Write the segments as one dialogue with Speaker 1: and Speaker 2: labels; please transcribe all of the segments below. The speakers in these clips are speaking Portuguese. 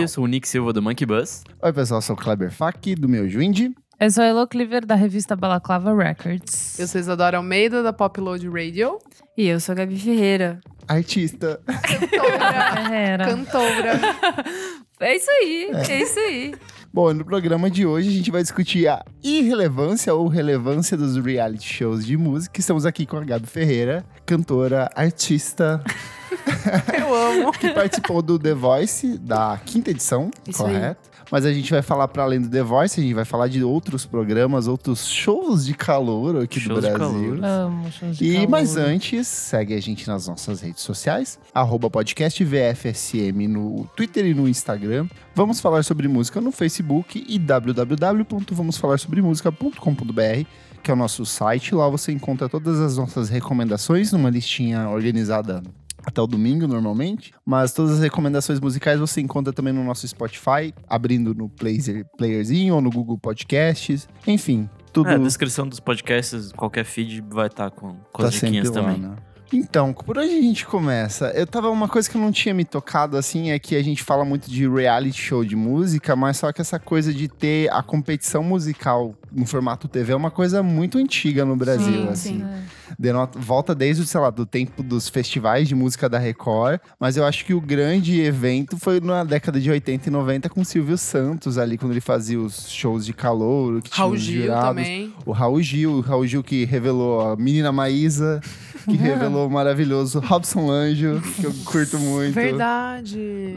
Speaker 1: eu sou o Nick Silva do Monkey Bus.
Speaker 2: Oi, pessoal, eu sou o Kleber Fak, do meu Juindy.
Speaker 3: Eu sou a Elo É Cleaver, da revista Balaclava Records.
Speaker 4: Eu sou Isadora Almeida, da Popload Radio.
Speaker 5: E eu sou a Gabi Ferreira.
Speaker 2: Artista.
Speaker 4: Cantora.
Speaker 3: Ferreira.
Speaker 4: Cantora.
Speaker 5: É isso aí, é, isso aí.
Speaker 2: Bom, no programa de hoje a gente vai discutir a irrelevância ou relevância dos reality shows de música. Estamos aqui com a Gabi Ferreira, cantora, artista,
Speaker 4: Eu amo.
Speaker 2: que participou do The Voice da quinta edição,
Speaker 5: Isso aí.
Speaker 2: correto? Mas a gente vai falar para além do The Voice, a gente vai falar de outros programas, outros shows de calor aqui
Speaker 1: Shows de
Speaker 2: do
Speaker 1: calor.
Speaker 2: Brasil.
Speaker 3: Amo, show de
Speaker 2: E
Speaker 3: calor. né?
Speaker 2: mais antes, segue a gente nas nossas redes sociais, arroba podcast VFSM no Twitter e no Instagram. Vamos falar sobre música no Facebook e www.vamosfalarsobremusica.com.br, que é o nosso site. Lá você encontra todas as nossas recomendações numa listinha organizada até o domingo normalmente, mas todas as recomendações musicais você encontra também no nosso Spotify, abrindo no Player, playerzinho ou no Google Podcasts, enfim, tudo
Speaker 1: É, a descrição dos podcasts, qualquer feed vai estar com, com as diquinhas
Speaker 2: sempre lá,
Speaker 1: também.
Speaker 2: né? Então, por onde a gente começa? Eu tava uma coisa que eu não tinha me tocado assim é que a gente fala muito de reality show de música, mas só que essa coisa de ter a competição musical no formato TV é uma coisa muito antiga no Brasil,
Speaker 5: Sim,
Speaker 2: assim.
Speaker 5: sim.
Speaker 3: É.
Speaker 2: Denota- volta desde, sei lá, do tempo dos festivais de música da Record, mas eu acho que o grande evento foi na década de 80 e 90 com Silvio Santos ali quando ele fazia os shows de calor, que tinha
Speaker 4: Raul
Speaker 2: os
Speaker 4: Gil
Speaker 2: jurados.
Speaker 4: também.
Speaker 2: O Raul Gil, o Raul Gil que revelou a menina Maísa, que revelou o maravilhoso Robson Anjo, que eu curto muito.
Speaker 4: Verdade.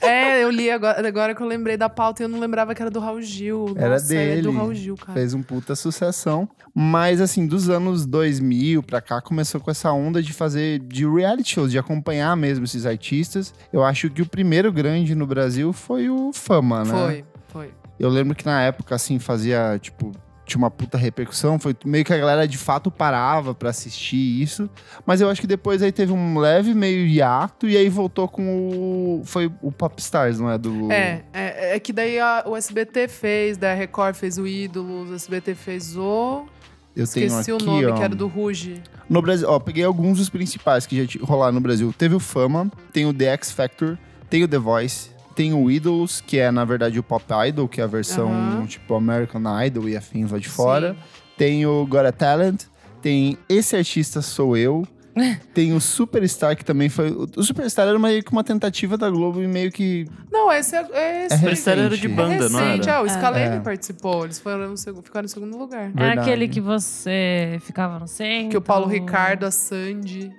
Speaker 4: é, eu li agora, agora que eu lembrei da pauta e eu não lembrava que era do Raul Gil.
Speaker 2: Era
Speaker 4: Nossa, É do
Speaker 2: dele.
Speaker 4: Raul Gil, cara.
Speaker 2: Fez um puta sucessão. Mas, assim, dos anos 2000 pra cá, começou com essa onda de fazer de reality shows, de acompanhar mesmo esses artistas. Eu acho que o primeiro grande no Brasil foi o Fama, né?
Speaker 4: Foi, foi.
Speaker 2: Eu lembro que na época, assim, fazia, tipo, tinha uma puta repercussão. Foi meio que a galera de fato parava pra assistir isso. Mas eu acho que depois aí teve um leve meio hiato e aí voltou com o. Foi o Popstars, não é? Do.
Speaker 4: É, é, é que daí a- o SBT fez, da Record fez o Ídolos, o SBT fez o.
Speaker 2: Eu tenho
Speaker 4: Esqueci
Speaker 2: aqui,
Speaker 4: o nome,
Speaker 2: ó,
Speaker 4: que era do Ruge.
Speaker 2: No Brasil, ó, peguei alguns dos principais que já ti- rolaram no Brasil. Teve o Fama, tem o The X Factor, tem o The Voice, tem o Idols, que é, na verdade, o Pop Idol, que é a versão,
Speaker 4: Aham.
Speaker 2: tipo, American Idol e afins lá de fora. Tem o Got a Talent, tem Esse Artista Sou Eu, tem o Superstar, que também foi... O o Superstar era meio que uma tentativa da Globo e meio que...
Speaker 4: Não, esse é. é esse
Speaker 2: É
Speaker 1: Superstar era de
Speaker 2: recente.
Speaker 4: É
Speaker 1: banda, não
Speaker 4: recente,
Speaker 1: era?
Speaker 4: é, o
Speaker 2: É.
Speaker 4: Scalene
Speaker 2: É.
Speaker 4: participou, eles foram no segu- ficaram em segundo lugar.
Speaker 3: É
Speaker 2: Verdade.
Speaker 3: aquele que você ficava no centro.
Speaker 4: Que o Paulo Ricardo, a Sandy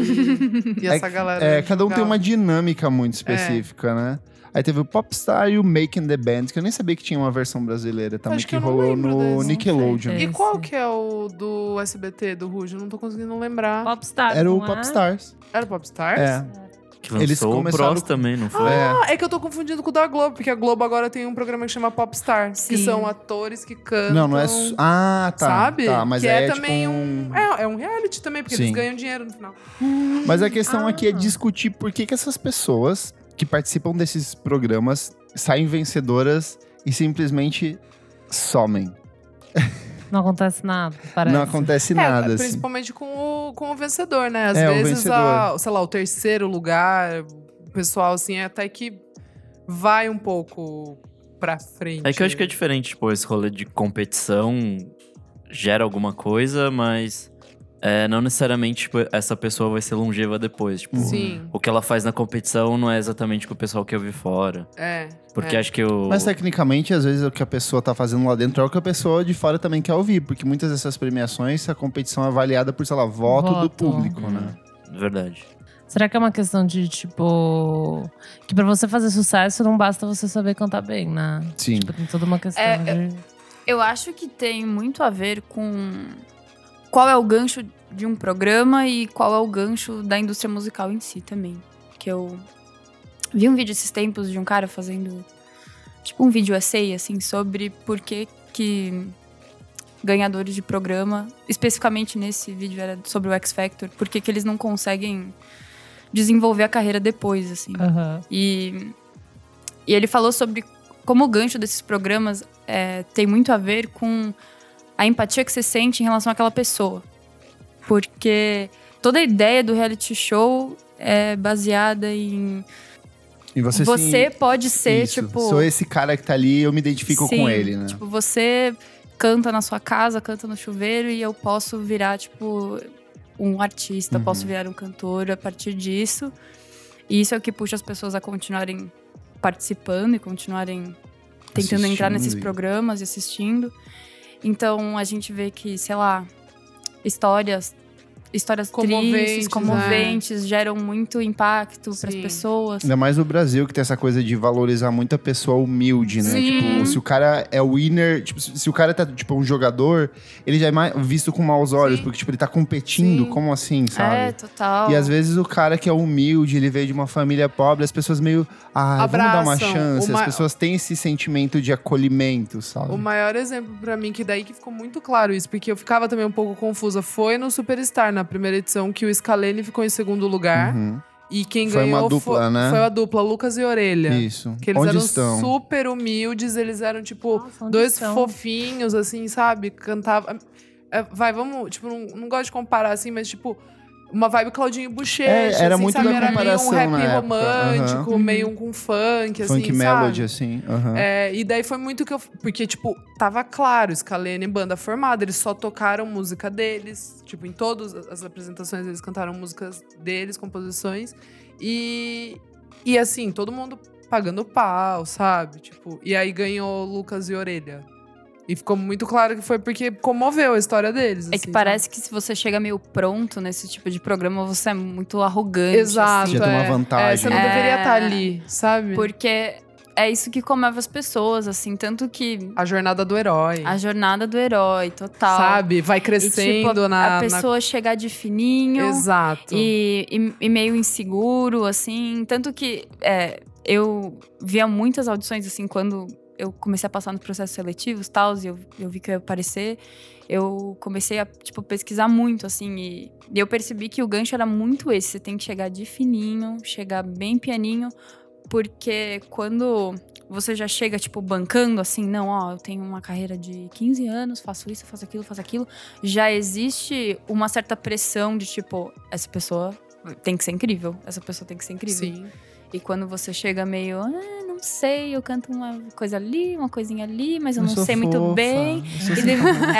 Speaker 4: e, e essa galera.
Speaker 2: Então- É, cada um tem
Speaker 4: jogava.
Speaker 2: uma dinâmica muito
Speaker 4: É.
Speaker 2: específica, né? Aí teve o Popstar e o Making the Band, que eu nem sabia que tinha uma versão brasileira também,
Speaker 4: Acho
Speaker 2: que,
Speaker 4: que eu não
Speaker 2: rolou
Speaker 4: lembro
Speaker 2: no
Speaker 4: desse.
Speaker 2: Nickelodeon.
Speaker 3: Não
Speaker 4: E
Speaker 3: Esse.
Speaker 4: qual que é o do SBT, do Ruge? Eu não tô conseguindo lembrar.
Speaker 3: Popstar.
Speaker 2: Era o
Speaker 3: não é?
Speaker 2: Popstars.
Speaker 4: Era o Popstars?
Speaker 2: É.
Speaker 1: Que lançou
Speaker 2: Eles
Speaker 1: o
Speaker 2: começaram
Speaker 1: Bros
Speaker 2: com-
Speaker 1: também, não foi?
Speaker 2: É.
Speaker 4: Ah, é que eu tô confundindo com o da Globo, porque a Globo agora tem um programa que chama Popstar, que
Speaker 5: Sim.
Speaker 4: são atores que cantam.
Speaker 2: Não, não é. su- Ah, tá.
Speaker 4: então, sabe?
Speaker 2: Tá, mas
Speaker 4: Que
Speaker 2: aí
Speaker 4: é
Speaker 2: é
Speaker 4: também
Speaker 2: tipo um.
Speaker 4: É, é um reality também, porque
Speaker 2: Sim.
Speaker 4: eles ganham dinheiro no final.
Speaker 2: Mas a questão
Speaker 3: Ah.
Speaker 2: aqui é discutir por que, que essas pessoas que participam desses programas saem vencedoras e simplesmente somem.
Speaker 3: Não acontece nada, parece.
Speaker 2: Não acontece
Speaker 4: É,
Speaker 2: nada, assim.
Speaker 4: principalmente com o, com o vencedor, né? Às
Speaker 2: É, o
Speaker 4: vezes,
Speaker 2: vencedor.
Speaker 4: a, sei lá, o terceiro lugar, o pessoal, assim, até que vai um pouco pra frente.
Speaker 1: É que eu acho que é diferente, tipo, esse rolê de competição gera alguma coisa, mas é, não necessariamente tipo, essa pessoa vai ser longeva depois.
Speaker 2: Uhum.
Speaker 1: Tipo,
Speaker 4: Sim,
Speaker 1: o que ela faz na competição não é exatamente com o pessoal que eu vi fora.
Speaker 4: é.
Speaker 1: Porque
Speaker 4: é.
Speaker 1: acho que o.
Speaker 2: Mas tecnicamente, às vezes, o que a pessoa tá fazendo lá dentro é o que a pessoa de fora também quer ouvir, porque muitas dessas premiações, a competição é avaliada por, sei lá, voto, do
Speaker 3: Voto.
Speaker 2: público, né?
Speaker 1: Verdade.
Speaker 3: Será que é uma questão de, tipo. Que pra você fazer sucesso não basta você saber cantar bem, né?
Speaker 2: Sim.
Speaker 3: Tipo, tem toda uma questão
Speaker 5: É,
Speaker 3: de.
Speaker 5: Eu acho que tem muito a ver com qual é o gancho de um programa e qual é o gancho da indústria musical em si também. Que eu vi um vídeo esses tempos de um cara fazendo tipo um vídeo essay assim sobre por que que ganhadores de programa, especificamente nesse vídeo era sobre o X Factor, por que que eles não conseguem desenvolver a carreira depois assim.
Speaker 3: Aham.
Speaker 5: E, e ele falou sobre como o gancho desses programas é, tem muito a ver com a empatia que você sente em relação àquela pessoa. Porque toda a ideia do reality show é baseada em
Speaker 2: E você, se-
Speaker 5: Você pode ser,
Speaker 2: Isso.
Speaker 5: tipo.
Speaker 2: Sou esse cara que tá ali eu me identifico
Speaker 5: sim,
Speaker 2: com ele, né?
Speaker 5: Tipo, você canta na sua casa, canta no chuveiro e eu posso virar, tipo, um artista,
Speaker 2: Uhum.
Speaker 5: posso virar um cantor a partir disso. E isso é o que puxa as pessoas a continuarem participando e continuarem tentando entrar
Speaker 2: Assistindo
Speaker 5: nesses
Speaker 2: e-
Speaker 5: programas e assistindo. Então a gente vê que, sei lá, histórias, histórias
Speaker 4: Comoventes, né?
Speaker 5: tristes, comoventes, geram muito impacto para as
Speaker 4: Sim.
Speaker 5: pessoas.
Speaker 2: Ainda mais no Brasil, que tem essa coisa de valorizar muito a pessoa humilde, né?
Speaker 4: Sim.
Speaker 2: Tipo, se o cara é winner, tipo, se se o cara tá, tipo, um jogador, ele já é mais- visto com maus olhos,
Speaker 4: Sim.
Speaker 2: porque, tipo, ele tá competindo,
Speaker 5: Sim.
Speaker 2: como assim,
Speaker 5: É,
Speaker 2: sabe?
Speaker 5: total.
Speaker 2: E às vezes o cara que é humilde, ele veio de uma família pobre, as pessoas meio. Ah, vamos dar
Speaker 4: Abraçam,
Speaker 2: uma chance.
Speaker 4: uma-
Speaker 2: As pessoas têm esse sentimento de acolhimento, sabe?
Speaker 4: O maior exemplo pra mim, que daí que ficou muito claro isso, porque eu ficava também um pouco confusa, foi no Superstar, na primeira edição, que o Scalene ficou em segundo lugar.
Speaker 2: Uhum.
Speaker 4: E quem
Speaker 2: Foi
Speaker 4: ganhou
Speaker 2: uma
Speaker 4: fo-
Speaker 2: dupla, né?
Speaker 4: foi a dupla Lucas e Orelha.
Speaker 2: Isso.
Speaker 4: Que eles
Speaker 2: Onde
Speaker 4: eram
Speaker 2: estão?
Speaker 4: super humildes, eles eram tipo
Speaker 3: Nossa, onde
Speaker 4: dois
Speaker 3: estão?
Speaker 4: fofinhos, assim, sabe? Cantava. É, Vai, vamos. Tipo, não, não gosto de comparar assim, mas tipo. Uma vibe Claudinho Bochecha,
Speaker 2: É, era
Speaker 4: assim,
Speaker 2: muito
Speaker 4: sabe?
Speaker 2: da
Speaker 4: Era
Speaker 2: comparação
Speaker 4: meio um
Speaker 2: na
Speaker 4: rap
Speaker 2: época,
Speaker 4: romântico,
Speaker 5: aham.
Speaker 4: meio um com funk, assim,
Speaker 2: Funk
Speaker 4: sabe?
Speaker 2: Melody, assim. aham.
Speaker 4: É, e daí foi muito que eu. Porque, tipo, tava claro, Scalene, banda formada, eles só tocaram música deles. Tipo, em todas as apresentações eles cantaram músicas deles, composições. E. E assim, todo mundo pagando pau, sabe? Tipo, e aí ganhou Lucas e Orelha. E ficou muito claro que foi porque comoveu a história deles.
Speaker 5: É
Speaker 4: assim,
Speaker 5: que parece que se você chega meio pronto nesse tipo de programa, você é muito arrogante.
Speaker 4: sabe? Exato.
Speaker 5: assim.
Speaker 2: Já tem uma
Speaker 4: é.
Speaker 2: vantagem.
Speaker 4: É, você não
Speaker 5: É.
Speaker 4: deveria estar ali, sabe?
Speaker 5: Porque é isso que comove as pessoas, assim. Tanto que
Speaker 4: A jornada do herói.
Speaker 5: a jornada do herói, total.
Speaker 4: Sabe? Vai
Speaker 5: E, tipo,
Speaker 4: crescendo
Speaker 5: a,
Speaker 4: na.
Speaker 5: A
Speaker 4: na-
Speaker 5: pessoa chegar de fininho
Speaker 4: Exato.
Speaker 5: e, e- e meio inseguro, assim. Tanto que é, eu via muitas audições, assim, quando eu comecei a passar nos processos seletivos tals, e eu, eu vi que eu ia aparecer, eu comecei a, tipo, pesquisar muito, assim, e, e eu percebi que o gancho era muito esse, você tem que chegar de fininho, chegar bem pianinho, porque quando você já chega, tipo, bancando, assim, não, ó, eu tenho uma carreira de 15 anos, faço isso, faço aquilo, faço aquilo, já existe uma certa pressão de, tipo, essa pessoa tem que ser incrível, essa pessoa tem que ser incrível.
Speaker 4: Sim.
Speaker 5: E quando você chega meio, ah, não sei, eu canto uma coisa ali, uma coisinha ali, mas eu não
Speaker 2: sou
Speaker 5: sei muito
Speaker 2: fofa,
Speaker 5: bem.
Speaker 2: eu sou
Speaker 5: E daí,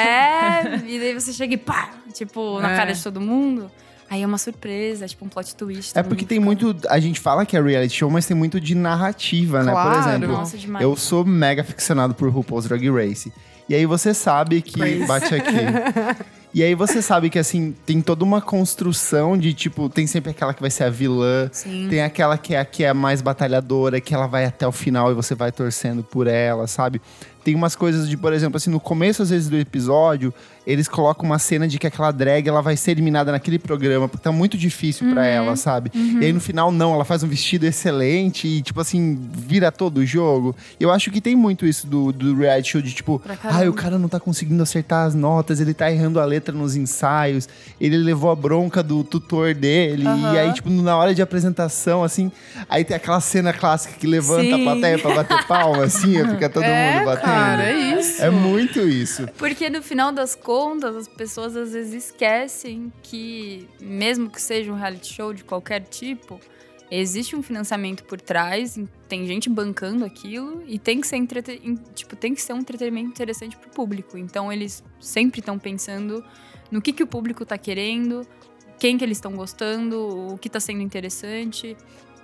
Speaker 5: é, e daí você chega e pá, tipo, na
Speaker 4: É.
Speaker 5: cara de todo mundo. Aí é uma surpresa, é tipo um plot twist.
Speaker 2: É
Speaker 5: todo
Speaker 2: porque
Speaker 5: mundo
Speaker 2: tem
Speaker 5: fica,
Speaker 2: muito. A gente fala que é reality show, mas tem muito de narrativa, né?
Speaker 4: Claro.
Speaker 2: Por exemplo,
Speaker 5: Nossa, demais.
Speaker 2: eu sou mega aficionado por RuPaul's Drag Race. E aí você sabe que.
Speaker 5: Praise.
Speaker 2: Bate aqui. E aí você sabe que, assim, tem toda uma construção de tipo, tem sempre aquela que vai ser a vilã.
Speaker 5: Sim.
Speaker 2: Tem aquela que é a que é a mais batalhadora, que ela vai até o final e você vai torcendo por ela, sabe? Tem umas coisas de, por exemplo, assim, no começo, às vezes, do episódio, eles colocam uma cena de que aquela drag ela vai ser eliminada naquele programa, porque tá muito difícil
Speaker 5: Uhum.
Speaker 2: pra ela, sabe? E aí no final, não, ela faz um vestido excelente e, tipo assim, vira todo o jogo. Eu acho que tem muito isso do, do reality show de tipo,
Speaker 5: Pra caramba.
Speaker 2: ai, o cara não tá conseguindo acertar as notas, ele tá errando a letra nos ensaios, ele levou a bronca do tutor dele,
Speaker 5: Aham.
Speaker 2: e aí, tipo, na hora de apresentação, assim, aí tem aquela cena clássica que levanta a
Speaker 5: Sim.
Speaker 2: plateia pra bater palma, assim, aí fica todo
Speaker 4: é,
Speaker 2: mundo batendo.
Speaker 4: Cara, é isso.
Speaker 2: É muito isso.
Speaker 5: Porque no final das contas, as pessoas às vezes esquecem que, mesmo que seja um reality show de qualquer tipo, existe um financiamento por trás, e tem gente bancando aquilo e tem que ser, entrete- em- tipo, tem que ser um entretenimento interessante pro público. Então eles sempre estão pensando no que, que o público tá querendo, quem que eles estão gostando, o que tá sendo interessante.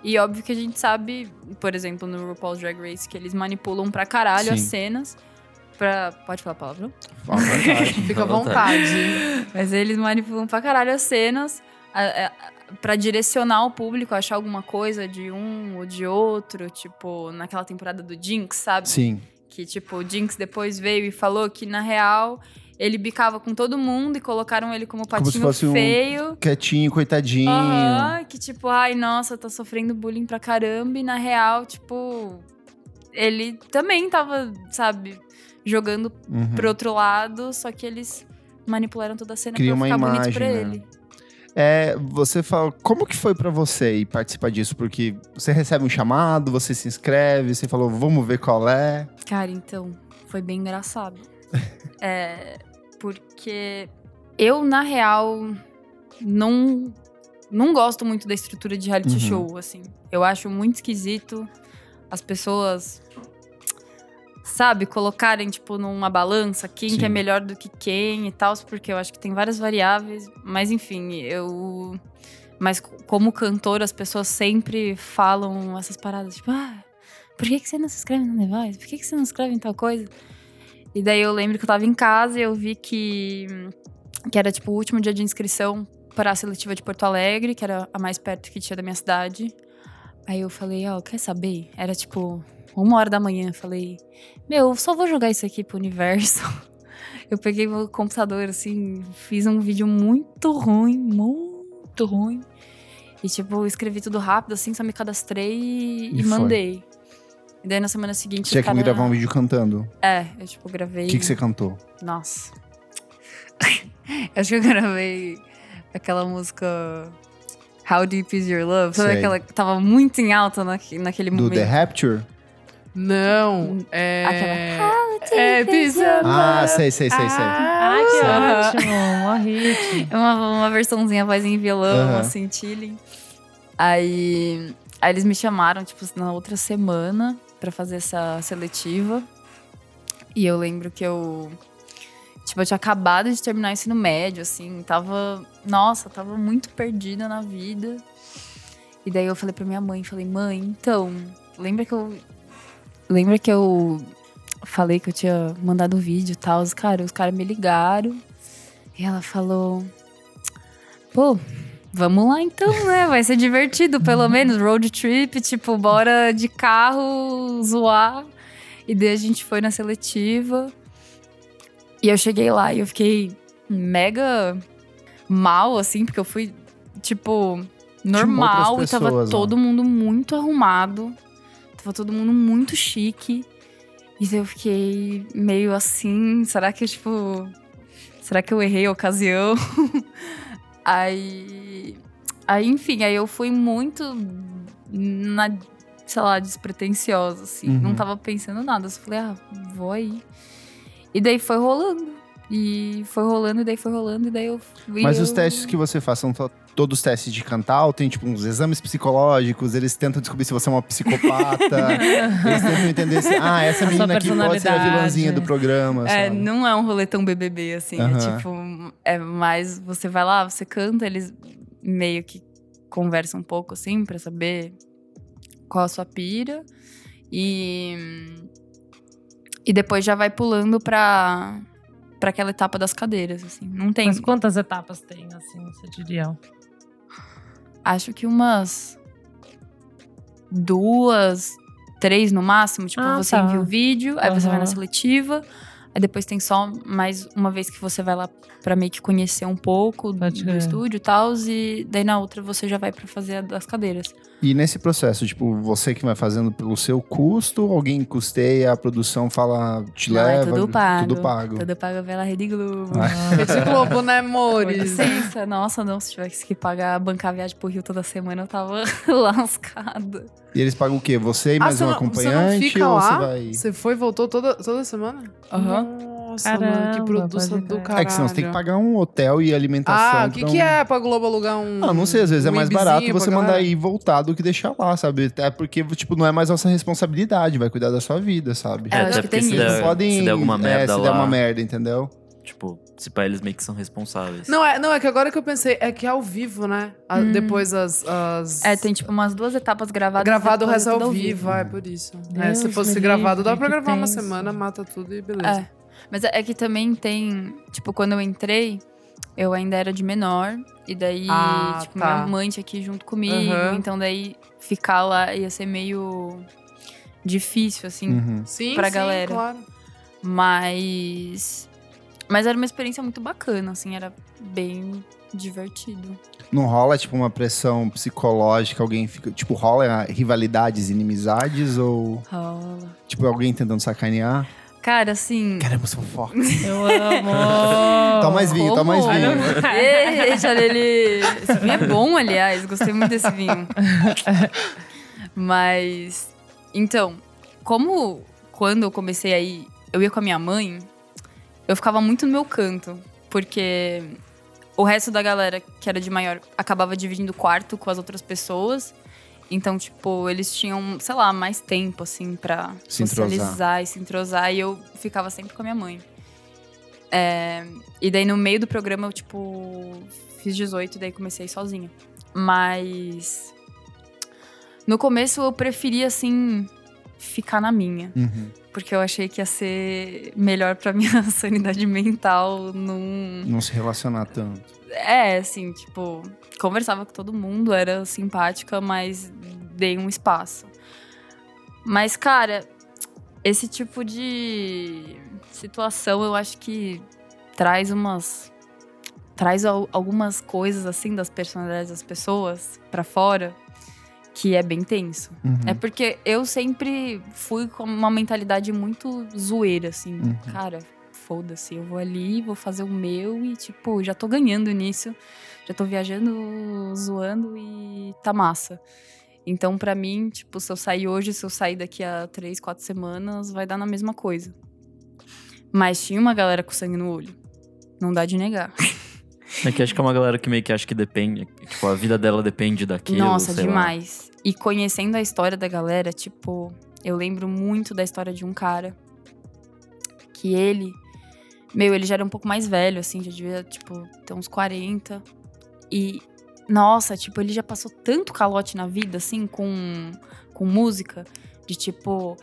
Speaker 5: E óbvio que a gente sabe, por exemplo, no RuPaul's Drag Race, que eles manipulam pra caralho as
Speaker 2: Sim.
Speaker 5: cenas. Pra... Pode falar palavrão?
Speaker 2: Fala a verdade.
Speaker 4: Fica à
Speaker 1: Fica à
Speaker 4: vontade.
Speaker 5: Mas eles manipulam pra caralho as cenas a- a- pra direcionar o público a achar alguma coisa de um ou de outro, tipo, naquela temporada do Jinx, sabe?
Speaker 2: Sim.
Speaker 5: Que, tipo, o Jinx depois veio e falou que, na real, ele bicava com todo mundo e colocaram ele como
Speaker 2: Como se
Speaker 5: patinho
Speaker 2: fosse um-
Speaker 5: feio.
Speaker 2: Quietinho, coitadinho.
Speaker 5: Aham, que tipo, ai, nossa, tá sofrendo bullying pra caramba. E na real, tipo, ele também tava, sabe, jogando
Speaker 2: Uhum.
Speaker 5: pro outro lado, só que eles manipularam toda a cena
Speaker 2: Cria
Speaker 5: pra
Speaker 2: uma
Speaker 5: ficar bonito
Speaker 2: imagem,
Speaker 5: pra
Speaker 2: né?
Speaker 5: ele.
Speaker 2: É, você fala, como que foi pra você ir participar disso? Porque você recebe um chamado, você se inscreve, você falou, vamos ver qual é.
Speaker 5: Cara, então, foi bem engraçado. é, porque eu, na real, não não gosto muito da estrutura de reality
Speaker 2: Uhum.
Speaker 5: show, assim. Eu acho muito esquisito as pessoas, sabe, colocarem, tipo, numa balança quem que é
Speaker 2: Sim.
Speaker 5: melhor do que quem e tal, porque eu acho que tem várias variáveis. Mas, enfim, eu. Mas co- como cantor, as pessoas sempre falam essas paradas, tipo, ah, por que, que você não se inscreve no The Voice? Por que, que você não se inscreve em tal coisa? E daí eu lembro que eu tava em casa e eu vi que, que era tipo o último dia de inscrição para a seletiva de Porto Alegre, que era a mais perto que tinha da minha cidade. Aí eu falei, ó, quer saber? Era tipo uma hora da manhã. eu Falei, meu, eu só vou jogar isso aqui pro universo. Eu peguei o computador, assim, fiz um vídeo muito ruim, muito ruim. E, tipo, escrevi tudo rápido, assim, só me cadastrei e,
Speaker 2: E
Speaker 5: e
Speaker 2: foi.
Speaker 5: mandei. E daí na semana seguinte.
Speaker 2: Tinha que
Speaker 5: os cara-
Speaker 2: gravar um vídeo cantando.
Speaker 5: É, eu, tipo, gravei.
Speaker 2: O que, que você cantou?
Speaker 5: Nossa. Acho que eu gravei aquela música How Deep Is Your Love? Sabe
Speaker 2: Sei.
Speaker 5: aquela que tava muito em alta naque- naquele
Speaker 2: Do The
Speaker 5: momento?
Speaker 2: Rapture?
Speaker 4: Não, é.
Speaker 5: Aquela-
Speaker 4: É, pisa.
Speaker 2: Ah, sei, sei, sei, sei.
Speaker 3: Ai, que
Speaker 5: Ah.
Speaker 3: ótimo. Mó hit.
Speaker 5: É uma, uma versãozinha voz em violão,
Speaker 2: Aham.
Speaker 5: assim, chilling. Aí, aí eles me chamaram, tipo, na outra semana pra fazer essa seletiva. E eu lembro que eu. Tipo, eu tinha acabado de terminar o ensino médio, assim, tava. Nossa, tava muito perdida na vida. E daí eu falei pra minha mãe, falei, mãe, então, lembra que eu. Lembra que eu falei que eu tinha mandado um vídeo e tal? Os cara, os caras me ligaram. E ela falou: Pô, vamos lá então, né? Vai ser divertido, pelo menos. Road trip, tipo, bora de carro zoar. E daí a gente foi na seletiva. E eu cheguei lá e eu fiquei mega mal, assim, porque eu fui, tipo, normal
Speaker 2: outras
Speaker 5: e
Speaker 2: pessoas,
Speaker 5: tava
Speaker 2: né?
Speaker 5: todo mundo muito arrumado. Tava todo mundo muito chique. E daí eu fiquei meio assim, será que, tipo, será que eu errei a ocasião? aí, aí, enfim, aí eu fui muito na, sei lá, despretensiosa, assim.
Speaker 2: Uhum.
Speaker 5: Não tava pensando nada, eu só falei, ah, vou aí. E daí foi rolando. E foi rolando, e daí foi rolando, e daí eu... e
Speaker 2: Mas os
Speaker 5: eu-
Speaker 2: testes que você faz são to- todos testes de cantar ou tem, tipo, uns exames psicológicos? Eles tentam descobrir se você é uma psicopata. eles tentam entender se, ah, essa
Speaker 3: A sua
Speaker 2: menina aqui pode ser a
Speaker 3: personalidade.
Speaker 2: vilãzinha do programa.
Speaker 5: É,
Speaker 2: sabe?
Speaker 5: não é um rolê tão BBB assim.
Speaker 2: Aham.
Speaker 5: É tipo, é mais você vai lá, você canta, eles meio que conversam um pouco assim pra saber qual a sua pira. E e depois já vai pulando pra para aquela etapa das cadeiras assim. Não tem,
Speaker 3: Mas quantas etapas tem, assim, você diria?
Speaker 5: acho que umas duas, três no máximo, tipo,
Speaker 3: Ah,
Speaker 5: você
Speaker 3: tá.
Speaker 5: envia o vídeo, aí você vai na
Speaker 3: Aham.
Speaker 5: seletiva, aí depois tem só mais uma vez que você vai lá pra meio que conhecer um pouco do,
Speaker 3: Pode
Speaker 5: do
Speaker 3: crer.
Speaker 5: estúdio e tal, e daí na outra você já vai pra fazer a das cadeiras.
Speaker 2: E nesse processo, tipo, você que vai fazendo pelo seu custo, alguém custeia, a produção fala, te
Speaker 5: Não, é
Speaker 2: leva.
Speaker 5: tudo pago.
Speaker 2: Tudo pago.
Speaker 5: Tudo pago pela Rede Globo.
Speaker 3: Ah,
Speaker 4: Rede Globo, né,
Speaker 5: Com
Speaker 4: amores?
Speaker 5: licença, nossa, não, se tivesse que pagar, bancar a viagem pro Rio toda semana, eu tava lascada.
Speaker 2: E eles pagam o quê? Você e mais
Speaker 4: Ah, você
Speaker 2: um
Speaker 4: não- você não
Speaker 2: acompanhante?
Speaker 4: fica
Speaker 2: ou
Speaker 4: lá?
Speaker 2: você vai.
Speaker 4: Você foi e voltou toda, toda semana?
Speaker 5: Aham.
Speaker 4: Nossa, mano, que
Speaker 3: Caramba,
Speaker 4: produção
Speaker 3: pode
Speaker 4: do
Speaker 3: crer.
Speaker 4: caralho.
Speaker 2: É que senão você tem que pagar um hotel e alimentação.
Speaker 4: Ah, o que,
Speaker 2: pra
Speaker 4: que
Speaker 2: um-
Speaker 4: é pra Globo alugar um.
Speaker 2: Ah, não sei, às vezes é
Speaker 4: um
Speaker 2: mais
Speaker 4: ibizinho
Speaker 2: barato
Speaker 4: pra
Speaker 2: você mandar
Speaker 4: galera?
Speaker 2: ir voltar do que deixar lá, sabe? Até porque, tipo, não é mais nossa responsabilidade, vai cuidar da sua vida, sabe?
Speaker 5: É, eu acho
Speaker 1: até porque
Speaker 5: que tem
Speaker 1: se
Speaker 5: isso.
Speaker 2: Eles não
Speaker 1: der,
Speaker 2: podem.
Speaker 1: se der alguma
Speaker 2: é,
Speaker 1: merda
Speaker 2: se
Speaker 1: lá,
Speaker 2: der uma merda, entendeu?
Speaker 1: tipo, se pá, eles meio que são responsáveis.
Speaker 4: Não é, não, é que agora que eu pensei, é que é ao vivo, né? A- Depois as. as...
Speaker 5: Uhum. É, tem tipo umas duas etapas gravadas.
Speaker 4: Gravado o
Speaker 5: depois
Speaker 4: resto
Speaker 5: é
Speaker 4: ao
Speaker 5: tudo
Speaker 4: vivo, é por isso.
Speaker 3: Deus
Speaker 4: É, se
Speaker 3: me
Speaker 4: fosse
Speaker 3: livre,
Speaker 4: gravado, dá pra
Speaker 3: que
Speaker 4: gravar uma
Speaker 3: tenso.
Speaker 4: semana, mata tudo e beleza.
Speaker 5: É. Mas é é que também tem. Tipo, quando eu entrei, eu ainda era de menor. E daí,
Speaker 4: Ah,
Speaker 5: tipo,
Speaker 4: tá.
Speaker 5: minha mãe tinha aqui junto comigo.
Speaker 4: Aham.
Speaker 5: Então daí ficar lá ia ser meio difícil, assim.
Speaker 2: Uhum.
Speaker 4: Sim,
Speaker 5: Pra
Speaker 4: sim,
Speaker 5: galera.
Speaker 4: claro.
Speaker 5: Mas. Mas era uma experiência muito bacana, assim, era bem divertido.
Speaker 2: Não rola, tipo, uma pressão psicológica, alguém fica. Tipo, rola rivalidades, inimizades, ou,
Speaker 5: Rola.
Speaker 2: tipo, alguém tentando sacanear.
Speaker 5: Cara, assim.
Speaker 2: Queremos
Speaker 4: um
Speaker 2: fofoca.
Speaker 3: Eu amo!
Speaker 2: Toma mais vinho, toma mais
Speaker 5: Como?
Speaker 2: vinho.
Speaker 5: Ei, Jareli! Esse vinho é bom, aliás. Gostei muito desse vinho. Mas, então, como quando eu comecei aí, eu ia com a minha mãe, eu ficava muito no meu canto. Porque o resto da galera que era de maior acabava dividindo o quarto com as outras pessoas. Então, tipo, eles tinham, sei lá, mais tempo, assim, pra
Speaker 2: Se entrosar.
Speaker 5: socializar e se entrosar. E eu ficava sempre com a minha mãe. É, e daí, no meio do programa, eu, tipo, fiz 18 e daí comecei sozinha. Mas. No começo, eu preferia, assim, ficar na minha
Speaker 2: Uhum.
Speaker 5: porque eu achei que ia ser melhor pra minha sanidade mental num
Speaker 2: Não se relacionar tanto.
Speaker 5: é assim tipo conversava com todo mundo era simpática mas dei um espaço mas cara esse tipo de situação eu acho que traz umas traz al- algumas coisas assim das personalidades das pessoas pra fora que é bem tenso
Speaker 2: Uhum.
Speaker 5: é porque eu sempre fui com uma mentalidade muito zoeira, assim.
Speaker 2: Uhum.
Speaker 5: Cara, foda-se, eu vou ali, vou fazer o meu e, tipo, já tô ganhando nisso. Já tô viajando, zoando e tá massa. Então, pra mim, tipo, se eu sair hoje, se eu sair daqui a três, quatro semanas, vai dar na mesma coisa. Mas tinha uma galera com sangue no olho. Não dá de negar.
Speaker 1: É que acho que é uma galera que meio que acha que depende. que, Tipo, a vida dela depende daquilo.
Speaker 5: Nossa,
Speaker 1: sei lá.
Speaker 5: demais. E conhecendo a história da galera, tipo, eu lembro muito da história de um cara que ele, meu, ele já era um pouco mais velho, assim, já devia, tipo, ter uns 40. E, nossa, tipo, ele já passou tanto calote na vida, assim, com, com música, de tipo.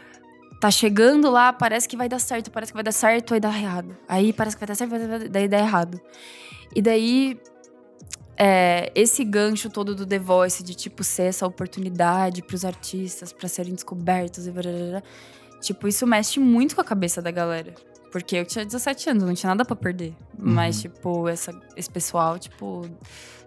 Speaker 5: Tá chegando lá, parece que vai dar certo, parece que vai dar certo, aí dá errado. Aí parece que vai dar certo, vai dar- daí dá errado. E daí, é, esse gancho todo do The Voice, de tipo ser essa oportunidade pros artistas pra serem descobertos e barará, tipo, isso mexe muito com a cabeça da galera. Porque eu tinha 17 anos, não tinha nada pra perder. Mas, tipo, essa, esse pessoal, tipo,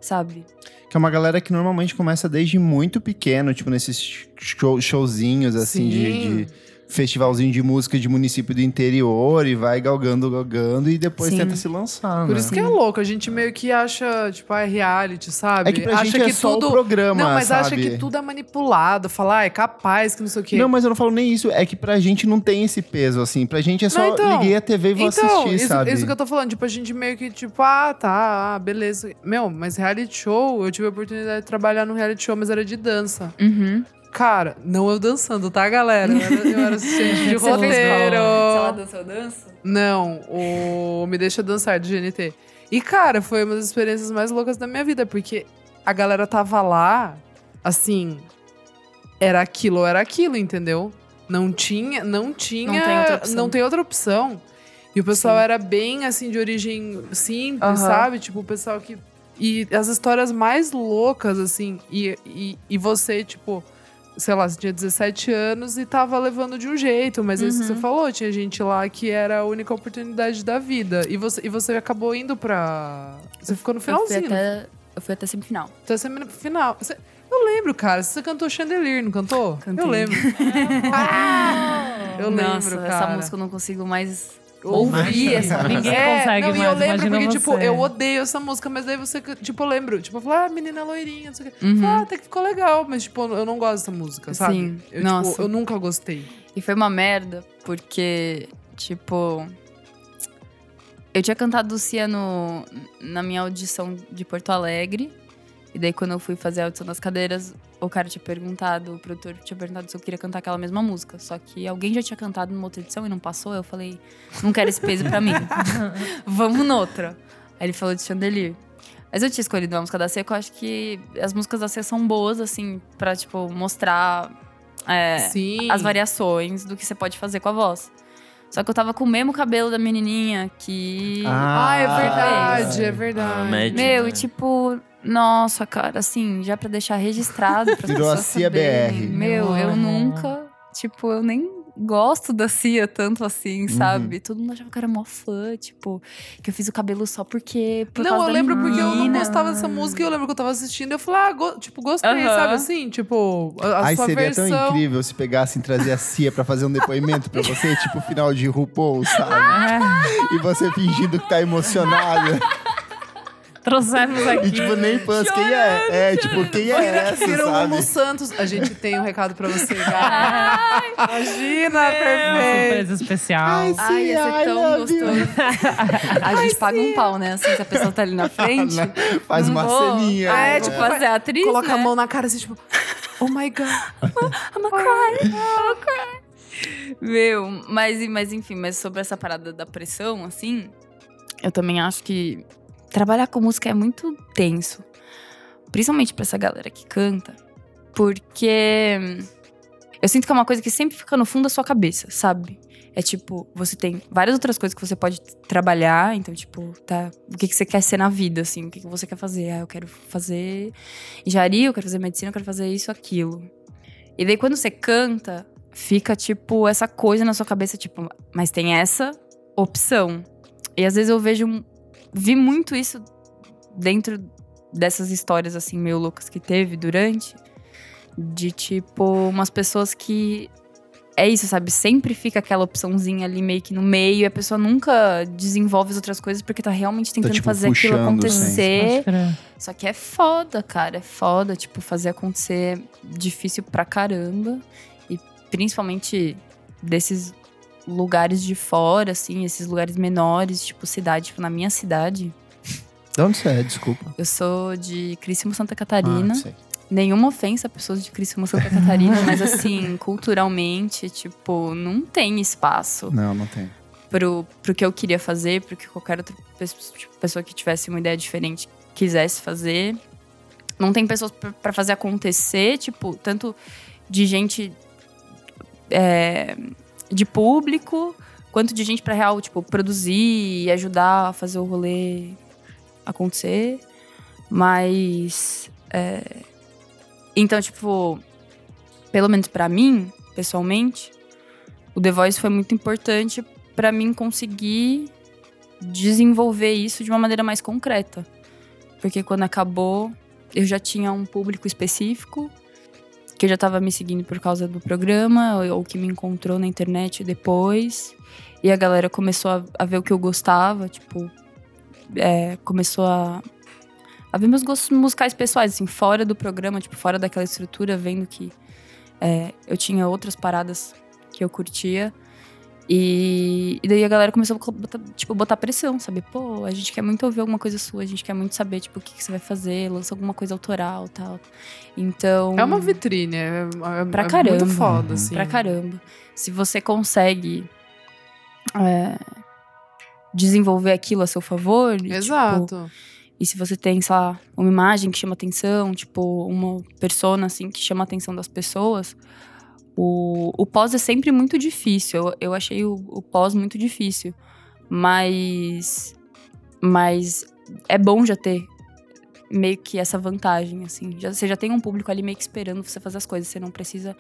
Speaker 5: sabe?
Speaker 2: Que é uma galera que normalmente começa desde muito pequeno, tipo, nesses show- showzinhos, assim, de,
Speaker 4: Sim.
Speaker 2: de festivalzinho de música de município do interior e vai galgando, galgando e depois
Speaker 5: Sim.
Speaker 2: tenta se lançar,
Speaker 4: Por
Speaker 2: né?
Speaker 4: isso que é louco, a gente meio que acha, tipo, ah, é reality, sabe?
Speaker 2: É que pra
Speaker 4: acha
Speaker 2: gente é
Speaker 4: que
Speaker 2: só
Speaker 4: tudo.
Speaker 2: o programa,
Speaker 4: não, mas
Speaker 2: sabe?
Speaker 4: acha que tudo é manipulado, falar, ah, é capaz, que não sei o quê.
Speaker 2: Não, mas eu não falo nem isso. É que pra gente não tem esse peso, assim. Pra gente é só
Speaker 4: Não, então.
Speaker 2: liguei a TV e vou assistir,
Speaker 4: isso,
Speaker 2: sabe?
Speaker 4: isso que eu tô falando, tipo, a gente meio que, tipo, ah, tá, ah, beleza. Meu, mas reality show, eu tive a oportunidade de trabalhar num reality show, mas era de dança.
Speaker 5: Uhum.
Speaker 4: Cara, não eu dançando, tá, galera? Eu era, eu era assistente de
Speaker 5: Você fez qual?
Speaker 4: roteiro.
Speaker 5: Se ela dança, eu danço?
Speaker 4: Não, o Me Deixa Dançar, do GNT. E, cara, foi uma das experiências mais loucas da minha vida, porque a galera tava lá, assim, era aquilo ou era aquilo, entendeu? Não tinha, não tinha,
Speaker 5: tem outra opção.
Speaker 4: não tem outra opção. E o pessoal
Speaker 5: Sim.
Speaker 4: era bem, assim, de origem simples,
Speaker 5: Aham.
Speaker 4: sabe? Tipo, o pessoal que... E as histórias mais loucas, assim, e, e, e você, tipo... Sei lá, você tinha 17 anos e tava levando de um jeito, mas é isso que você
Speaker 5: Uhum.
Speaker 4: falou, tinha gente lá que era a única oportunidade da vida. E você, e você acabou indo pra. Você ficou no
Speaker 5: Eu
Speaker 4: finalzinho.
Speaker 5: fui até, eu fui até semifinal.
Speaker 4: Então, você final. Você- eu lembro, cara. Você cantou Chandelier, não cantou?
Speaker 5: Cantei.
Speaker 4: Eu lembro.
Speaker 3: É,
Speaker 4: eu lembro,
Speaker 5: Nossa,
Speaker 4: cara.
Speaker 5: essa música eu não consigo mais.
Speaker 4: Ouvi É,
Speaker 3: essa- ninguém consegue
Speaker 4: não, e eu
Speaker 3: mais,
Speaker 4: lembro
Speaker 3: imagina
Speaker 4: porque, tipo,
Speaker 3: você.
Speaker 4: eu odeio essa música, mas daí você, tipo, eu lembro. Tipo, eu falo, ah, menina loirinha, não sei o quê.
Speaker 5: Uhum.
Speaker 4: Ah, até que ficou legal, mas, tipo, eu não gosto dessa música, sabe?
Speaker 5: Sim.
Speaker 4: Eu,
Speaker 5: Nossa.
Speaker 4: tipo, eu nunca gostei.
Speaker 5: E foi uma merda, porque, tipo. Eu tinha cantado Lucia no, na minha audição de Porto Alegre. E daí, quando eu fui fazer a audição das cadeiras, o cara tinha perguntado, o produtor tinha perguntado se eu queria cantar aquela mesma música. Só que alguém já tinha cantado numa outra edição e não passou. Eu falei, não quero esse peso pra mim. Vamos noutra. Aí ele falou de Chandelier. Mas eu tinha escolhido uma música da Seca, eu acho que as músicas da Seca são boas, assim, pra, tipo, mostrar. é,
Speaker 4: Sim.
Speaker 5: as variações do que você pode fazer com a voz. Só que eu tava com o mesmo cabelo da menininha que.
Speaker 4: Ah, é
Speaker 5: Ah,
Speaker 4: verdade, é
Speaker 1: Ah,
Speaker 4: verdade.
Speaker 1: média.
Speaker 5: Meu,
Speaker 1: né?
Speaker 5: e tipo, nossa, cara, assim, já pra deixar registrado pra
Speaker 2: Virou a Cia BR.
Speaker 5: Meu, eu
Speaker 3: Olha.
Speaker 5: nunca, tipo, eu nem gosto da Cia tanto
Speaker 2: Uhum.
Speaker 5: assim, sabe? Todo mundo achava que eu era mó fã, tipo, que eu fiz o cabelo só porque. Por
Speaker 4: não,
Speaker 5: causa
Speaker 4: eu
Speaker 5: da
Speaker 4: lembro porque eu não
Speaker 5: menina.
Speaker 4: gostava dessa música e eu lembro que eu tava assistindo e eu falei, ah, go- tipo, gostei,
Speaker 5: Aham.
Speaker 4: sabe assim? Tipo, a, a
Speaker 2: Ai,
Speaker 4: sua
Speaker 2: seria
Speaker 4: versão.
Speaker 2: tão incrível se pegassem e trazer a Cia pra fazer um depoimento pra você, tipo o final de RuPaul, sabe? e você fingindo que tá emocionada.
Speaker 3: Trouxemos aqui.
Speaker 2: E tipo, nem fãs, quem é? É, tipo, quem é essa,
Speaker 4: Ciro
Speaker 2: sabe?
Speaker 4: Momo um Santos. A gente tem um recado pra você, Gabi. Imagina, perfeito.
Speaker 3: Surpresa especial.
Speaker 5: Ai, ia ser tão gostoso. A gente paga um pau, né? Assim, se a pessoa tá ali na frente.
Speaker 2: Ah, Faz
Speaker 5: não
Speaker 2: uma
Speaker 5: vou.
Speaker 2: ceninha.
Speaker 5: É,
Speaker 2: né?
Speaker 5: tipo, fazer a atriz.
Speaker 4: Coloca
Speaker 5: né?
Speaker 4: a mão na cara assim, tipo, oh my god.
Speaker 5: I'm a cry, I'm a cry. Meu, mas, mas enfim, mas sobre essa parada da pressão, assim, eu também acho que trabalhar com música é muito tenso. Principalmente pra essa galera que canta. Porque eu sinto que é uma coisa que sempre fica no fundo da sua cabeça, sabe? É tipo, você tem várias outras coisas que você pode trabalhar, então, tipo, tá. O que, que você quer ser na vida, assim? O que, que você quer fazer? Ah, eu quero fazer engenharia, eu quero fazer medicina, eu quero fazer isso, aquilo. E daí quando você canta, fica tipo essa coisa na sua cabeça, tipo, mas tem essa opção. E às vezes eu vejo um- vi muito isso dentro dessas histórias assim meio loucas que teve durante de tipo umas pessoas que é isso, sabe? Sempre fica aquela opçãozinha ali meio que no meio e a pessoa nunca desenvolve as outras coisas porque tá realmente tentando
Speaker 2: tipo,
Speaker 5: fazer aquilo
Speaker 2: puxando,
Speaker 5: acontecer.
Speaker 3: Pode crer.
Speaker 5: Só que é foda, cara. É foda, tipo, fazer acontecer difícil pra caramba. E principalmente desses lugares de fora, assim, esses lugares menores, tipo, cidade, tipo, na minha cidade.
Speaker 2: De onde você é? Desculpa.
Speaker 5: Eu sou de Criciúma, Santa
Speaker 2: Ah, não
Speaker 5: Catarina.
Speaker 2: sei.
Speaker 5: Nenhuma ofensa a pessoas de Criciúma, Santa Catarina, mas assim, culturalmente, tipo, não tem espaço
Speaker 2: Não, não tem.
Speaker 5: pro, pro que eu queria fazer, pro que qualquer outra pe- tipo, pessoa que tivesse uma ideia diferente quisesse fazer. Não tem pessoas pra- pra fazer acontecer, tipo, tanto de gente é, de público, quanto de gente pra real, tipo, produzir e ajudar a fazer o rolê acontecer. Mas. é, então, tipo, pelo menos pra mim, pessoalmente, o The Voice foi muito importante para mim conseguir desenvolver isso de uma maneira mais concreta. Porque quando acabou, eu já tinha um público específico que eu já estava me seguindo por causa do programa ou- ou que me encontrou na internet depois. E a galera começou a, a ver o que eu gostava, tipo, é, começou a, a ver meus gostos musicais pessoais, assim, fora do programa, tipo, fora daquela estrutura, vendo que é, eu tinha outras paradas que eu curtia. E, e daí a galera começou a col- botar, tipo, botar pressão, sabe? Pô, a gente quer muito ouvir alguma coisa sua, a gente quer muito saber, tipo, o que, que você vai fazer, lança alguma coisa autoral tal. Então.
Speaker 4: É uma vitrine, é, é,
Speaker 5: Pra
Speaker 4: é
Speaker 5: caramba.
Speaker 4: muito
Speaker 2: Uhum.
Speaker 4: foda, assim.
Speaker 5: Pra caramba. Se você consegue é, desenvolver aquilo a seu favor. e, tipo,
Speaker 4: Exato.
Speaker 5: e se você tem, sei lá, uma imagem que chama atenção, tipo, uma persona, assim, que chama a atenção das pessoas, o, o pós é sempre muito difícil. Eu, eu achei o, o pós muito difícil. Mas. Mas é bom já ter meio que essa vantagem, assim. Já, você já tem um público ali meio que esperando você fazer as coisas. Você não precisa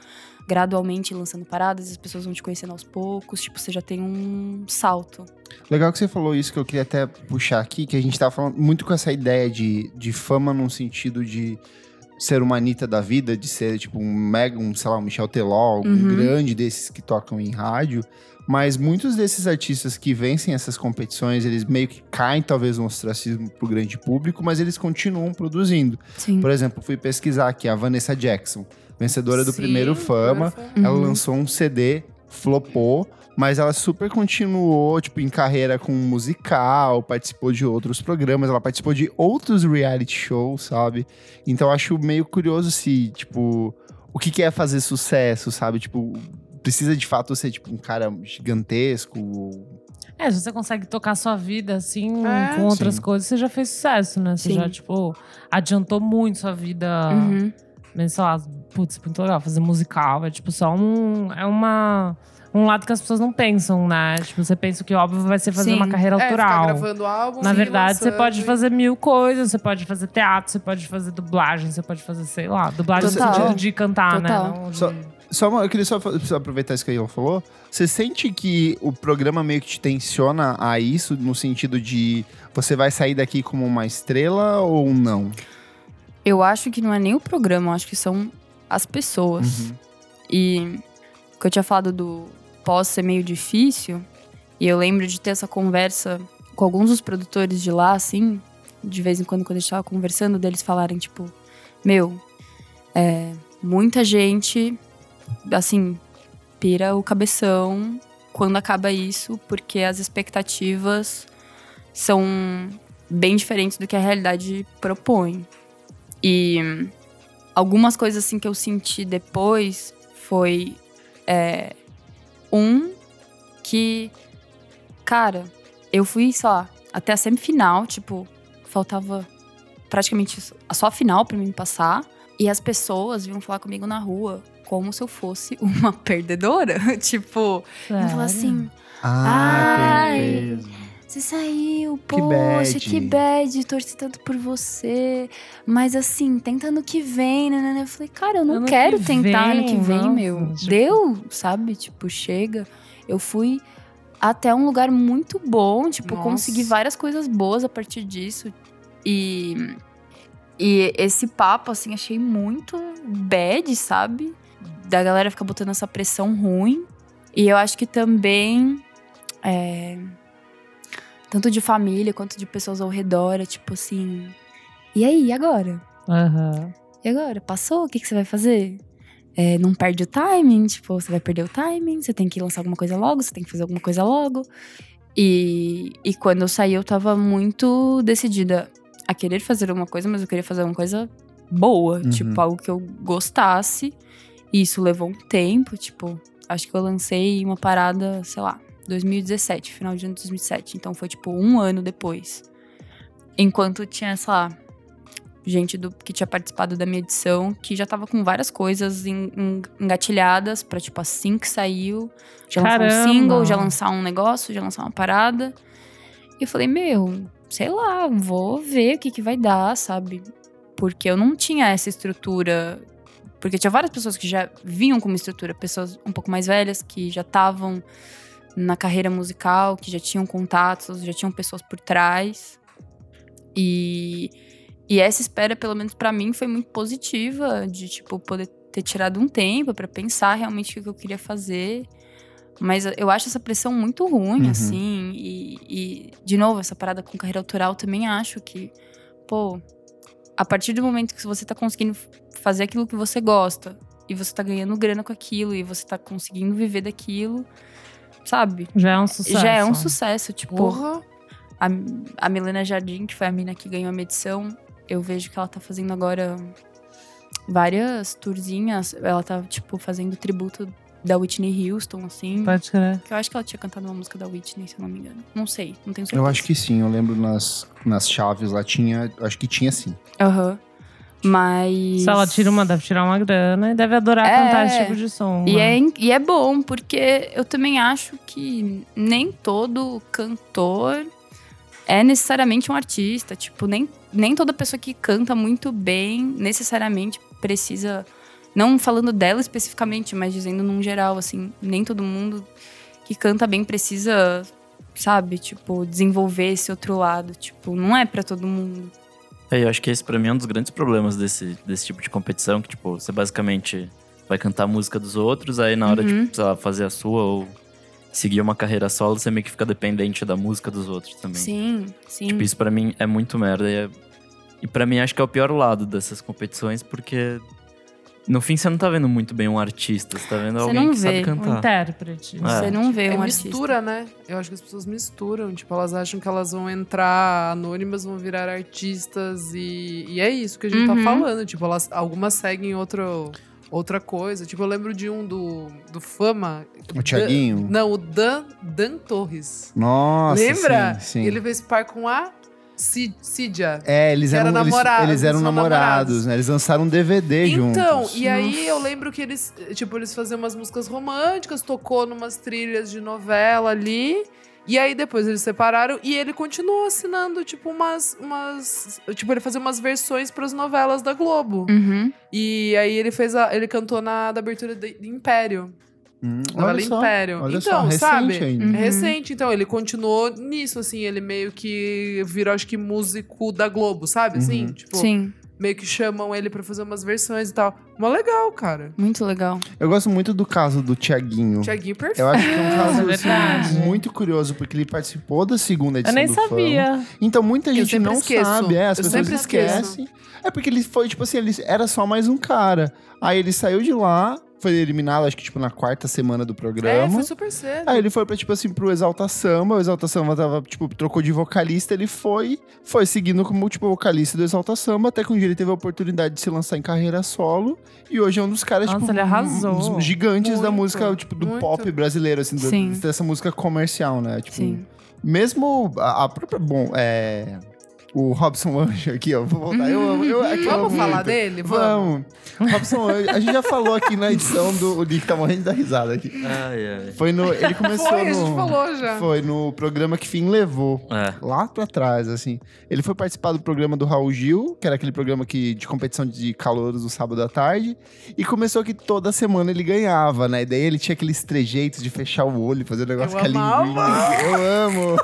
Speaker 5: gradualmente ir lançando paradas, as pessoas vão te conhecendo aos poucos. Tipo, você já tem um salto.
Speaker 2: Legal que você falou isso, que eu queria até puxar aqui, que a gente tava falando muito com essa ideia de, de fama num sentido de ser uma Anitta da vida, de ser tipo um mega, um, sei lá, um Michel Teló, algum
Speaker 5: Uhum.
Speaker 2: grande desses que tocam em rádio. Mas muitos desses artistas que vencem essas competições, eles meio que caem talvez no ostracismo pro grande público, mas eles continuam produzindo.
Speaker 5: Sim.
Speaker 2: Por exemplo, fui pesquisar aqui a Vanessa Jackson, vencedora do
Speaker 4: Sim,
Speaker 2: primeiro Fama,
Speaker 5: Uhum.
Speaker 2: ela lançou um CD, flopou, mas ela super continuou, tipo, em carreira com musical, participou de outros programas, ela participou de outros reality shows, sabe? Então eu acho meio curioso se, tipo, o que que é fazer sucesso, sabe? Tipo, precisa de fato ser, tipo, um cara gigantesco. ou-
Speaker 3: É, se você consegue tocar sua vida assim,
Speaker 4: É.
Speaker 3: com outras
Speaker 2: Sim.
Speaker 3: coisas, você já fez sucesso, né? Você
Speaker 5: Sim.
Speaker 3: já, tipo, adiantou muito sua vida.
Speaker 5: Uhum.
Speaker 3: Mas, sei lá, putz, muito legal fazer musical. É tipo só um. É uma. Um lado que as pessoas não pensam, né? Tipo, você pensa que óbvio vai ser fazer
Speaker 5: Sim.
Speaker 3: uma carreira
Speaker 4: É, ficar
Speaker 3: autoral.
Speaker 4: gravando álbum.
Speaker 3: Na
Speaker 4: e
Speaker 3: verdade, você
Speaker 4: lançando,
Speaker 3: pode
Speaker 4: e-
Speaker 3: fazer mil coisas. Você pode fazer teatro, você pode fazer dublagem, você pode fazer, sei lá, dublagem
Speaker 5: Total.
Speaker 3: no sentido de cantar,
Speaker 5: Total.
Speaker 3: né? Não de-
Speaker 2: Só- Só uma- eu queria só, fa- só aproveitar isso que a Ilan falou. Você sente que o programa meio que te tensiona a isso, no sentido de você vai sair daqui como uma estrela ou não?
Speaker 5: Eu acho que não é nem o programa, eu acho que são as pessoas.
Speaker 2: Uhum.
Speaker 5: E o que eu tinha falado do pós ser meio difícil, e eu lembro de ter essa conversa com alguns dos produtores de lá, assim, de vez em quando, quando a gente tava conversando, deles falarem, tipo, meu, é, muita gente, assim, pira o cabeção quando acaba isso, porque as expectativas são bem diferentes do que a realidade propõe. E hum, algumas coisas assim que eu senti depois foi é, um que cara, eu fui, sei lá, até a semifinal, tipo, faltava praticamente só a final pra mim passar. E as pessoas vinham falar comigo na rua como se eu fosse uma perdedora. tipo, iam falar assim,
Speaker 2: Ah,
Speaker 5: Ai.
Speaker 2: tem mesmo.
Speaker 5: você saiu,
Speaker 2: Que
Speaker 5: poxa,
Speaker 2: bad."
Speaker 5: que bad, torci tanto por você. Mas assim, tenta ano que vem, né? Eu falei, cara, eu não
Speaker 3: Ano que
Speaker 5: quero tentar ano que
Speaker 3: vem,
Speaker 5: vem,
Speaker 3: nossa,
Speaker 5: meu.
Speaker 3: tipo-
Speaker 5: Deu, sabe? Tipo, chega. Eu fui até um lugar muito bom, tipo,
Speaker 4: Nossa.
Speaker 5: consegui várias coisas boas a partir disso. E. E esse papo, assim, achei muito bad, sabe? Da galera ficar botando essa pressão ruim. E eu acho que também é, tanto de família quanto de pessoas ao redor, é tipo assim. E aí, e agora?
Speaker 3: Aham.
Speaker 5: E agora? Passou? O que, que você vai fazer? É, não perde o timing, tipo, você vai perder o timing, você tem que lançar alguma coisa logo, você tem que fazer alguma coisa logo. E, e quando eu saí, eu tava muito decidida a querer fazer alguma coisa, mas eu queria fazer uma coisa boa,
Speaker 2: Uhum.
Speaker 5: tipo, algo que eu gostasse. E isso levou um tempo, tipo, acho que eu lancei uma parada, sei lá, 2017, final de ano de 2017. Então foi, tipo, um ano depois. Enquanto tinha, sei lá, gente do, que tinha participado da minha edição, que já tava com várias coisas en- en- engatilhadas pra, tipo, assim que saiu, já lançar
Speaker 3: Caramba!
Speaker 5: um single, já lançar um negócio, já lançar uma parada. E eu falei, meu, sei lá, vou ver o que, que vai dar, sabe? Porque eu não tinha essa estrutura. Porque tinha várias pessoas que já vinham com uma estrutura, pessoas um pouco mais velhas que já estavam na carreira musical, que já tinham contatos, já tinham pessoas por trás. E, e essa espera, pelo menos pra mim, foi muito positiva, de tipo poder ter tirado um tempo pra pensar realmente o que eu queria fazer. Mas eu acho essa pressão muito ruim,
Speaker 2: Uhum.
Speaker 5: assim. E, e, de novo, essa parada com carreira autoral também acho que, pô, a partir do momento que você tá conseguindo fazer aquilo que você gosta, e você tá ganhando grana com aquilo, e você tá conseguindo viver daquilo, sabe?
Speaker 3: Já é um sucesso.
Speaker 5: Já é um sucesso. Tipo,
Speaker 4: Porra.
Speaker 5: a, a Milena Jardim, que foi a mina que ganhou a medição, eu vejo que ela tá fazendo agora várias turzinhas. Ela tá, tipo, fazendo tributo da Whitney Houston, assim.
Speaker 3: Pode crer.
Speaker 5: Que eu acho que ela tinha cantado uma música da Whitney, se eu não me engano. Não sei, não tenho certeza.
Speaker 2: Eu acho que sim, eu lembro nas, nas chaves lá tinha. Acho que tinha sim.
Speaker 5: Aham. Mas.
Speaker 3: Se ela tira uma, deve tirar uma grana e deve adorar
Speaker 5: É.
Speaker 3: cantar esse tipo de som.
Speaker 5: E
Speaker 3: né?
Speaker 5: é, in- e é bom, porque eu também acho que nem todo cantor é necessariamente um artista. Tipo, nem, nem toda pessoa que canta muito bem necessariamente precisa. Não falando dela especificamente, mas dizendo num geral, assim, nem todo mundo que canta bem precisa, sabe, tipo, desenvolver esse outro lado. Tipo, não é pra todo mundo.
Speaker 1: É, eu acho que esse pra mim é um dos grandes problemas desse, desse tipo de competição, que, tipo, você basicamente vai cantar a música dos outros, aí na hora
Speaker 5: Uhum.
Speaker 1: de, sei lá, fazer a sua ou seguir uma carreira solo, você meio que fica dependente da música dos outros também.
Speaker 5: Sim, sim.
Speaker 1: Tipo, isso pra mim é muito merda. E, é... e pra mim acho que é o pior lado dessas competições, porque no fim você não tá vendo muito bem um artista, você tá vendo
Speaker 5: Você
Speaker 1: alguém
Speaker 5: não tá.
Speaker 1: que sabe
Speaker 5: vê.
Speaker 3: Um
Speaker 1: cantar.
Speaker 3: intérprete.
Speaker 1: É.
Speaker 5: Você não vê
Speaker 4: É
Speaker 5: um artista.
Speaker 4: mistura, né? Eu acho que as pessoas misturam. Tipo, elas acham que elas vão entrar anônimas, vão virar artistas e, e é isso que a gente
Speaker 5: Uhum.
Speaker 4: tá falando. Tipo, elas, algumas seguem outro, outra coisa. Tipo, eu lembro de um do, do Fama.
Speaker 2: O Thiaguinho.
Speaker 4: Dan- não, o Dan, Dan Torres.
Speaker 2: Nossa.
Speaker 4: Lembra?
Speaker 2: Sim, sim.
Speaker 4: Ele fez par com a Ci- Cidia.
Speaker 2: É, eles
Speaker 4: que
Speaker 2: eram,
Speaker 4: era
Speaker 2: eles,
Speaker 4: namorado,
Speaker 2: eles eram
Speaker 4: eles são
Speaker 2: namorados,
Speaker 4: namorados.
Speaker 2: né? Eles lançaram um DVD
Speaker 4: Então,
Speaker 2: juntos.
Speaker 4: e aí eu lembro que eles, eh, tipo, eles faziam umas músicas românticas, tocou numas trilhas de novela ali. E aí depois eles separaram e ele continuou assinando, tipo, umas. umas tipo, ele fazia umas versões pras novelas da Globo.
Speaker 5: Uhum.
Speaker 4: E aí ele fez a, ele cantou na da abertura de, de Império.
Speaker 2: Hum,
Speaker 4: Novela
Speaker 2: olha só,
Speaker 4: Império.
Speaker 2: olha só,
Speaker 4: então,
Speaker 2: recente
Speaker 4: sabe?
Speaker 2: ainda.
Speaker 5: Uhum.
Speaker 4: É recente, então ele continuou nisso, assim, ele meio que virou, acho que, músico da Globo, sabe? Assim,
Speaker 2: Uhum.
Speaker 4: tipo,
Speaker 5: Sim.
Speaker 4: meio que chamam ele pra fazer umas versões e tal. Mó legal, cara.
Speaker 5: Muito legal.
Speaker 2: Eu gosto muito do caso do Tiaguinho.
Speaker 4: Tiaguinho perfeito.
Speaker 2: Eu acho que é um caso
Speaker 3: É
Speaker 2: assim,
Speaker 3: verdade.
Speaker 2: muito curioso, porque ele participou da segunda
Speaker 3: Eu
Speaker 2: edição
Speaker 3: nem
Speaker 2: do Fama.
Speaker 3: sabia.
Speaker 2: Então muita
Speaker 4: Eu
Speaker 2: gente
Speaker 4: sempre
Speaker 2: não
Speaker 4: esqueço.
Speaker 2: sabe, é, as
Speaker 4: Eu
Speaker 2: pessoas
Speaker 4: sempre esqueço.
Speaker 2: esquecem. É porque ele foi, tipo assim, ele era só mais um cara. Aí ele saiu de lá, foi eliminado, acho que tipo na quarta semana do
Speaker 4: É,
Speaker 2: programa.
Speaker 4: foi super cedo.
Speaker 2: Aí ele foi pra, tipo assim, pro Exalta Samba. O Exalta Samba tava, tipo, trocou de vocalista. Ele foi, foi seguindo como, tipo, vocalista do Exalta Samba. Até que um dia ele teve a oportunidade de se lançar em carreira solo. E hoje é um dos caras,
Speaker 3: Nossa,
Speaker 2: tipo,
Speaker 3: ele arrasou.
Speaker 2: um dos gigantes da
Speaker 4: Muito,
Speaker 2: música, tipo, do
Speaker 4: muito.
Speaker 2: pop brasileiro, assim, do-
Speaker 5: Sim.
Speaker 2: dessa música comercial, né? Tipo,
Speaker 5: Sim.
Speaker 2: mesmo a, a própria. Bom, é. O Robson Anjo aqui, ó. Vou voltar. Eu amo. Eu, aqui eu amo
Speaker 4: Vamos falar
Speaker 2: muito.
Speaker 4: dele?
Speaker 2: Vamos. Robson Anjo. A gente já falou aqui na edição do. O Nick tá morrendo da risada aqui.
Speaker 1: Ai, ai.
Speaker 2: Foi no. Ele começou
Speaker 4: Foi,
Speaker 2: no.
Speaker 4: a gente falou já.
Speaker 2: Foi no programa que Fim levou.
Speaker 1: É.
Speaker 2: Lá pra trás, assim. Ele foi participar do programa do Raul Gil, que era aquele programa que, de competição de calouros no sábado à tarde. E começou que toda semana ele ganhava, né? E daí ele tinha aqueles trejeitos de fechar o olho, fazer o negócio
Speaker 4: Eu
Speaker 2: com a
Speaker 4: amava.
Speaker 2: linguinha. Eu amo.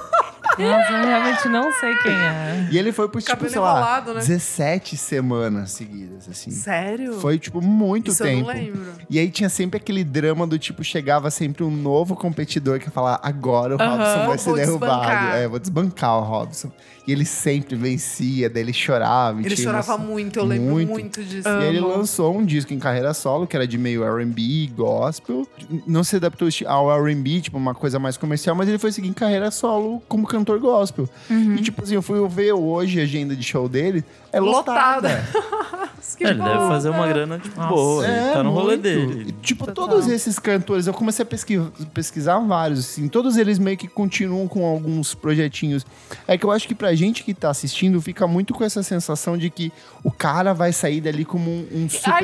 Speaker 3: Nossa, eu realmente não sei quem é.
Speaker 2: E ele foi por, tipo,
Speaker 4: Cabelo
Speaker 2: sei lá,
Speaker 4: enrolado, né?
Speaker 2: 17 semanas seguidas, assim.
Speaker 4: Sério?
Speaker 2: Foi, tipo, muito
Speaker 4: Isso
Speaker 2: tempo.
Speaker 4: eu não lembro.
Speaker 2: E aí tinha sempre aquele drama do tipo, chegava sempre um novo competidor que ia falar, agora o Robson vai
Speaker 4: Vou-
Speaker 2: ser
Speaker 4: vou
Speaker 2: derrubado.
Speaker 4: desbancar.
Speaker 2: É, vou desbancar o Robson. E ele sempre vencia, daí ele chorava. e
Speaker 4: Ele
Speaker 2: tinha
Speaker 4: chorava
Speaker 2: emoção.
Speaker 4: muito, eu lembro
Speaker 2: Muito.
Speaker 4: muito, disso.
Speaker 2: E aí ele lançou um disco em carreira solo, que era de meio R&B, gospel. Não se adaptou ao R&B, tipo, uma coisa mais comercial, mas ele foi seguir em carreira solo como cantor gospel.
Speaker 4: Uhum.
Speaker 2: E tipo assim, eu fui ver hoje a agenda de show dele, é lotada.
Speaker 4: Lotada. Que
Speaker 1: É, Ele deve
Speaker 4: bom,
Speaker 1: fazer uma
Speaker 4: né?
Speaker 1: grana tipo,
Speaker 3: Nossa.
Speaker 1: boa, ele tá no rolê
Speaker 2: É, muito. E,
Speaker 1: dele.
Speaker 2: Tipo,
Speaker 4: É, Total.
Speaker 2: todos esses cantores, eu comecei a pesqui- pesquisar vários, assim, todos eles meio que continuam com alguns projetinhos. É que eu acho que pra gente que tá assistindo, fica muito com essa sensação de que o cara vai sair dali como um, um superstar.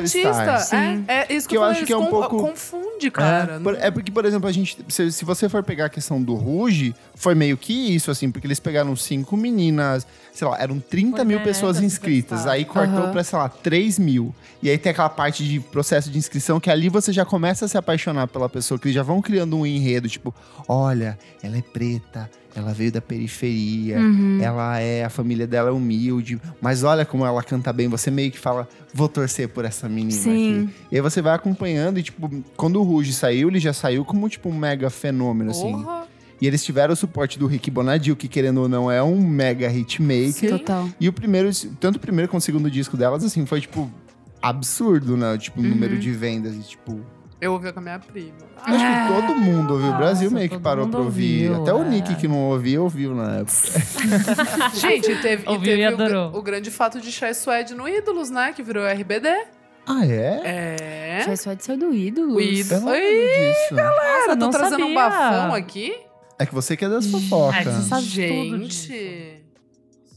Speaker 4: Artista,
Speaker 5: Sim.
Speaker 4: é, é isso que,
Speaker 2: Que eu
Speaker 4: eu,
Speaker 2: acho
Speaker 4: falei,
Speaker 2: que é um
Speaker 4: eles con-
Speaker 2: pouco-
Speaker 4: Confunde, cara.
Speaker 2: É, por- é porque, por exemplo, a gente. Se, se você for pegar a questão do Ruge, foi meio que isso, assim, porque eles pegaram cinco meninas, sei lá, eram 30
Speaker 3: Foi
Speaker 2: mil
Speaker 3: mega
Speaker 2: pessoas inscritas.
Speaker 3: superstar.
Speaker 2: Aí cortou
Speaker 5: Aham.
Speaker 2: pra, sei lá, 3 mil. E aí tem aquela parte de processo de inscrição que ali você já começa a se apaixonar pela pessoa, que eles já vão criando um enredo, tipo, olha, ela é preta. Ela veio da periferia, ela é, a família dela é humilde, mas olha como ela canta bem. Você meio que fala, vou torcer por essa menina aqui.
Speaker 5: Sim.
Speaker 2: E aí você vai acompanhando e, tipo, quando o Ruge saiu, ele já saiu como, tipo, um mega fenômeno, assim.
Speaker 4: Porra.
Speaker 2: E eles tiveram o suporte do Rick Bonadil, que, querendo ou não, é um mega hitmaker.
Speaker 4: Sim.
Speaker 5: Total.
Speaker 2: E o primeiro, tanto o primeiro quanto o segundo disco delas, assim, foi, tipo, absurdo, né? Tipo, o
Speaker 4: Uhum.
Speaker 2: número de vendas e, tipo...
Speaker 4: Eu ouvi com a minha prima.
Speaker 2: Acho que todo mundo ouviu. O Brasil
Speaker 3: Nossa,
Speaker 2: meio que
Speaker 3: todo
Speaker 2: parou
Speaker 3: mundo
Speaker 2: pra ouvir.
Speaker 3: ouviu,
Speaker 2: Até o
Speaker 3: é.
Speaker 2: Nick, que não ouvia, ouviu na época.
Speaker 4: Gente, e teve, e
Speaker 3: Ouviu
Speaker 4: teve
Speaker 3: e
Speaker 4: o, gra-
Speaker 3: adorou.
Speaker 4: o grande fato de Chai Suede no Ídolos, né? Que virou RBD.
Speaker 2: Ah, é?
Speaker 4: É.
Speaker 5: Já só de ser do ídolo.
Speaker 4: O ídolo.
Speaker 2: Eu não
Speaker 4: Oi,
Speaker 2: lembro disso.
Speaker 4: cara,
Speaker 3: eu
Speaker 4: tô
Speaker 3: não
Speaker 4: trazendo um
Speaker 3: sabia.
Speaker 4: bafão aqui.
Speaker 2: É que você quer das
Speaker 3: É, você
Speaker 2: fofocas.
Speaker 3: sabe tudo disso.
Speaker 4: Gente.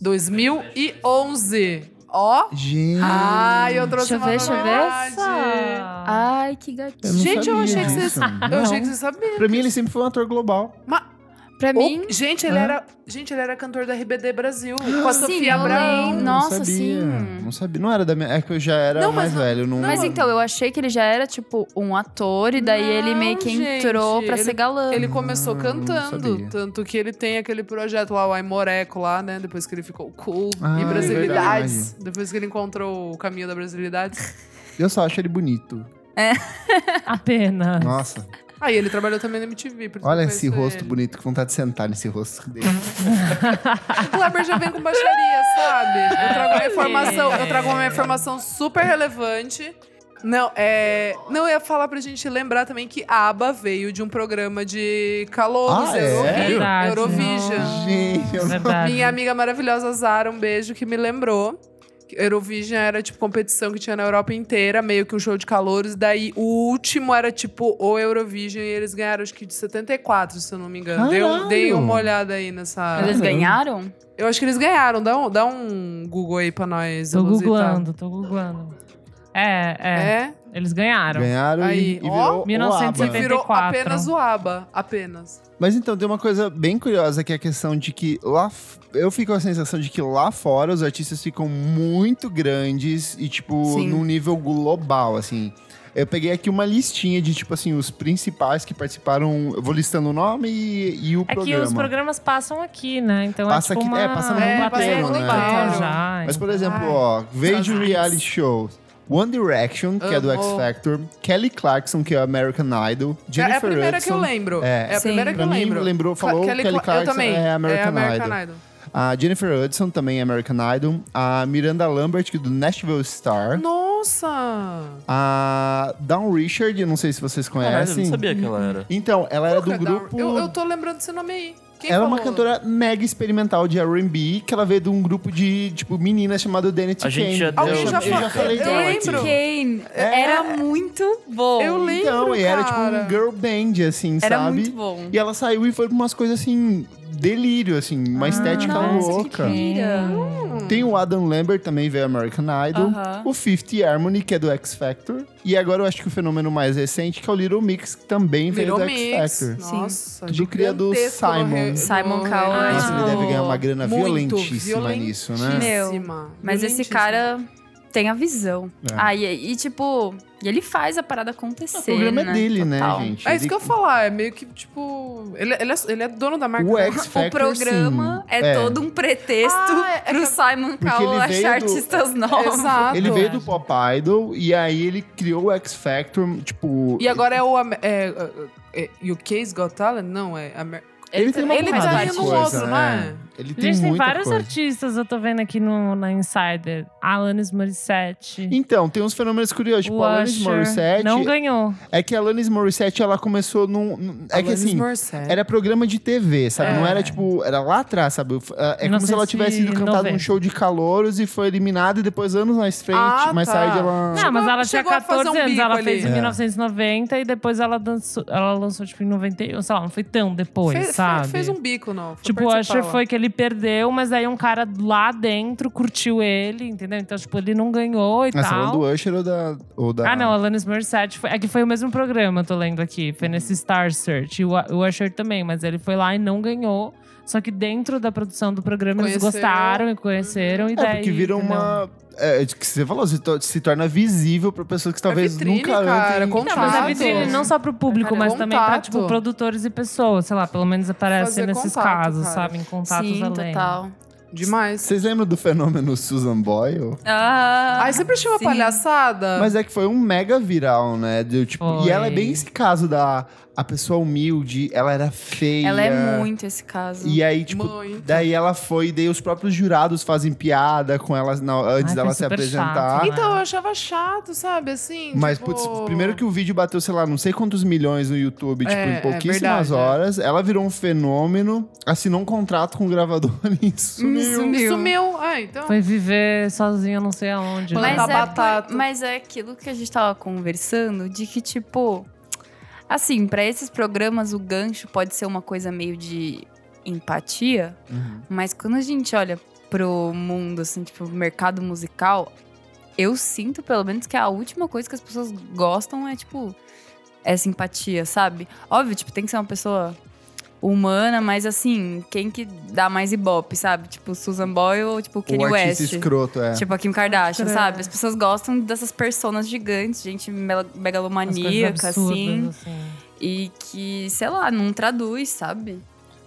Speaker 4: 2011. Ó.
Speaker 2: Gente...
Speaker 4: Ai, eu trouxe
Speaker 5: Deixa eu
Speaker 4: uma
Speaker 5: ver, deixa eu ver.
Speaker 4: novidade.
Speaker 3: Nossa.
Speaker 5: Ai, que
Speaker 2: Eu
Speaker 5: gatinho.
Speaker 2: não
Speaker 4: Gente, eu
Speaker 2: sabia
Speaker 4: achei que
Speaker 2: disso.
Speaker 4: vocês. Eu achei que vocês sabiam.
Speaker 2: Pra mim, ele sempre foi um ator global.
Speaker 4: Mas
Speaker 5: Pra
Speaker 4: Ou-
Speaker 5: mim.
Speaker 4: gente, ele
Speaker 2: Aham.
Speaker 4: era, gente, ele era cantor da RBD Brasil, com a
Speaker 5: Sim,
Speaker 4: Sofia
Speaker 5: eu
Speaker 4: Abraão.
Speaker 5: lembro.
Speaker 2: Não
Speaker 5: Nossa,
Speaker 2: sabia,
Speaker 5: sim.
Speaker 2: Não sabia. Não era da minha. É que eu já era
Speaker 4: Não,
Speaker 2: mais
Speaker 4: mas não-
Speaker 2: velho. Não,
Speaker 5: Mas então, eu achei que ele já era, tipo, um ator, e daí ele
Speaker 4: Não,
Speaker 5: meio que entrou
Speaker 4: gente,
Speaker 5: pra
Speaker 4: ele-
Speaker 5: ser galã.
Speaker 4: Ele começou
Speaker 2: não Hum, sabia.
Speaker 4: cantando, tanto que ele tem aquele projeto lá, o Aimoreco lá, né? Depois que ele ficou cool
Speaker 2: Ah,
Speaker 4: e
Speaker 2: é
Speaker 4: brasilidades. Depois que ele encontrou o caminho da brasilidade.
Speaker 2: Eu só acho ele bonito.
Speaker 3: Ah, Apenas.
Speaker 2: Nossa,
Speaker 4: Aí ele trabalhou também na MTV. por isso
Speaker 2: olha
Speaker 4: que eu
Speaker 2: esse
Speaker 4: conheço
Speaker 2: rosto
Speaker 4: ele.
Speaker 2: bonito, que vontade de sentar nesse rosto dele.
Speaker 4: O Kleber já vem com baixaria, sabe? Eu trago uma
Speaker 3: É.
Speaker 4: informação, eu trago uma informação super relevante. Não, é. Não, eu ia falar pra gente lembrar também que a ABBA veio de um programa de calouros,
Speaker 2: Ah, é?
Speaker 4: Eurovi-
Speaker 3: Verdade.
Speaker 4: Eurovision.
Speaker 2: Gente, eu não...
Speaker 3: Verdade.
Speaker 4: Minha amiga maravilhosa Zara, um beijo, que me lembrou. que Eurovision era tipo competição que tinha na Europa inteira, meio que um show de calouros. Daí o último era tipo o Eurovision e eles ganharam acho que de 74, se eu não me engano. Dei, um- dei
Speaker 2: Caralho!
Speaker 4: uma olhada aí nessa.
Speaker 5: Eles ganharam?
Speaker 4: Eu acho que eles ganharam. Dá um, dá um Google aí pra nós.
Speaker 3: Tô
Speaker 4: Luzita.
Speaker 3: googlando, tô googlando. É, é,
Speaker 4: É?
Speaker 3: eles ganharam.
Speaker 2: Ganharam
Speaker 4: Aí,
Speaker 2: e, e
Speaker 4: ó.
Speaker 2: virou o ABBA.
Speaker 3: 1970.
Speaker 4: Virou
Speaker 3: 74.
Speaker 4: apenas o ABA. Apenas. É,
Speaker 2: Mas então, tem uma coisa bem curiosa que é a questão de que lá. f- Eu fico com a sensação de que lá fora os artistas ficam muito grandes e, tipo,
Speaker 5: Sim.
Speaker 2: num nível global, assim. Eu peguei aqui uma listinha de, tipo assim, os principais que participaram. Eu vou listando o nome e, e o
Speaker 3: É que
Speaker 2: programa.
Speaker 3: os programas passam aqui, né? Então
Speaker 2: Passa
Speaker 3: é tipo
Speaker 2: aqui-
Speaker 3: uma...
Speaker 2: é, passa no
Speaker 3: uma
Speaker 4: mundo
Speaker 3: plateia
Speaker 4: inteiro, né?
Speaker 1: tá
Speaker 3: global
Speaker 1: então.
Speaker 3: já.
Speaker 2: Mas, por exemplo,
Speaker 4: Ai,
Speaker 2: ó, vejo
Speaker 4: saudades.
Speaker 2: reality shows. One Direction, que é do X
Speaker 4: Amo.
Speaker 2: Factor. Kelly Clarkson, que é American Idol.
Speaker 4: é a
Speaker 2: Jennifer
Speaker 4: primeira que eu
Speaker 2: Hudson.
Speaker 4: lembro.
Speaker 2: É.
Speaker 4: É, a
Speaker 5: Sim.
Speaker 4: primeira que
Speaker 2: Pra
Speaker 4: eu
Speaker 2: mim,
Speaker 4: lembro.
Speaker 2: lembrou, falou
Speaker 4: Kelly
Speaker 2: Kelly
Speaker 4: Cla- eu
Speaker 2: Clarkson,
Speaker 4: também.
Speaker 2: é American Idol.
Speaker 4: American Idol.
Speaker 2: A Jennifer Hudson, também é American Idol. A Miranda Lambert, que é do Nashville Star.
Speaker 4: Nossa!
Speaker 2: A Dawn Richard, eu não sei se vocês
Speaker 1: Caralho,
Speaker 2: conhecem.
Speaker 1: eu não sabia que ela era.
Speaker 2: Então, ela era do
Speaker 4: Cara, da-
Speaker 2: grupo...
Speaker 4: Eu, eu tô lembrando desse nome aí. Quem
Speaker 2: Ela é uma
Speaker 4: falou?
Speaker 2: cantora mega experimental de R&B, que ela veio de um grupo de, tipo, meninas chamado Danity
Speaker 1: A gente
Speaker 2: Kane.
Speaker 1: já deu-
Speaker 4: Alguém já
Speaker 2: eu
Speaker 4: falou-
Speaker 2: já falei
Speaker 4: eu
Speaker 2: dela aqui.
Speaker 4: lembro.
Speaker 5: Kane
Speaker 2: É.
Speaker 5: era muito bom.
Speaker 4: Eu lembro,
Speaker 2: Então, e era tipo
Speaker 4: cara.
Speaker 2: um girl band, assim,
Speaker 5: Era
Speaker 2: sabe?
Speaker 5: muito bom.
Speaker 2: E ela saiu e foi pra umas coisas assim, delírio, assim, uma
Speaker 4: Ah,
Speaker 2: estética
Speaker 5: nossa,
Speaker 2: louca.
Speaker 5: que pira.
Speaker 2: Tem o Adam Lambert também, veio American Idol.
Speaker 5: Aham.
Speaker 2: O Fifth Harmony, que é do X Factor. E agora eu acho que o fenômeno mais recente, que é o Little Mix, que também veio
Speaker 4: Virou
Speaker 2: do
Speaker 4: mix.
Speaker 2: X Factor.
Speaker 5: Sim.
Speaker 4: Nossa,
Speaker 2: Tudo cria do
Speaker 4: gigantesco no
Speaker 2: Simon.
Speaker 4: re- no
Speaker 5: Simon
Speaker 4: re-
Speaker 5: Cowell.
Speaker 4: Ah,
Speaker 5: Nossa,
Speaker 2: Nossa, ele deve ganhar uma grana
Speaker 4: muito,
Speaker 2: violentíssima nisso, né?
Speaker 4: violentíssima,
Speaker 5: Mas esse
Speaker 4: violentíssima.
Speaker 5: cara tem a visão.
Speaker 2: É.
Speaker 5: Ah, e, e, tipo, e ele faz a parada acontecer.
Speaker 2: O programa
Speaker 5: né?
Speaker 2: é dele,
Speaker 5: Total.
Speaker 2: né, gente?
Speaker 4: É isso
Speaker 2: Ele-
Speaker 4: que eu ia falar, é meio que tipo. Ele, ele, é, ele é dono da marca.
Speaker 2: O
Speaker 4: né?
Speaker 2: X
Speaker 5: O
Speaker 2: Factor,
Speaker 5: programa
Speaker 2: sim.
Speaker 5: é, todo um pretexto
Speaker 4: Ah, é- é
Speaker 5: pro
Speaker 4: que-
Speaker 5: Simon
Speaker 2: ele
Speaker 5: Cowell
Speaker 2: veio
Speaker 5: achar
Speaker 2: do-
Speaker 5: artistas novos.
Speaker 4: Exato.
Speaker 2: Ele veio do Pop Idol e aí ele criou o X Factor, tipo...
Speaker 4: E agora é o. Am- É, é, é, UK's Got Talent? Não, é. Amer-
Speaker 2: Ele tem uma
Speaker 4: ele
Speaker 2: porrada de
Speaker 4: tá indo no
Speaker 2: coisa, né?
Speaker 4: outro, né?
Speaker 2: Ele tem
Speaker 3: Gente, tem
Speaker 2: muita
Speaker 3: vários
Speaker 2: coisa.
Speaker 3: artistas, eu tô vendo aqui no, na Insider. Alanis Morissette.
Speaker 2: Então, tem uns fenômenos curiosos. Tipo,
Speaker 3: o
Speaker 2: a Alanis
Speaker 3: Usher.
Speaker 2: Morissette...
Speaker 3: Não ganhou.
Speaker 2: É que a Alanis Morissette, ela começou num... num- É que
Speaker 4: Alanis
Speaker 2: assim...
Speaker 4: Morissette.
Speaker 2: Era programa de TV, sabe? Não
Speaker 3: É.
Speaker 2: era tipo. Era lá atrás, sabe? Eu f- É como se ela tivesse ido cantar num
Speaker 3: 1990.
Speaker 2: show de calouros e foi eliminada, e depois, anos mais frente,
Speaker 4: Ah,
Speaker 2: mais
Speaker 4: tá.
Speaker 2: tarde, ela.
Speaker 3: Não, mas ela tinha
Speaker 4: chegou a fazer
Speaker 3: 14
Speaker 4: um
Speaker 3: anos.
Speaker 4: bico
Speaker 3: Ela
Speaker 4: ali.
Speaker 3: fez em
Speaker 2: É.
Speaker 3: 1990 e depois ela, dançou, ela lançou, tipo, em 91. Sei lá, não foi tão depois,
Speaker 4: Fe- fe-
Speaker 3: sabe?
Speaker 4: Fez um bico, não. Foi
Speaker 3: Tipo, o Usher
Speaker 4: participar lá.
Speaker 3: foi que ele perdeu, mas aí um cara lá dentro curtiu ele, entendeu? Então, tipo, ele não ganhou e
Speaker 2: Essa falando
Speaker 3: tal.
Speaker 2: do Usher ou da. Ou da...
Speaker 3: Ah, não, Alanis Morissette foi. É que foi o mesmo programa, eu tô lendo aqui.
Speaker 4: Uhum.
Speaker 3: Foi nesse Star Search. E o o Usher também, mas ele foi lá e não ganhou. Só que dentro da produção do programa eles
Speaker 4: Conheceram.
Speaker 3: gostaram e conheceram. E
Speaker 2: É,
Speaker 3: daí,
Speaker 2: porque vira
Speaker 3: entendeu? É
Speaker 2: uma. É, de que você falou, se, to- se torna visível pra pessoas que talvez
Speaker 4: É vitrine,
Speaker 2: nunca
Speaker 4: cara,
Speaker 2: antes.
Speaker 4: contato.
Speaker 3: Não, mas a
Speaker 4: Contato.
Speaker 3: vitrine não só pro público,
Speaker 4: Cara,
Speaker 3: mas também pra,
Speaker 4: contato.
Speaker 3: tipo, produtores e pessoas. Sei lá, pelo menos aparece
Speaker 4: Fazer
Speaker 3: nesses
Speaker 4: contato,
Speaker 3: casos,
Speaker 4: cara.
Speaker 3: sabe? Em contatos
Speaker 5: Sim,
Speaker 3: além.
Speaker 5: total.
Speaker 4: Demais.
Speaker 2: Vocês lembram do fenômeno Susan Boyle?
Speaker 5: Ah,
Speaker 4: Aí sempre tinha uma
Speaker 5: sim.
Speaker 4: palhaçada.
Speaker 2: Mas é que foi um mega viral, né? Do, tipo, e
Speaker 3: Foi.
Speaker 2: ela é bem esse caso da a pessoa humilde, ela era feia.
Speaker 5: Ela é muito esse caso.
Speaker 2: ah. E aí, tipo,
Speaker 4: Muito.
Speaker 2: daí ela foi, e daí os próprios jurados fazem piada com ela na- antes
Speaker 3: Ai,
Speaker 2: dela
Speaker 3: foi
Speaker 2: se
Speaker 3: super
Speaker 2: apresentar.
Speaker 3: chato, né?
Speaker 4: Então, eu achava chato, sabe? Assim.
Speaker 2: Mas,
Speaker 4: tipo...
Speaker 2: putz, primeiro que o vídeo bateu, sei lá, não sei quantos milhões no YouTube, tipo,
Speaker 4: É,
Speaker 2: em pouquíssimas
Speaker 4: é verdade, é.
Speaker 2: horas. Ela virou um fenômeno, assinou um contrato com o gravador e sumiu.
Speaker 5: Sumiu.
Speaker 4: Sumiu. Ah, então.
Speaker 3: Foi viver sozinho, não sei aonde.
Speaker 4: Mas
Speaker 3: né?
Speaker 5: Mas
Speaker 4: plantar
Speaker 5: é,
Speaker 4: batata.
Speaker 5: por- mas é aquilo que a gente tava conversando, de que, tipo, assim, pra esses programas o gancho pode ser uma coisa meio de empatia,
Speaker 2: Uhum.
Speaker 5: mas quando a gente olha pro mundo, assim, tipo, mercado musical, eu sinto, pelo menos, que a última coisa que as pessoas gostam é, tipo, essa empatia, sabe? Óbvio, tipo, tem que ser uma pessoa humana, mas assim, quem que dá mais ibope, sabe? Tipo, Susan Boyle ou, tipo, Kanye
Speaker 2: o
Speaker 5: West.
Speaker 2: Um artista escroto, é.
Speaker 5: Tipo a Kim Kardashian,
Speaker 3: Pode crer.
Speaker 5: sabe? As pessoas gostam dessas personas gigantes, gente mela-
Speaker 3: As coisas
Speaker 5: megalomaníaca, assim.
Speaker 3: absurdas, assim.
Speaker 5: E que, sei lá, não traduz, sabe?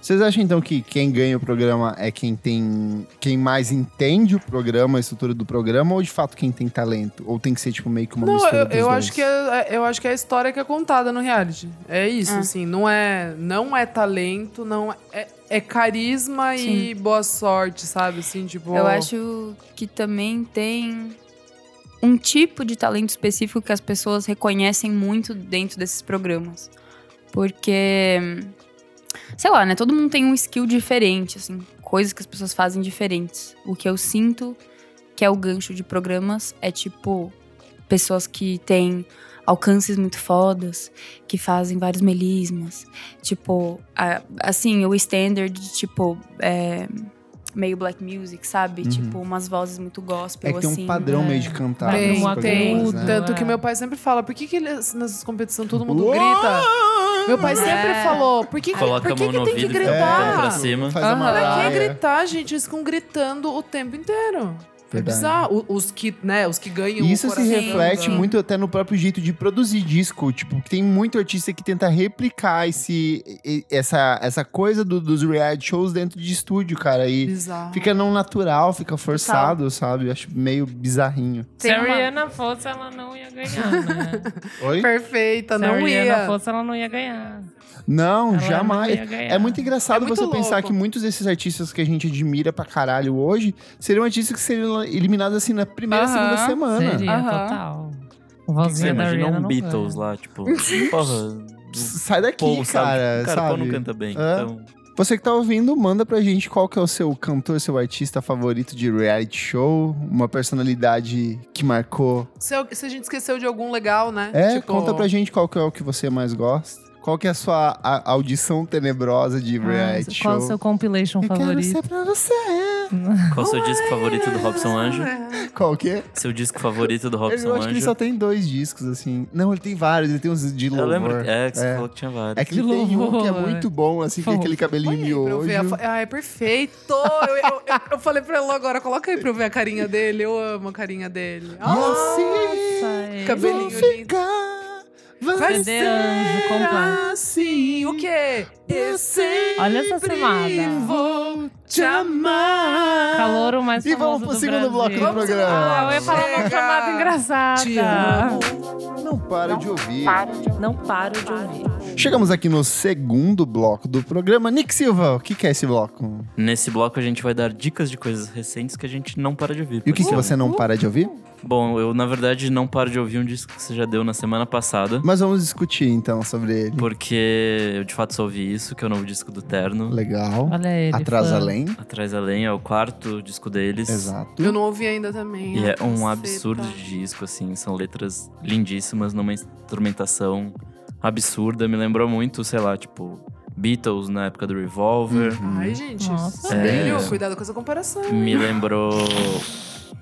Speaker 2: Vocês acham então que quem ganha o programa é quem tem. quem mais entende o programa, a estrutura do programa, ou de fato quem tem talento? Ou tem que ser, tipo, meio que uma
Speaker 4: Não,
Speaker 2: mistura
Speaker 4: eu,
Speaker 2: dos
Speaker 4: eu
Speaker 2: dois?
Speaker 4: acho que é, eu acho que é a história que é contada no reality. É isso,
Speaker 5: Ah.
Speaker 4: assim, não é, não é talento, não é, é carisma e boa sorte, sabe? Assim, tipo,
Speaker 5: Eu acho que também tem um tipo de talento específico que as pessoas reconhecem muito dentro desses programas. Porque, sei lá, né? Todo mundo tem um skill diferente, assim, coisas que as pessoas fazem diferentes. O que eu sinto que é o gancho de programas é tipo pessoas que têm alcances muito fodas, que fazem vários melismas. Tipo, a- assim, o standard, tipo, é, meio black music, sabe?
Speaker 2: Uhum.
Speaker 5: Tipo, umas vozes muito gospel,
Speaker 2: É que tem um
Speaker 5: assim.
Speaker 2: padrão
Speaker 3: é.
Speaker 4: né?
Speaker 2: meio de cantar.
Speaker 3: Tem,
Speaker 2: nos
Speaker 4: tem,
Speaker 3: algumas
Speaker 4: tem.
Speaker 2: programas,
Speaker 3: tudo,
Speaker 2: né?
Speaker 4: Tanto
Speaker 3: é.
Speaker 4: que meu pai sempre fala, por que, que eles- nessas competições todo mundo
Speaker 2: Uou!
Speaker 4: grita? Meu pai
Speaker 5: é.
Speaker 4: sempre falou, por que, que,
Speaker 1: Coloca
Speaker 4: por
Speaker 1: a
Speaker 4: que,
Speaker 1: mão
Speaker 4: que
Speaker 1: no
Speaker 4: tem que
Speaker 1: ouvido e fica apontando pra
Speaker 4: gritar?
Speaker 1: cima.
Speaker 2: Faz é a
Speaker 5: Aham. Pra
Speaker 4: Pra
Speaker 2: Mariah.
Speaker 4: que gritar, gente? Eles ficam gritando o tempo inteiro. É
Speaker 2: Verdade.
Speaker 4: bizarro. O- Os que, né, os que ganham
Speaker 2: E isso
Speaker 4: o
Speaker 2: se
Speaker 4: coração é
Speaker 2: reflete
Speaker 4: da-
Speaker 2: muito até no próprio jeito de produzir disco. Tipo, que tem muito artista que tenta replicar esse, e- essa, essa coisa do- dos reality shows dentro de estúdio, cara. E
Speaker 4: Bizarro.
Speaker 2: fica não natural, fica forçado, sabe? Eu acho meio bizarrinho.
Speaker 3: Se
Speaker 5: Tem
Speaker 3: a
Speaker 5: uma-
Speaker 3: Rihanna fosse, ela não ia ganhar, né?
Speaker 2: Oi?
Speaker 4: Perfeita,
Speaker 3: Se a
Speaker 4: não
Speaker 3: Rihanna
Speaker 4: ia.
Speaker 3: fosse, ela Tá, não ia ganhar.
Speaker 2: Não,
Speaker 3: Ela
Speaker 2: jamais.
Speaker 3: não ia ganhar.
Speaker 2: É muito engraçado
Speaker 4: É muito
Speaker 2: você pensar
Speaker 4: louco.
Speaker 2: que muitos desses artistas que a gente admira pra caralho hoje seriam artistas que seriam eliminados assim na primeira,
Speaker 5: Aham,
Speaker 2: segunda semana.
Speaker 3: Seria,
Speaker 5: Aham.
Speaker 3: total. O
Speaker 1: Você
Speaker 3: vozinho da
Speaker 1: imagina
Speaker 3: Rihanna
Speaker 1: um
Speaker 3: não
Speaker 1: Beatles
Speaker 3: ganha.
Speaker 1: lá, tipo, porra, o
Speaker 2: Sai daqui,
Speaker 1: Paul
Speaker 2: cara.
Speaker 1: sabe, tipo, cara, o Paul
Speaker 2: sabe?
Speaker 1: não canta bem.
Speaker 2: É.
Speaker 1: Então,
Speaker 2: Você que tá ouvindo, manda pra gente qual que é o seu cantor, seu artista favorito de reality show, uma personalidade que marcou.
Speaker 4: Se, eu- se a gente esqueceu de algum legal, né?
Speaker 2: É,
Speaker 4: Tipo,
Speaker 2: conta pra gente qual que é o que você mais gosta. Qual que é a sua a- audição tenebrosa de reality
Speaker 3: Ah,
Speaker 2: show?
Speaker 3: qual o seu compilation
Speaker 2: Eu quero
Speaker 3: favorito?
Speaker 2: ser pra você.
Speaker 1: qual o seu disco favorito do Robson Anjo?
Speaker 2: Qual que é?
Speaker 1: Seu disco favorito do
Speaker 2: Eu
Speaker 1: Robson
Speaker 2: acho que ele
Speaker 1: Anjo?
Speaker 2: só tem dois discos, assim. Não, ele tem vários, ele tem uns de louvor.
Speaker 1: Eu lembro, é, que você
Speaker 2: É.
Speaker 1: falou que tinha vários.
Speaker 2: É que ele
Speaker 3: De
Speaker 2: tem um que é
Speaker 3: louvor.
Speaker 2: muito bom, assim, que é
Speaker 3: Fofo.
Speaker 2: aquele cabelinho
Speaker 4: Põe aí pra eu ver a
Speaker 2: miojo.
Speaker 4: fa- Ah, é perfeito! Eu, eu- eu- eu falei pra ela agora, coloca aí pra eu ver a carinha dele. Eu amo a carinha dele.
Speaker 2: assim
Speaker 4: Ah,
Speaker 2: Você
Speaker 3: Sai.
Speaker 4: Cabelinho
Speaker 2: vai
Speaker 4: lindo.
Speaker 2: ficar, vai
Speaker 4: Vai
Speaker 3: Cadê anjo completo?
Speaker 4: assim, o quê? Eu sempre
Speaker 3: Olha essa semana.
Speaker 4: vou te amar.
Speaker 3: Calouro mais
Speaker 2: E
Speaker 3: famoso
Speaker 2: vamos pro
Speaker 3: do
Speaker 2: segundo
Speaker 3: Brasil.
Speaker 2: bloco do
Speaker 4: Vamos
Speaker 2: programa.
Speaker 3: Ah, eu ia falar uma
Speaker 4: Chega.
Speaker 3: chamada engraçada.
Speaker 4: Te amo.
Speaker 2: Não para de ouvir.
Speaker 3: Não paro de ouvir.
Speaker 2: Chegamos aqui no segundo bloco do programa. Nick Silva, o que, que é esse bloco?
Speaker 1: Nesse bloco a gente vai dar dicas de coisas recentes que a gente não para de ouvir.
Speaker 2: E o que, que
Speaker 1: porque-
Speaker 2: você não para de ouvir?
Speaker 1: Bom, eu na verdade não paro de ouvir um disco que você já deu na semana passada.
Speaker 2: Mas vamos discutir então sobre ele.
Speaker 1: Porque eu de fato só ouvi isso, que é o novo disco do Terno.
Speaker 2: Legal.
Speaker 3: Olha ele.
Speaker 2: Atrás
Speaker 3: fã.
Speaker 2: além.
Speaker 1: Atrás Além é o quarto disco deles.
Speaker 2: Exato.
Speaker 4: Eu não ouvi ainda também. tá
Speaker 1: E é um
Speaker 4: Caceta.
Speaker 1: absurdo de disco, assim. São letras lindíssimas, numa instrumentação absurda. Me lembrou muito, sei lá, tipo, Beatles na época do Revolver.
Speaker 4: Ai, gente.
Speaker 3: Nossa.
Speaker 4: sério?
Speaker 1: É.
Speaker 4: Cuidado com essa comparação.
Speaker 2: Uhum.
Speaker 1: Me lembrou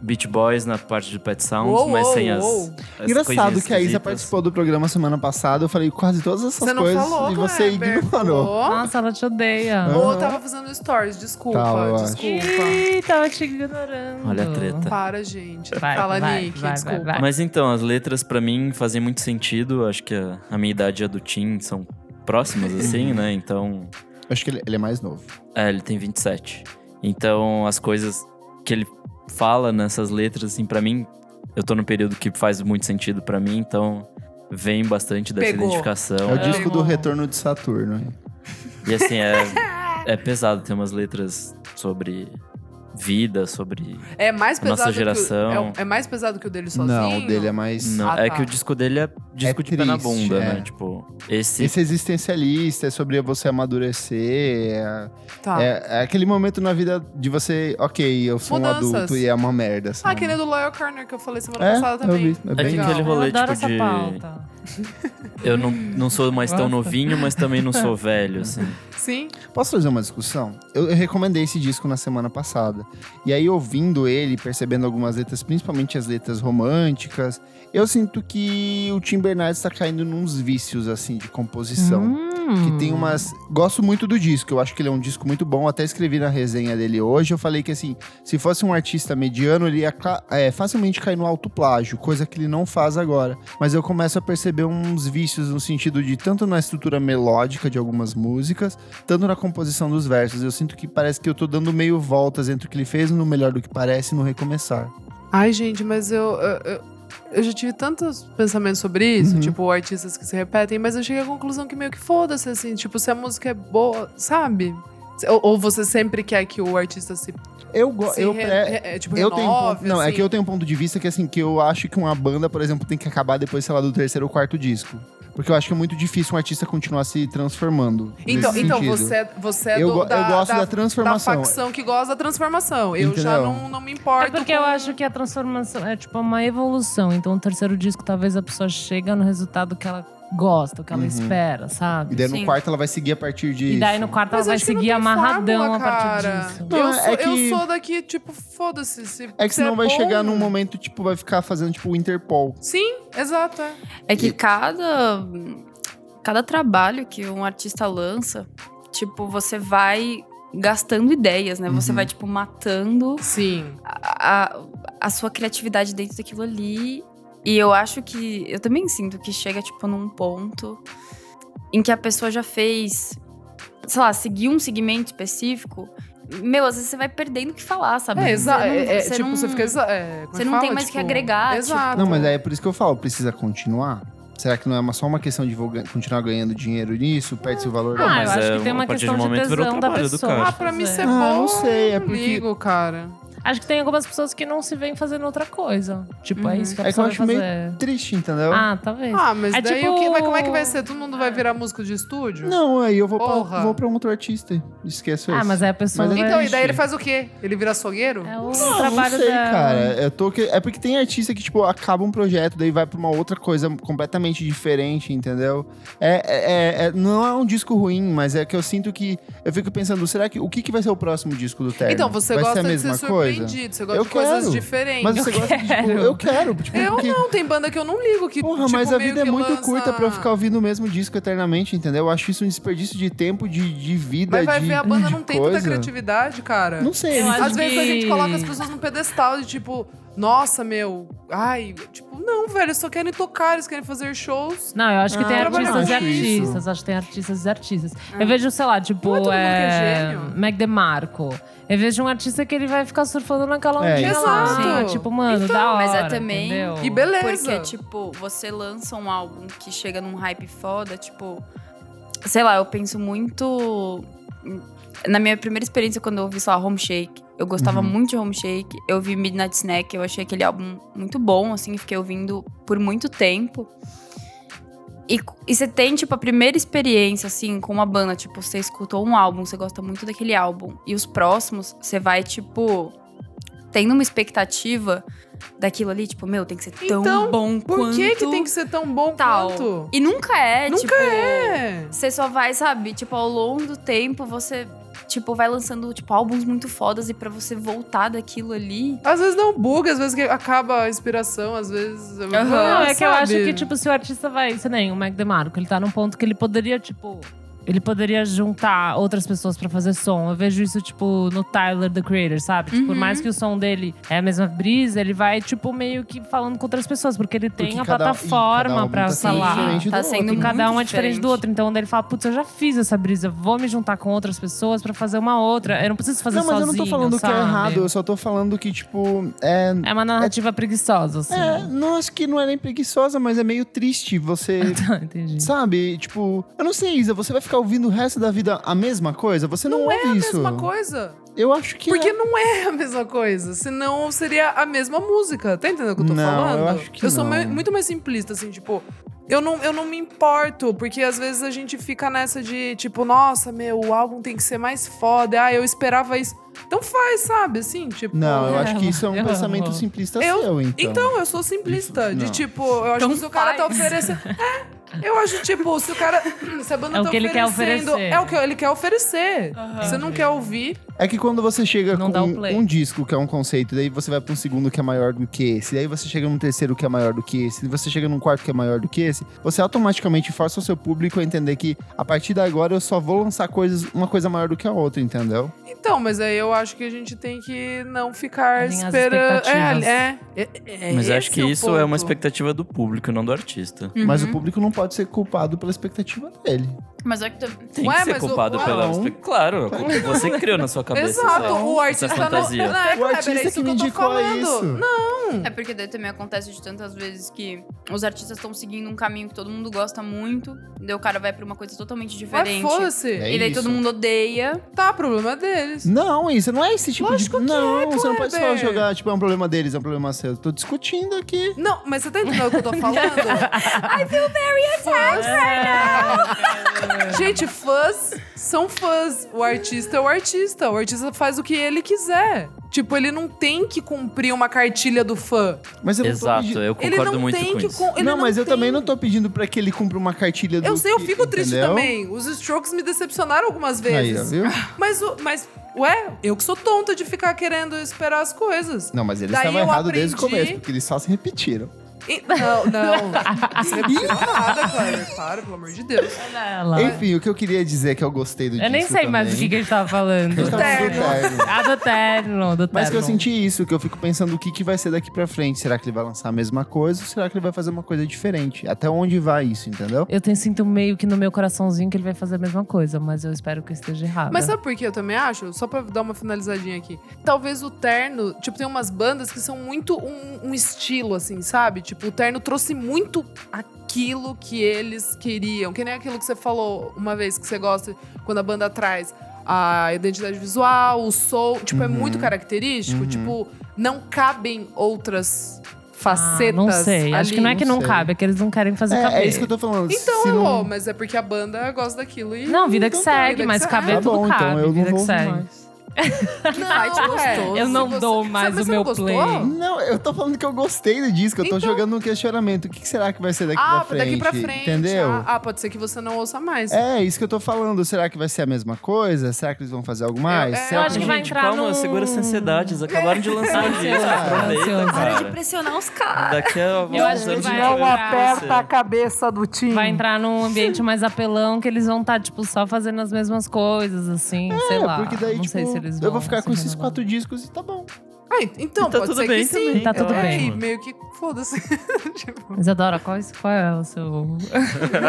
Speaker 1: Beach Boys na parte de Pet Sounds,
Speaker 4: Uou,
Speaker 1: mas
Speaker 4: uou,
Speaker 1: sem as.
Speaker 4: uou.
Speaker 1: as
Speaker 2: Engraçado
Speaker 1: coisinhas
Speaker 2: que a Isa
Speaker 1: esquisitas.
Speaker 2: participou do programa semana passada. Eu falei quase todas essas
Speaker 4: Você não
Speaker 2: coisas
Speaker 4: falou,
Speaker 2: e você
Speaker 4: Kleber.
Speaker 2: ignorou.
Speaker 4: Falou.
Speaker 3: Nossa, ela te odeia.
Speaker 2: Ah.
Speaker 4: Ou eu tava fazendo stories, desculpa,
Speaker 2: Tá, eu acho.
Speaker 4: desculpa.
Speaker 3: Ih, tava te ignorando.
Speaker 1: Olha a treta.
Speaker 4: Para, gente.
Speaker 3: Vai,
Speaker 4: Fala,
Speaker 3: vai,
Speaker 4: Nick,
Speaker 3: vai,
Speaker 4: desculpa.
Speaker 3: vai, vai.
Speaker 1: Mas então, as letras pra mim fazem muito sentido. Acho que a, a minha idade e a do Tim são próximas,
Speaker 2: Uhum.
Speaker 1: assim, né? Então.
Speaker 2: Acho que ele, ele é mais novo.
Speaker 1: É, ele tem 27. Então, as coisas que ele fala nessas letras, assim, pra mim, eu tô num período que faz muito sentido pra mim, então vem bastante dessa
Speaker 4: Pegou.
Speaker 1: identificação.
Speaker 2: É o
Speaker 3: Ah.
Speaker 2: disco do
Speaker 3: Irmão.
Speaker 2: Retorno de Saturno. hein?
Speaker 1: E assim, é, é pesado ter umas letras sobre vida, sobre.
Speaker 4: É mais
Speaker 1: A nossa
Speaker 4: pesado
Speaker 1: geração.
Speaker 4: que o, é, é mais pesado que o dele sozinho.
Speaker 2: Não, o dele é mais.
Speaker 1: Não,
Speaker 4: Ah,
Speaker 1: é
Speaker 4: tá.
Speaker 1: que o disco dele é disco de pé na
Speaker 2: triste,
Speaker 1: bunda,
Speaker 2: é.
Speaker 1: né? Tipo, esse.
Speaker 2: Esse existencialista é sobre você amadurecer. É,
Speaker 4: Tá.
Speaker 2: é- é aquele momento na vida de você, ok, eu sou
Speaker 4: Mudanças.
Speaker 2: um adulto e é uma merda. Sabe?
Speaker 4: Ah, aquele é do Loyal Corner que eu falei semana
Speaker 2: É,
Speaker 4: passada
Speaker 2: eu
Speaker 4: também.
Speaker 2: vi, é
Speaker 1: É
Speaker 2: bem
Speaker 1: que
Speaker 4: legal.
Speaker 1: aquele rolê,
Speaker 3: eu adoro
Speaker 1: tipo,
Speaker 3: essa
Speaker 1: de.
Speaker 3: pauta.
Speaker 1: Eu não, não sou mais tão
Speaker 3: Gosta?
Speaker 1: novinho, mas também não sou velho, assim.
Speaker 4: Sim.
Speaker 2: Posso fazer uma discussão? Eu, eu recomendei esse disco na semana passada. E aí, ouvindo ele, percebendo algumas letras, principalmente as letras românticas, eu sinto que o Tim Bernardes tá caindo nos vícios, assim, de composição.
Speaker 3: Hum.
Speaker 2: Que tem um umas. Gosto muito do disco, eu acho que ele é um disco muito bom. Até escrevi na resenha dele hoje. Eu falei que, assim, se fosse um artista mediano, ele ia ca- é, facilmente cair no autoplágio, coisa que ele não faz agora. Mas eu começo a perceber uns vícios no sentido de tanto na estrutura melódica de algumas músicas, tanto na composição dos versos. Eu sinto que parece que eu tô dando meio voltas entre o que ele fez no Melhor do que Parece e no Recomeçar.
Speaker 4: Ai, gente, mas eu. eu, eu- eu já tive tantos pensamentos sobre isso,
Speaker 2: Uhum.
Speaker 4: tipo, artistas que se repetem, mas eu cheguei à conclusão que meio que foda-se, assim, tipo, se a música é boa, sabe? Se- Ou, ou você sempre quer que o artista se,
Speaker 2: Eu, go-
Speaker 4: se
Speaker 2: eu
Speaker 4: re-
Speaker 2: pre-
Speaker 4: re- é, tipo,
Speaker 2: Eu tenho um
Speaker 4: renove,
Speaker 2: ponto, não, é
Speaker 4: assim.
Speaker 2: que eu tenho um ponto de vista que assim, que eu acho que uma banda, por exemplo, tem que acabar depois, sei lá, do terceiro ou quarto disco. Porque eu acho que é muito difícil um artista continuar se transformando.
Speaker 4: Então,
Speaker 2: nesse
Speaker 4: então
Speaker 2: sentido.
Speaker 4: você, é- você é
Speaker 2: eu,
Speaker 4: do,
Speaker 2: go-
Speaker 4: da,
Speaker 2: eu gosto da,
Speaker 4: da, da
Speaker 2: transformação.
Speaker 4: facção que gosta da transformação. Eu já
Speaker 2: Entendeu?
Speaker 4: não, não me
Speaker 3: É
Speaker 4: importo.
Speaker 3: porque eu acho que a transformação é tipo uma evolução. Então, o terceiro disco, talvez a pessoa chega no resultado que ela gosta, o que ela
Speaker 2: Uhum.
Speaker 3: espera, sabe?
Speaker 2: E daí
Speaker 5: Sim.
Speaker 2: no quarto ela vai seguir a partir disso.
Speaker 3: E daí no quarto ela
Speaker 4: Mas
Speaker 3: vai
Speaker 4: acho que não
Speaker 3: seguir
Speaker 4: tem
Speaker 3: amarradão
Speaker 4: fórmula,
Speaker 3: a partir
Speaker 4: cara.
Speaker 1: Ah,
Speaker 3: disso.
Speaker 2: Não,
Speaker 4: eu,
Speaker 2: é
Speaker 4: sou,
Speaker 2: que-
Speaker 4: eu sou daqui, tipo, foda-se. se-
Speaker 2: É que
Speaker 4: se
Speaker 2: senão vai
Speaker 4: bom-
Speaker 2: chegar num momento, tipo, vai ficar fazendo tipo o Interpol.
Speaker 4: Sim, exato. é.
Speaker 5: É que cada, cada trabalho que um artista lança, tipo, você vai gastando ideias, né? Você
Speaker 2: Uhum.
Speaker 5: vai, tipo, matando
Speaker 4: Sim.
Speaker 5: a, a- a sua criatividade dentro daquilo ali. E eu acho que. Eu também sinto que chega, tipo, num ponto em que a pessoa já fez. Sei lá, seguir um segmento específico. Meu, às vezes você vai perdendo o que falar, sabe?
Speaker 4: É, exato.
Speaker 5: não-
Speaker 4: É, é,
Speaker 5: você
Speaker 4: tipo,
Speaker 5: não-
Speaker 4: você fica. exa- é, como
Speaker 5: você
Speaker 4: é que
Speaker 5: não
Speaker 4: fala?
Speaker 5: tem mais o que
Speaker 4: Tipo,
Speaker 5: agregar, tipo-
Speaker 4: Exato.
Speaker 2: Não, mas aí é por isso que eu falo, precisa continuar? Será que não é uma- só uma questão de vou gan- continuar ganhando dinheiro nisso? Perde-se o valor?
Speaker 3: Ah,
Speaker 1: mas
Speaker 3: eu acho
Speaker 1: é,
Speaker 3: que tem
Speaker 1: a
Speaker 3: uma
Speaker 1: partir
Speaker 3: questão
Speaker 1: de um
Speaker 3: de
Speaker 1: momento virou
Speaker 3: tesão da
Speaker 1: trabalho do
Speaker 3: pessoa.
Speaker 1: cara.
Speaker 4: Ah, pra mim
Speaker 3: fazer.
Speaker 4: ser
Speaker 2: Ah,
Speaker 4: bom.
Speaker 2: não sei, é
Speaker 4: não
Speaker 2: porque-
Speaker 4: ligo, cara.
Speaker 3: Acho que tem algumas pessoas que não se veem fazendo outra coisa. Tipo, é
Speaker 5: Uhum.
Speaker 3: isso que a
Speaker 2: É que eu
Speaker 3: pessoa vai
Speaker 2: acho meio-
Speaker 3: fazer.
Speaker 2: Triste, entendeu?
Speaker 3: Ah, talvez.
Speaker 4: Ah, mas
Speaker 3: É
Speaker 4: daí
Speaker 3: tipo-
Speaker 4: o que, mas como é que vai ser? Todo mundo vai virar músico de estúdio?
Speaker 2: Não, aí eu vou pra,
Speaker 4: Porra.
Speaker 2: vou pra um outro artista. Esqueço
Speaker 3: Ah,
Speaker 2: isso.
Speaker 3: mas aí a pessoa
Speaker 2: Mas
Speaker 3: vai...
Speaker 4: Então, e
Speaker 2: Existe.
Speaker 4: daí ele faz o quê? Ele vira açougueiro?
Speaker 3: É o
Speaker 2: Não,
Speaker 3: trabalho
Speaker 2: não sei,
Speaker 3: dela.
Speaker 2: cara. Eu tô que... É porque tem artista que, tipo, acaba um projeto, daí vai pra uma outra coisa completamente diferente, entendeu? É, é- é- não é um disco ruim, mas é que eu sinto que... Eu fico pensando, será que... O que, que vai ser o próximo disco do Terno?
Speaker 4: Então, você
Speaker 2: vai
Speaker 4: gosta
Speaker 2: ser a
Speaker 4: de ser
Speaker 2: mesma coisa?
Speaker 4: surpreendido, você gosta
Speaker 2: Eu
Speaker 4: de coisas
Speaker 2: quero.
Speaker 4: diferentes.
Speaker 2: Mas você gosta de, tipo,
Speaker 3: quero.
Speaker 2: eu quero. Tipo,
Speaker 4: Eu
Speaker 2: porque-
Speaker 4: não, tem banda que eu não ligo. Que,
Speaker 2: Porra,
Speaker 4: tipo,
Speaker 2: mas a
Speaker 4: meio
Speaker 2: vida é
Speaker 4: que
Speaker 2: muito
Speaker 4: lança-
Speaker 2: curta pra eu ficar ouvindo o mesmo disco eternamente, entendeu? Eu acho isso um desperdício de tempo, de, de vida,
Speaker 4: Mas vai
Speaker 2: de
Speaker 4: ver, a banda
Speaker 2: de
Speaker 4: não tem tanta
Speaker 2: coisa.
Speaker 4: criatividade, cara.
Speaker 2: Não sei. né?
Speaker 3: Eu
Speaker 2: eles-
Speaker 3: acho
Speaker 4: Às vezes a
Speaker 3: que-
Speaker 4: gente coloca as pessoas num pedestal de tipo, nossa, meu, ai, tipo, não, velho, eles só querem tocar, eles querem fazer shows.
Speaker 3: Não, eu acho que
Speaker 2: Ah,
Speaker 3: tem
Speaker 4: eu
Speaker 3: artistas e
Speaker 2: acho isso.
Speaker 3: artistas. Acho que tem artistas e artistas. Eu vejo, sei lá,
Speaker 4: Não é Ah. todo
Speaker 3: tipo,
Speaker 4: mundo que é
Speaker 3: é...
Speaker 4: gênio.
Speaker 3: Mac DeMarco. Eu vejo um artista que ele vai ficar surfando naquela
Speaker 2: É,
Speaker 3: ondinha
Speaker 2: isso.
Speaker 3: lá.
Speaker 4: Exato.
Speaker 3: Tipo, mano,
Speaker 5: Então,
Speaker 3: da hora,
Speaker 5: mas é também-
Speaker 3: entendeu?
Speaker 4: E beleza.
Speaker 5: Porque, tipo, você lança um álbum que chega num hype foda, tipo. Sei lá, eu penso muito. Na minha primeira experiência, quando eu ouvi, sei lá, Home Shake, eu gostava
Speaker 2: Uhum.
Speaker 5: muito de Home Shake. Eu ouvi Midnight Snack, eu achei aquele álbum muito bom, assim, fiquei ouvindo por muito tempo. E, e você tem, tipo, a primeira experiência, assim, com uma banda, tipo, você escutou um álbum, você gosta muito daquele álbum. E os próximos, você vai, tipo, tendo uma expectativa daquilo ali, tipo, meu, tem que ser tão
Speaker 4: Então,
Speaker 5: bom
Speaker 4: Por
Speaker 5: quanto.
Speaker 4: que que tem que ser tão bom
Speaker 5: tal.
Speaker 4: quanto?
Speaker 5: E nunca é,
Speaker 4: Nunca
Speaker 5: tipo.
Speaker 4: É.
Speaker 5: Você só vai, sabe, tipo, ao longo do tempo, você, tipo, vai lançando, tipo, álbuns muito fodas e pra você voltar daquilo ali.
Speaker 4: Às vezes não buga, às vezes que acaba a inspiração, às vezes. Ah,
Speaker 3: Não, é que eu acho
Speaker 4: sabe?
Speaker 3: que, tipo, se o artista vai. Sei nem, o Mac DeMarco, ele tá num ponto que ele poderia, tipo. Ele poderia juntar outras pessoas pra fazer som. Eu vejo isso, tipo, no Tyler, the Creator, sabe? Tipo, por
Speaker 5: Uhum.
Speaker 3: mais que o som dele é a mesma brisa, ele vai, tipo, meio que falando com outras pessoas. Porque ele tem
Speaker 2: Porque
Speaker 3: a
Speaker 2: cada- e cada
Speaker 3: plataforma
Speaker 2: um
Speaker 3: pra
Speaker 2: tá sendo
Speaker 3: falar.
Speaker 2: diferente do
Speaker 5: Tá
Speaker 2: outro,
Speaker 5: sendo
Speaker 3: E
Speaker 2: né?
Speaker 3: cada um
Speaker 5: muito
Speaker 3: é diferente do
Speaker 5: diferente.
Speaker 3: outro. Então, onde ele fala, putz, eu já fiz essa brisa. Vou me juntar com outras pessoas pra fazer uma outra. Eu não preciso fazer
Speaker 2: Não, mas eu não
Speaker 3: sozinho,
Speaker 2: tô falando que é
Speaker 3: sabe?
Speaker 2: errado, eu só tô falando que, tipo, é.
Speaker 3: É uma narrativa preguiçosa, assim.
Speaker 2: É, não acho que não é nem preguiçosa, mas é meio triste você.
Speaker 3: Tá, entendi.
Speaker 2: sabe? Tipo, eu não sei, Isa, você vai ficar ouvindo o resto da vida a mesma coisa? Você não, ouve
Speaker 4: É a
Speaker 2: isso.
Speaker 4: mesma coisa.
Speaker 2: Eu acho que.
Speaker 4: Porque
Speaker 2: não.
Speaker 4: não é a mesma coisa. Senão seria a mesma música. Tá entendendo o que eu tô
Speaker 2: Não,
Speaker 4: falando?
Speaker 2: eu acho que
Speaker 4: sou
Speaker 2: não.
Speaker 4: mai- muito mais simplista, assim, tipo. Eu não, eu não me importo, porque às vezes a gente fica nessa de tipo, nossa, meu, o álbum tem que ser mais foda. Ah, eu esperava isso. Então faz, sabe? Assim, tipo.
Speaker 2: Não, eu
Speaker 3: Eu
Speaker 2: acho que isso é um
Speaker 3: amo.
Speaker 2: pensamento simplista
Speaker 4: Eu-
Speaker 2: seu, então.
Speaker 4: Então, eu sou simplista.
Speaker 2: Não.
Speaker 4: De tipo, eu acho
Speaker 5: Então
Speaker 4: que se o cara tá
Speaker 5: faz.
Speaker 4: oferecendo. É, eu acho, tipo, se o cara. Se a banda
Speaker 3: É o
Speaker 4: tá
Speaker 3: que ele quer
Speaker 4: oferecendo.
Speaker 3: oferecer.
Speaker 4: É o que ele quer oferecer. Você não quer ouvir.
Speaker 2: É que quando você chega
Speaker 3: Não
Speaker 2: com
Speaker 3: dá o play.
Speaker 2: um disco que é um conceito, daí você vai pra um segundo que é maior do que esse, daí você chega num terceiro que é maior do que esse, daí você chega num quarto que é maior do que esse, você automaticamente força o seu público a entender que a partir de agora eu só vou lançar coisas, uma coisa maior do que a outra, entendeu?
Speaker 4: Então, mas aí eu acho que a gente tem que não ficar
Speaker 3: Alinhar as
Speaker 4: esperando.
Speaker 3: expectativas.
Speaker 4: É, é, é, é
Speaker 1: Mas eu acho
Speaker 4: esse
Speaker 1: que
Speaker 4: o
Speaker 1: isso é uma
Speaker 4: ponto.
Speaker 1: expectativa do público, não do artista.
Speaker 2: Mas o
Speaker 5: Uhum.
Speaker 2: público não pode ser culpado pela expectativa dele.
Speaker 5: Mas é que tu-
Speaker 1: Tem
Speaker 4: Ué,
Speaker 1: que ser
Speaker 4: mas o-
Speaker 1: culpado
Speaker 4: ué,
Speaker 1: pela
Speaker 2: não.
Speaker 1: expectativa. Claro, é culpa- você que criou na sua cabeça.
Speaker 4: Exato,
Speaker 1: essa-
Speaker 4: o artista
Speaker 1: essa
Speaker 4: não-
Speaker 1: fantasia.
Speaker 4: não. é,
Speaker 2: O
Speaker 4: cara,
Speaker 2: artista
Speaker 4: era isso
Speaker 2: que me
Speaker 4: eu tô
Speaker 2: indicou a
Speaker 4: falando.
Speaker 2: isso.
Speaker 4: Não,
Speaker 5: É porque daí também acontece de tantas vezes que os artistas estão seguindo um caminho que todo mundo gosta muito, daí o cara vai pra uma coisa totalmente
Speaker 4: mas
Speaker 5: diferente.
Speaker 4: foda-se.
Speaker 2: É.
Speaker 5: e daí
Speaker 2: isso.
Speaker 5: todo mundo odeia.
Speaker 4: Tá, problema deles.
Speaker 2: Não, isso não é esse tipo de. Não, você não pode só
Speaker 4: é, Kleber.
Speaker 2: jogar, tipo, é um problema deles, é um problema seu. Eu Tô discutindo aqui.
Speaker 4: Não, mas você tá entendendo o que eu tô falando? Gente, fãs são fãs. O artista é o artista. O artista faz o que ele quiser. Tipo, ele não tem que cumprir uma cartilha do fã.
Speaker 2: Mas eu não tô
Speaker 1: Exato,
Speaker 2: pedindo-
Speaker 1: eu
Speaker 4: Ele
Speaker 1: concordo
Speaker 4: não
Speaker 1: muito
Speaker 4: tem
Speaker 1: com
Speaker 4: que.
Speaker 1: isso.
Speaker 4: cu- ele
Speaker 2: não, mas eu
Speaker 4: tem.
Speaker 2: também não tô pedindo pra que ele cumpra uma cartilha do.
Speaker 4: Eu sei, eu
Speaker 2: que-
Speaker 4: fico triste
Speaker 2: Uhum. entendeu?
Speaker 4: também. Os strokes me decepcionaram algumas
Speaker 2: Aí, ó,
Speaker 4: vezes.
Speaker 2: viu?
Speaker 4: Mas, o- mas, ué, eu que sou tonta de ficar querendo esperar as coisas.
Speaker 2: Não, mas eles
Speaker 4: Daí
Speaker 2: estavam
Speaker 4: eu
Speaker 2: errados desde o
Speaker 4: aprendi-
Speaker 2: começo, porque eles só se repetiram.
Speaker 4: E- Não, não. Isso não é mentira nada, Claire. Para, pelo amor de Deus. Tá.
Speaker 3: Ela.
Speaker 2: Enfim, o que eu queria dizer é que eu gostei do
Speaker 3: Eu nem sei mais o que, que a gente tava falando.
Speaker 2: eu tava falando do terno.
Speaker 3: Ah, do terno, do
Speaker 2: Mas que eu
Speaker 3: terno.
Speaker 2: senti isso, que eu fico pensando o que, que vai ser daqui pra frente. Será que ele vai lançar a mesma coisa ou será que ele vai fazer uma coisa diferente? Até onde vai isso, entendeu?
Speaker 3: Eu tenho, sinto meio que no meu coraçãozinho que ele vai fazer a mesma coisa, mas eu espero que eu esteja errada.
Speaker 4: Mas sabe por que eu também acho? Só pra dar uma finalizadinha aqui. Talvez o terno, tipo, tem umas bandas que são muito um, um estilo, assim, sabe? Tipo, o terno trouxe muito aquilo que eles queriam. Que nem aquilo que você falou uma vez que você gosta quando a banda traz a identidade visual, o som. Tipo, é
Speaker 2: Uhum.
Speaker 4: muito característico.
Speaker 2: Uhum.
Speaker 4: Tipo, não cabem outras
Speaker 3: Ah,
Speaker 4: facetas.
Speaker 3: não sei. Acho
Speaker 4: ali.
Speaker 3: que não é que
Speaker 2: não
Speaker 3: não,
Speaker 2: sei.
Speaker 3: cabe, é que eles não querem fazer
Speaker 2: É,
Speaker 3: caber.
Speaker 2: é isso que eu tô falando.
Speaker 4: Então,
Speaker 2: Se
Speaker 4: eu
Speaker 2: não...
Speaker 4: vou, mas é porque a banda gosta daquilo e.
Speaker 3: Não, vida que
Speaker 4: então tá,
Speaker 3: segue,
Speaker 4: vida
Speaker 3: mas
Speaker 4: segue.
Speaker 3: caber
Speaker 2: Tá
Speaker 3: tudo
Speaker 2: bom, então
Speaker 3: cabe,
Speaker 2: eu não
Speaker 3: vida que
Speaker 2: vou
Speaker 3: segue.
Speaker 2: mais.
Speaker 4: Que fight gostoso.
Speaker 3: é. Eu não
Speaker 4: Você-
Speaker 3: dou
Speaker 4: Sabe,
Speaker 3: mais
Speaker 4: você
Speaker 3: o
Speaker 4: não
Speaker 3: meu
Speaker 4: gostou?
Speaker 3: play.
Speaker 2: Não, eu tô falando que eu gostei do disco, eu tô
Speaker 4: Então.
Speaker 2: jogando um questionamento. O que, que será que vai ser daqui
Speaker 4: Ah,
Speaker 2: pra frente?
Speaker 4: daqui pra frente.
Speaker 2: Entendeu?
Speaker 4: Ah, ah, pode ser que você não ouça mais. Ah,
Speaker 2: É, isso que eu tô falando. Será que vai ser a mesma coisa? Será que eles vão fazer algo mais?
Speaker 4: é,
Speaker 2: Será
Speaker 3: eu acho que vai
Speaker 1: Gente,
Speaker 3: entrar
Speaker 1: calma,
Speaker 3: num-
Speaker 1: segura essa ansiedade. Eles acabaram de lançar o disco.
Speaker 3: Ansiosa,
Speaker 1: Aproveita,
Speaker 3: ansiosa.
Speaker 5: Para de
Speaker 1: cara.
Speaker 5: pressionar os caras.
Speaker 1: Daqui a uns
Speaker 3: Eu acho que
Speaker 1: anos
Speaker 3: vai
Speaker 1: a gente
Speaker 3: Não
Speaker 1: vai ver
Speaker 3: aperta
Speaker 1: acontecer.
Speaker 6: cabeça do time.
Speaker 3: Vai entrar num ambiente mais apelão que eles vão estar, tipo, só fazendo as mesmas coisas, assim, sei
Speaker 2: É,
Speaker 3: lá.
Speaker 2: porque daí,
Speaker 3: não
Speaker 2: tipo,
Speaker 3: sei se eles vão.
Speaker 2: eu vou ficar
Speaker 3: se
Speaker 2: com esses
Speaker 3: renovar.
Speaker 2: quatro discos e tá bom.
Speaker 4: Ah, en- então,
Speaker 1: E tá
Speaker 4: pode
Speaker 1: tudo
Speaker 4: ser
Speaker 1: bem
Speaker 4: que sim.
Speaker 1: também.
Speaker 3: Tá tudo
Speaker 4: É,
Speaker 3: bem.
Speaker 4: e meio que foda-se. tipo,
Speaker 3: Isadora, qual, qual é o seu.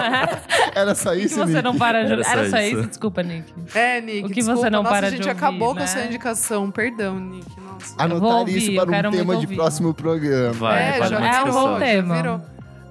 Speaker 2: Era só
Speaker 3: que
Speaker 2: isso,
Speaker 3: você
Speaker 2: Nick?
Speaker 3: não para de.
Speaker 1: Era
Speaker 3: Era
Speaker 1: só
Speaker 3: só,
Speaker 1: isso.
Speaker 3: isso? Desculpa, Nick.
Speaker 4: é, Nick.
Speaker 3: O que
Speaker 4: desculpa.
Speaker 3: você não
Speaker 4: Nossa,
Speaker 3: para
Speaker 4: a
Speaker 3: de
Speaker 4: gente
Speaker 3: ouvir,
Speaker 4: acabou com
Speaker 3: né?
Speaker 4: a sua indicação. Perdão, Nick. Nossa.
Speaker 3: Eu vou
Speaker 2: Anotar
Speaker 3: ouvir,
Speaker 2: isso
Speaker 3: eu
Speaker 2: para um
Speaker 3: quero muito
Speaker 2: tema de
Speaker 3: ouvir.
Speaker 2: próximo programa.
Speaker 1: Vai,
Speaker 4: é,
Speaker 1: vale
Speaker 4: já
Speaker 1: uma
Speaker 3: é um
Speaker 4: virou,
Speaker 3: bom
Speaker 4: já
Speaker 3: tema.
Speaker 4: virou.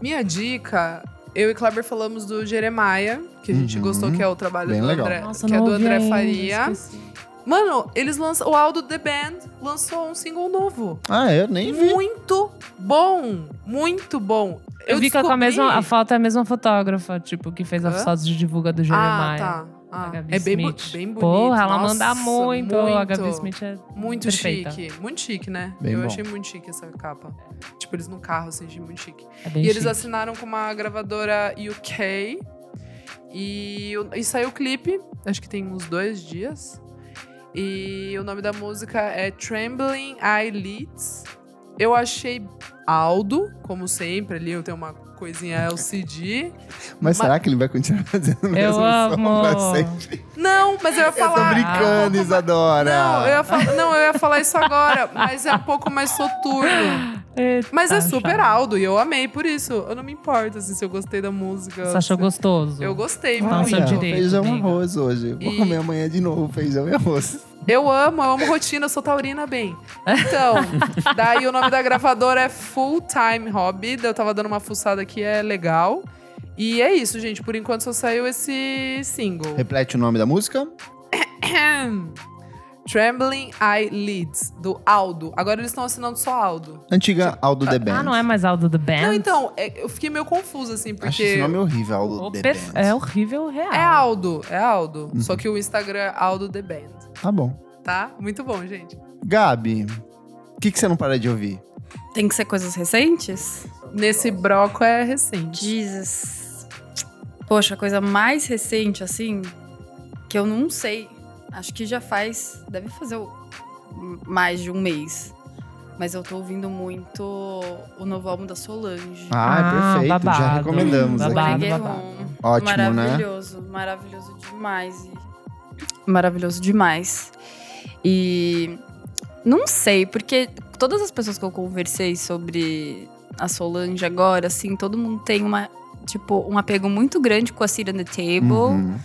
Speaker 4: Minha dica, eu e Kleber falamos do Jeremiah, que a gente
Speaker 2: Uhum.
Speaker 4: gostou, que é o trabalho
Speaker 2: Bem
Speaker 4: do
Speaker 2: legal.
Speaker 4: André,
Speaker 3: Nossa,
Speaker 4: que é
Speaker 3: não
Speaker 4: do
Speaker 3: ouvi
Speaker 4: André
Speaker 3: ainda,
Speaker 4: Faria.
Speaker 3: esqueci.
Speaker 4: Mano, eles lançam. O Aldo The Band lançou um single novo.
Speaker 2: Ah, eu nem vi.
Speaker 4: Muito bom! Muito bom!
Speaker 3: Eu, vi que ela com a
Speaker 4: descobri-
Speaker 3: mesma. A foto é a mesma fotógrafa, tipo, que fez as
Speaker 4: Hã?
Speaker 3: fotos de divulga do
Speaker 4: Ah,
Speaker 3: Jeremiah.
Speaker 4: tá. Ah,
Speaker 3: A Gabi
Speaker 4: é bem, bu-
Speaker 3: Smith.
Speaker 4: bem bonito.
Speaker 3: Porra, ela
Speaker 4: Nossa,
Speaker 3: manda muito. A Gabi Smith é
Speaker 4: Muito
Speaker 3: perfeita.
Speaker 4: chique. Muito chique, né?
Speaker 2: Bem
Speaker 4: Eu
Speaker 2: bom.
Speaker 4: achei muito chique essa capa. Tipo, eles no carro, assim, achei muito chique.
Speaker 3: É bem
Speaker 4: e eles
Speaker 3: chique.
Speaker 4: assinaram com uma gravadora UK. E, o- e saiu o clipe, acho que tem uns dois dias. E o nome da música é Trembling Eyelids. Eu achei Aldo, como sempre, ali eu tenho uma coisinha LCD.
Speaker 2: Mas será que ele vai continuar fazendo o mesmo
Speaker 3: Eu
Speaker 2: som pra
Speaker 3: amo.
Speaker 2: sempre?
Speaker 4: Não, mas eu ia
Speaker 2: Eu tô
Speaker 4: falar.
Speaker 2: brincando, Isadora.
Speaker 4: Não, eu ia falar, não, eu ia falar isso agora, mas é um pouco mais soturno. Mas é
Speaker 3: Eita,
Speaker 4: super
Speaker 3: chata.
Speaker 4: Aldo e eu amei por isso. Eu não me importo assim, se eu gostei da música.
Speaker 3: Você achou
Speaker 4: se-
Speaker 3: gostoso?
Speaker 4: Eu gostei
Speaker 3: Então,
Speaker 4: muito.
Speaker 3: seu direito,
Speaker 2: feijão e
Speaker 3: amiga.
Speaker 2: arroz hoje. Vou
Speaker 4: E-
Speaker 2: comer amanhã de novo feijão e arroz.
Speaker 4: Eu amo, eu amo rotina, eu sou taurina bem. Então, daí o nome da gravadora é Full Time Hobby. daí Eu tava dando uma fuçada aqui, é legal. E é isso, gente. Por enquanto só saiu esse single.
Speaker 2: Repete o nome da música.
Speaker 4: Trembling Eyelids, do Aldo. Agora eles estão assinando só Aldo.
Speaker 2: Antiga Aldo The Band.
Speaker 3: Ah, não é mais Aldo The Band?
Speaker 4: Não, então, é- eu fiquei meio confusa, assim, porque.
Speaker 2: Acho esse nome horrível, Aldo
Speaker 3: O
Speaker 2: The
Speaker 3: pe-
Speaker 2: Band.
Speaker 3: É horrível real.
Speaker 4: É Aldo, é Aldo.
Speaker 2: Uhum.
Speaker 4: Só que o Instagram é Aldo The Band,
Speaker 2: Tá bom.
Speaker 4: tá? Muito bom, gente.
Speaker 2: Gabi, o que, que você não para de ouvir?
Speaker 5: Tem que ser coisas recentes?
Speaker 4: Nesse broco é recente.
Speaker 5: Jesus. Poxa, a coisa mais recente, assim, que eu não sei. Acho que já faz. Deve fazer o- mais de um mês. Mas eu tô ouvindo muito o novo álbum da Solange.
Speaker 2: Ah, perfeito. Já
Speaker 3: babado,
Speaker 2: recomendamos
Speaker 5: O
Speaker 2: aqui.
Speaker 3: babado,
Speaker 5: Reggae
Speaker 3: babado.
Speaker 5: Home.
Speaker 2: Ótimo, né?
Speaker 5: maravilhoso, maravilhoso demais. e- Maravilhoso demais. E não sei, porque todas as pessoas que eu conversei sobre a Solange agora, assim, todo mundo tem uma, tipo, um apego muito grande com a Cira on the Table.
Speaker 2: Uhum.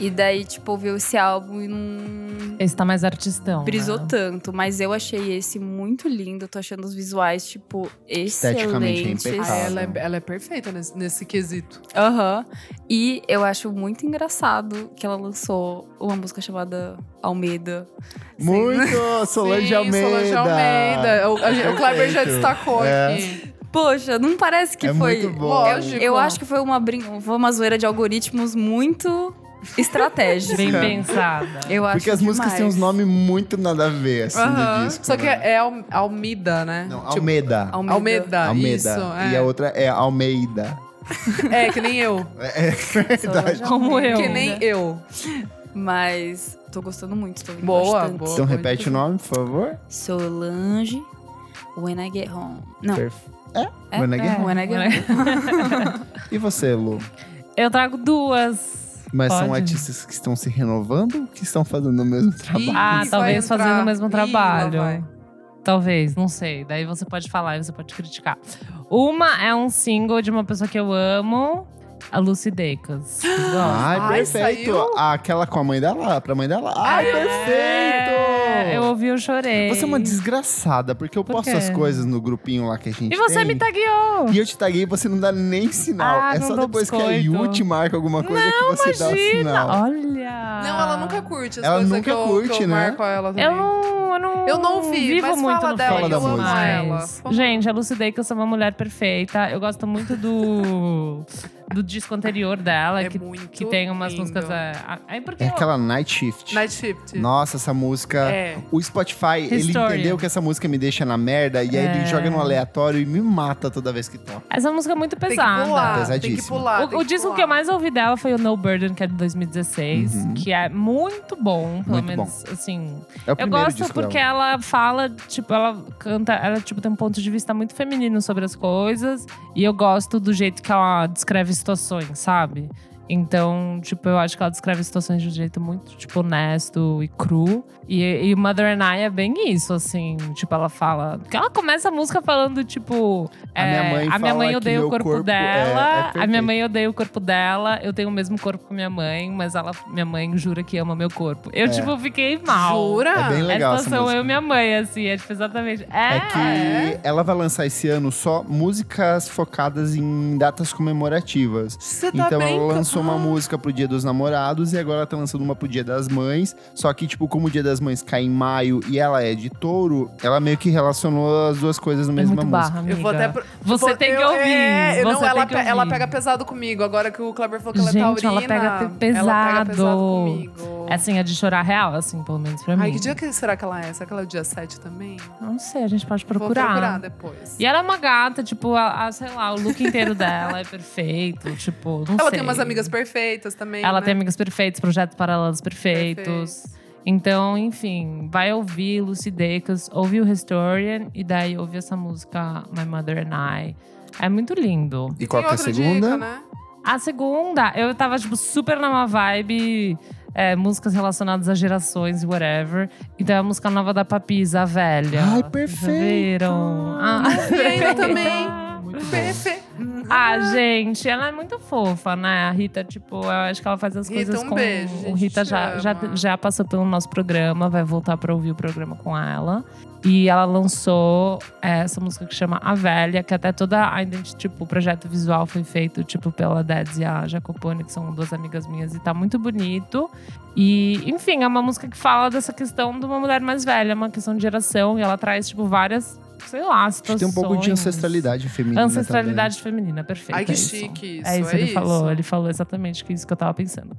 Speaker 5: E daí, tipo, ouviu esse álbum e não
Speaker 3: Esse tá mais artistão.
Speaker 5: brisou
Speaker 3: né?
Speaker 5: tanto. Mas eu achei esse muito lindo. Tô achando os visuais, tipo,
Speaker 2: Esteticamente é
Speaker 5: excelentes.
Speaker 4: Ah, ela, é,
Speaker 2: Impecável.
Speaker 4: ela é perfeita nesse, nesse quesito.
Speaker 5: Aham. E eu acho muito engraçado que ela lançou uma música chamada Almeida. Assim,
Speaker 2: Muito! Solange
Speaker 4: Sim,
Speaker 2: Almeida.
Speaker 4: Solange Almeida. O, a gente- o Kleber já
Speaker 2: Perfeito.
Speaker 4: destacou
Speaker 2: É.
Speaker 4: aqui.
Speaker 5: Poxa, não parece que
Speaker 2: é
Speaker 5: foi.
Speaker 2: muito bom.
Speaker 4: Lógico.
Speaker 5: Eu acho que foi uma, brin... foi uma zoeira de algoritmos muito estratégica.
Speaker 3: Bem pensada.
Speaker 5: Eu acho
Speaker 2: Porque as músicas
Speaker 5: demais.
Speaker 2: têm uns nomes muito nada a ver, assim,
Speaker 4: Aham.
Speaker 2: do disco.
Speaker 4: Só que
Speaker 2: né?
Speaker 4: é Al- Almida, né?
Speaker 2: Não,
Speaker 4: Tipo,
Speaker 2: Almeida.
Speaker 5: Almeida.
Speaker 4: Almeda.
Speaker 2: Almeida.
Speaker 4: Isso,
Speaker 2: E
Speaker 4: é.
Speaker 2: a outra é Almeida.
Speaker 4: é, que nem eu.
Speaker 2: É, é
Speaker 5: Solange
Speaker 2: verdade.
Speaker 3: Como
Speaker 5: Almeida.
Speaker 3: eu.
Speaker 4: Que nem eu.
Speaker 5: Mas tô gostando muito. Tô ouvindo
Speaker 4: Boa,
Speaker 5: bastante.
Speaker 4: boa.
Speaker 2: Então repete o nome, por favor.
Speaker 5: Solange, When I Get Home. Não,
Speaker 2: Perf-
Speaker 5: É?
Speaker 2: One
Speaker 3: É.
Speaker 2: Again?
Speaker 5: One Again.
Speaker 3: One
Speaker 2: E você, Lu?
Speaker 3: Eu trago duas.
Speaker 2: Mas são
Speaker 3: Pode?
Speaker 2: artistas que estão se renovando ou que estão fazendo o mesmo trabalho?
Speaker 3: Ah,
Speaker 4: Ih,
Speaker 3: talvez
Speaker 4: vai entrar.
Speaker 3: fazendo o mesmo
Speaker 4: Ih,
Speaker 3: trabalho.
Speaker 4: lá vai.
Speaker 3: Talvez, não sei. Daí você pode falar e você pode criticar. Uma é um single de uma pessoa que eu amo, a Lucy Dacus. Vocês gostam?
Speaker 2: Ai,
Speaker 4: Ai,
Speaker 2: perfeito!
Speaker 4: saiu?
Speaker 2: Ah, Aquela com a mãe dela, pra mãe dela. Ai,
Speaker 3: É, eu
Speaker 2: perfeito!
Speaker 3: ouvi, eu chorei.
Speaker 2: Você é uma desgraçada, porque eu
Speaker 3: Por
Speaker 2: posto
Speaker 3: quê?
Speaker 2: as coisas no grupinho lá que a gente
Speaker 3: E você
Speaker 2: tem.
Speaker 3: me tagueou!
Speaker 2: E eu te taguei e você não dá nem sinal.
Speaker 3: Ah,
Speaker 2: é
Speaker 3: não
Speaker 2: só
Speaker 3: dou
Speaker 2: depois que a
Speaker 3: biscoito.
Speaker 2: Yu te marca alguma coisa que você dá o
Speaker 3: Imagina!
Speaker 2: sinal.
Speaker 3: Olha!
Speaker 4: Não, ela nunca curte as
Speaker 2: Ela
Speaker 4: coisas
Speaker 2: nunca
Speaker 4: que eu,
Speaker 2: curte,
Speaker 4: que eu
Speaker 2: né?
Speaker 4: marco ela também.
Speaker 3: Eu não, eu não,
Speaker 4: Eu não ouvi,
Speaker 3: vivo
Speaker 4: mas
Speaker 3: muito
Speaker 4: fala
Speaker 3: no
Speaker 4: dela,
Speaker 2: que
Speaker 3: funk
Speaker 2: eu amo
Speaker 3: mais.
Speaker 4: ela.
Speaker 3: Gente, a Lucy Dacus é uma mulher perfeita. Eu gosto muito do, do disco anterior dela,
Speaker 4: É
Speaker 3: que,
Speaker 4: muito
Speaker 3: que tem umas
Speaker 4: lindo.
Speaker 3: músicas... é, Aí porque
Speaker 2: É
Speaker 3: eu-
Speaker 2: aquela Night Shift.
Speaker 4: Night Shift.
Speaker 2: Nossa, essa música.
Speaker 4: É.
Speaker 2: O Spotify,
Speaker 3: Historian.
Speaker 2: ele entendeu que essa música me deixa na merda e aí
Speaker 3: É.
Speaker 2: ele joga no aleatório e me mata toda vez que toca.
Speaker 3: Essa música é muito
Speaker 4: Tem que
Speaker 3: pesada.
Speaker 4: pular, tem que é
Speaker 2: Pesadíssimo.
Speaker 4: pular.
Speaker 3: O, o disco que eu mais ouvi dela foi o No Burden, que é de 2016,
Speaker 2: Uhum.
Speaker 3: que é muito bom, pelo
Speaker 2: Muito
Speaker 3: menos assim.
Speaker 2: É o
Speaker 3: Eu
Speaker 2: primeiro
Speaker 3: gosto
Speaker 2: disco
Speaker 3: porque
Speaker 2: dela.
Speaker 3: ela fala, tipo, ela canta, ela tipo tem um ponto de vista muito feminino sobre as coisas, e eu gosto do jeito que ela descreve situações, sabe? Então, tipo, eu acho que ela descreve situações de um jeito muito, tipo, honesto e cru. E, e Mother and I é bem isso, assim. Tipo, ela fala. Porque ela começa a música falando, tipo.
Speaker 2: A minha mãe
Speaker 3: a minha
Speaker 2: fala
Speaker 3: mãe
Speaker 2: que
Speaker 3: odeia o
Speaker 2: meu
Speaker 3: corpo,
Speaker 2: corpo é- é
Speaker 3: dela. a minha
Speaker 2: perfeito."
Speaker 3: mãe odeia o corpo dela. Eu tenho o mesmo corpo que minha mãe, mas ela, minha mãe jura que ama meu corpo. Eu,
Speaker 2: É.
Speaker 3: tipo, fiquei mal.
Speaker 4: Jura?
Speaker 2: É bem legal
Speaker 3: É
Speaker 2: essa
Speaker 3: situação
Speaker 2: música.
Speaker 3: eu e minha mãe, assim. É tipo, exatamente. É,
Speaker 2: É que ela vai lançar esse ano só músicas focadas em datas comemorativas.
Speaker 4: Você tá
Speaker 2: Então
Speaker 4: brincando?
Speaker 2: ela lançou uma música pro Dia dos Namorados e agora ela tá lançando uma pro Dia das Mães. Só que, tipo, como o Dia das Mães cai em maio e ela é de touro, ela meio que relacionou as duas coisas na
Speaker 3: É
Speaker 2: mesma
Speaker 3: muito
Speaker 2: música.
Speaker 3: barra, amiga.
Speaker 4: Eu vou até. pro-
Speaker 3: Você
Speaker 4: vou-
Speaker 3: tem que
Speaker 4: eu-
Speaker 3: ouvir,
Speaker 4: É, eu-
Speaker 3: você
Speaker 4: não,
Speaker 3: tem
Speaker 4: ela,
Speaker 3: que
Speaker 4: pe- ela
Speaker 3: ouvir.
Speaker 4: pega pesado comigo. Agora que o Kleber falou que ela é
Speaker 3: Gente,
Speaker 4: taurina.
Speaker 3: ela pega
Speaker 4: Ela
Speaker 3: pesado.
Speaker 4: pega pesado comigo.
Speaker 3: Assim, é de chorar real, assim, pelo menos pra
Speaker 4: Ai,
Speaker 3: mim.
Speaker 4: que dia que será que ela é? Será que ela é o dia 7 também?
Speaker 3: Não sei, a gente pode
Speaker 4: Vou procurar depois.
Speaker 3: E ela é uma gata, tipo, a, a- sei lá, o look inteiro dela é perfeito, tipo, não sei.
Speaker 4: ela tem umas amigas perfeitas também.
Speaker 3: Ela
Speaker 4: né?
Speaker 3: tem amigas perfeitas, projetos paralelos perfeitos. Então, enfim, vai ouvir Lucy Dacus, ouve o Historian e daí ouve essa música My Mother and I. É muito lindo.
Speaker 2: E qual
Speaker 4: Tem
Speaker 2: que é a
Speaker 4: outra
Speaker 2: segunda?
Speaker 4: dica, né?
Speaker 3: A segunda, eu tava, tipo, super numa vibe. é, músicas relacionadas a gerações e whatever. Então é a música nova da Papisa, a velha.
Speaker 2: Ai,
Speaker 3: Vocês
Speaker 2: perfeito!
Speaker 3: Viram? Ah,
Speaker 4: E ainda também.
Speaker 2: Muito bom.
Speaker 4: Perfeito.
Speaker 3: Ah, gente, ela é muito fofa, né? A Rita, tipo, eu acho que ela faz as
Speaker 4: Rita,
Speaker 3: coisas
Speaker 4: um
Speaker 3: com.
Speaker 4: beijo, gente,
Speaker 3: o Rita
Speaker 4: te
Speaker 3: já, já,
Speaker 4: ama.
Speaker 3: já passou pelo nosso programa, vai voltar pra ouvir o programa com ela. E ela lançou essa música que chama A Velha, que até toda a identi- tipo, o projeto visual foi feito, tipo, pela Dads e a Jacopone, que são duas amigas minhas, e tá muito bonito. E, enfim, é uma música que fala dessa questão de uma mulher mais velha, uma questão de geração, e ela traz, tipo, várias, sei lá,
Speaker 2: Acho que
Speaker 3: situações.
Speaker 2: Tem um pouco de ancestralidade feminina. tá
Speaker 3: Ancestralidade feminina, perfeito.
Speaker 4: Ai,
Speaker 3: é
Speaker 4: que
Speaker 3: isso.
Speaker 4: chique isso.
Speaker 3: É isso, ele falou. Ele falou exatamente que isso que eu tava pensando.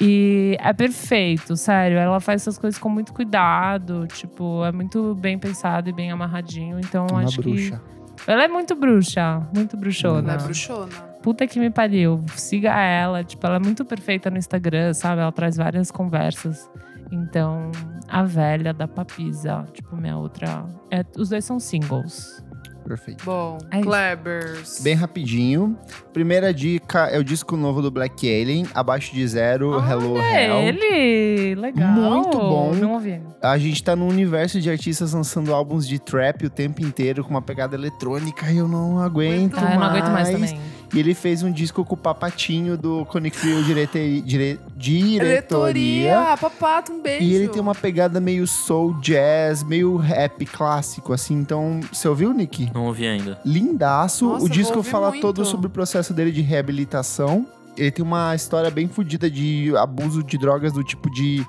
Speaker 3: E é perfeito, sério. Ela faz essas coisas com muito cuidado. Tipo, é muito bem pensado e bem amarradinho. Então,
Speaker 2: Também. É Uma
Speaker 3: acho
Speaker 2: bruxa.
Speaker 3: que. Ela é muito bruxa, muito bruxona.
Speaker 4: Ela é bruxona.
Speaker 3: Puta que me pariu. Siga ela. Tipo, ela é muito perfeita no Instagram, sabe? Ela traz várias conversas. Então, a velha da Papisa, tipo, minha outra. é- os dois são singles.
Speaker 2: Perfeito.
Speaker 4: Bom,
Speaker 3: É isso.
Speaker 4: Klebers.
Speaker 2: Bem rapidinho. Primeira dica é o disco novo do Black Alien, Abaixo de Zero, Hello Hell.
Speaker 3: É ele! Legal!
Speaker 2: Muito bom.
Speaker 3: Não ouvi.
Speaker 2: A gente tá num universo de artistas lançando álbuns de trap o tempo inteiro com uma pegada eletrônica e eu não aguento mais.
Speaker 3: Ah, eu não aguento mais também.
Speaker 2: E ele fez um disco com o papatinho do Conic Crew Direte- Dire- Diretoria.
Speaker 4: Diretoria, papato, um beijo.
Speaker 2: E ele tem uma pegada meio soul jazz, meio rap clássico, assim. Então, você ouviu, Nick?
Speaker 1: Não ouvi ainda.
Speaker 2: Lindaço. o
Speaker 4: Nossa, eu vou
Speaker 2: disco
Speaker 4: ouvir
Speaker 2: fala
Speaker 4: muito.
Speaker 2: todo sobre o processo dele de reabilitação. Ele tem uma história bem fodida de abuso de drogas, do tipo de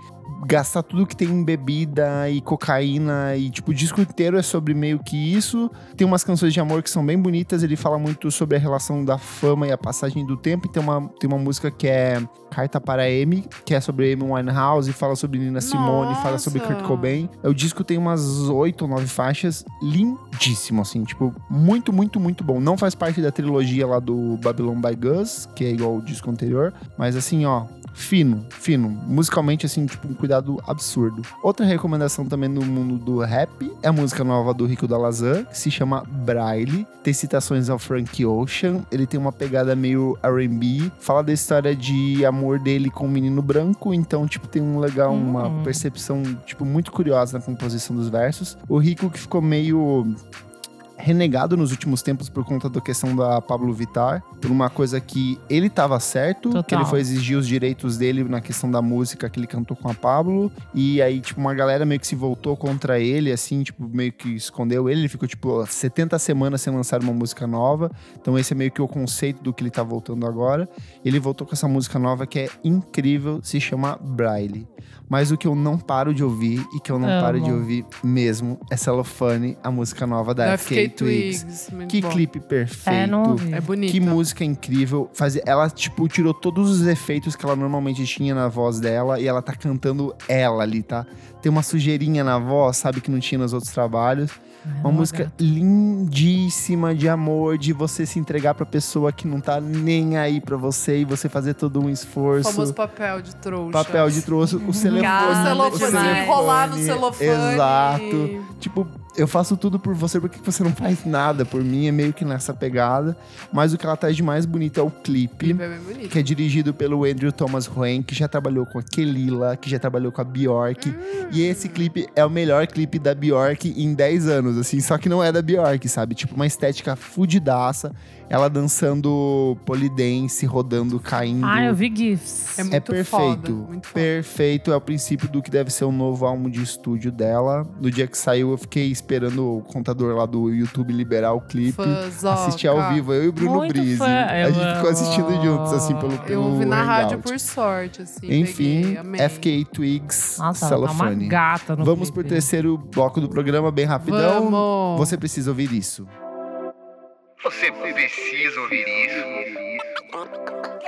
Speaker 2: gastar tudo que tem em bebida e cocaína. E, tipo, o disco inteiro é sobre meio que isso. Tem umas canções de amor que são bem bonitas. Ele fala muito sobre a relação da fama e a passagem do tempo. E tem uma, tem uma música que é Carta para Amy, que é sobre Amy Winehouse, e fala sobre Nina Simone, fala sobre
Speaker 4: Nossa!
Speaker 2: Kurt Cobain. O disco tem umas oito ou nove faixas, lindíssimo, assim, tipo, muito, muito, muito bom. Não faz parte da trilogia lá do Babylon by Gus, que é igual o disco anterior, mas assim, ó, fino, fino. Musicalmente, assim, tipo, um cuidado absurdo. Outra recomendação também no mundo do rap é a música nova do Rico da Lazan, que se chama Braille. Tem citações ao Frank Ocean. Ele tem uma pegada meio RB. Fala da história de amor dele com o menino branco. Então, tipo, tem um legal, uma
Speaker 3: Hum.
Speaker 2: percepção, tipo, muito curiosa na composição dos versos. O Rico que ficou meio renegado nos últimos tempos por conta da questão da Pablo Vittar, por uma coisa que ele tava certo,
Speaker 3: Total.
Speaker 2: que ele foi exigir os direitos dele na questão da música que ele cantou com a Pablo, e aí tipo uma galera meio que se voltou contra ele assim, tipo meio que escondeu ele, ele ficou tipo 70 semanas sem lançar uma música nova. Então esse é meio que o conceito do que ele tá voltando agora. Ele voltou com essa música nova que é incrível, se chama Braille. Mas o que eu não paro de ouvir e que eu não
Speaker 3: Amo.
Speaker 2: paro de ouvir mesmo é Celofane, a música nova da
Speaker 4: Da
Speaker 2: FK
Speaker 4: FK
Speaker 2: Twigs.
Speaker 4: Twigs. muito
Speaker 2: Tá, Que
Speaker 4: bom.
Speaker 2: clipe perfeito.
Speaker 3: É, não ouvi.
Speaker 4: É bonito.
Speaker 2: que música incrível. Fazia, ela, tipo, tirou todos os efeitos que ela normalmente tinha na voz dela e ela tá cantando ela ali, tá? Tem uma sujeirinha na voz, sabe, que não tinha nos outros trabalhos.
Speaker 3: É,
Speaker 2: Uma música lindíssima de amor, de você se entregar pra pessoa que não tá nem aí pra você e você fazer todo um
Speaker 4: O
Speaker 2: esforço.
Speaker 4: famoso papel de trouxa.
Speaker 2: Papel de trouxa, o celofane.
Speaker 4: O
Speaker 5: Ah,
Speaker 4: celofane,
Speaker 5: O celofane.
Speaker 4: enrolar no celofane.
Speaker 2: Exato. Tipo, eu faço tudo por você, por que que você não faz nada por mim? É meio que nessa pegada. Mas o que ela traz de mais bonito é o
Speaker 4: Ele
Speaker 2: clipe,
Speaker 4: é bem bonito.
Speaker 2: que é dirigido pelo Andrew Thomas Hoen, que já trabalhou com a Kelila, que já trabalhou com a Bjork. E esse clipe é o melhor clipe da Bjork em 10 anos, assim. Só que não é da Bjork, sabe? Tipo, uma estética fudidaça. Ela dançando polidense, rodando, caindo.
Speaker 3: Ah, eu vi GIFs.
Speaker 4: É muito
Speaker 2: É perfeito.
Speaker 4: foda, muito foda.
Speaker 2: perfeito é o princípio do que deve ser o novo álbum de estúdio dela. No dia que saiu, eu fiquei esperando o contador lá do YouTube liberar o clipe.
Speaker 4: Fãzoca.
Speaker 2: Assistir ao vivo, eu e o Bruno
Speaker 3: Muito
Speaker 2: Brise.
Speaker 3: fã,
Speaker 2: A
Speaker 3: eu
Speaker 2: gente ficou assistindo
Speaker 3: amo.
Speaker 2: juntos, assim, pelo,
Speaker 4: Eu
Speaker 2: pelo
Speaker 4: ouvi na rádio
Speaker 2: Hangout.
Speaker 4: por sorte, assim.
Speaker 2: Enfim,
Speaker 4: peguei, amei.
Speaker 2: FK Twigs,
Speaker 3: Nossa, ela tá uma
Speaker 2: Celofane.
Speaker 3: gata no
Speaker 2: Vamos
Speaker 3: clipe.
Speaker 2: pro terceiro bloco do programa, bem rapidão.
Speaker 4: Vamos.
Speaker 2: Você precisa ouvir isso.
Speaker 6: Você precisa ouvir isso.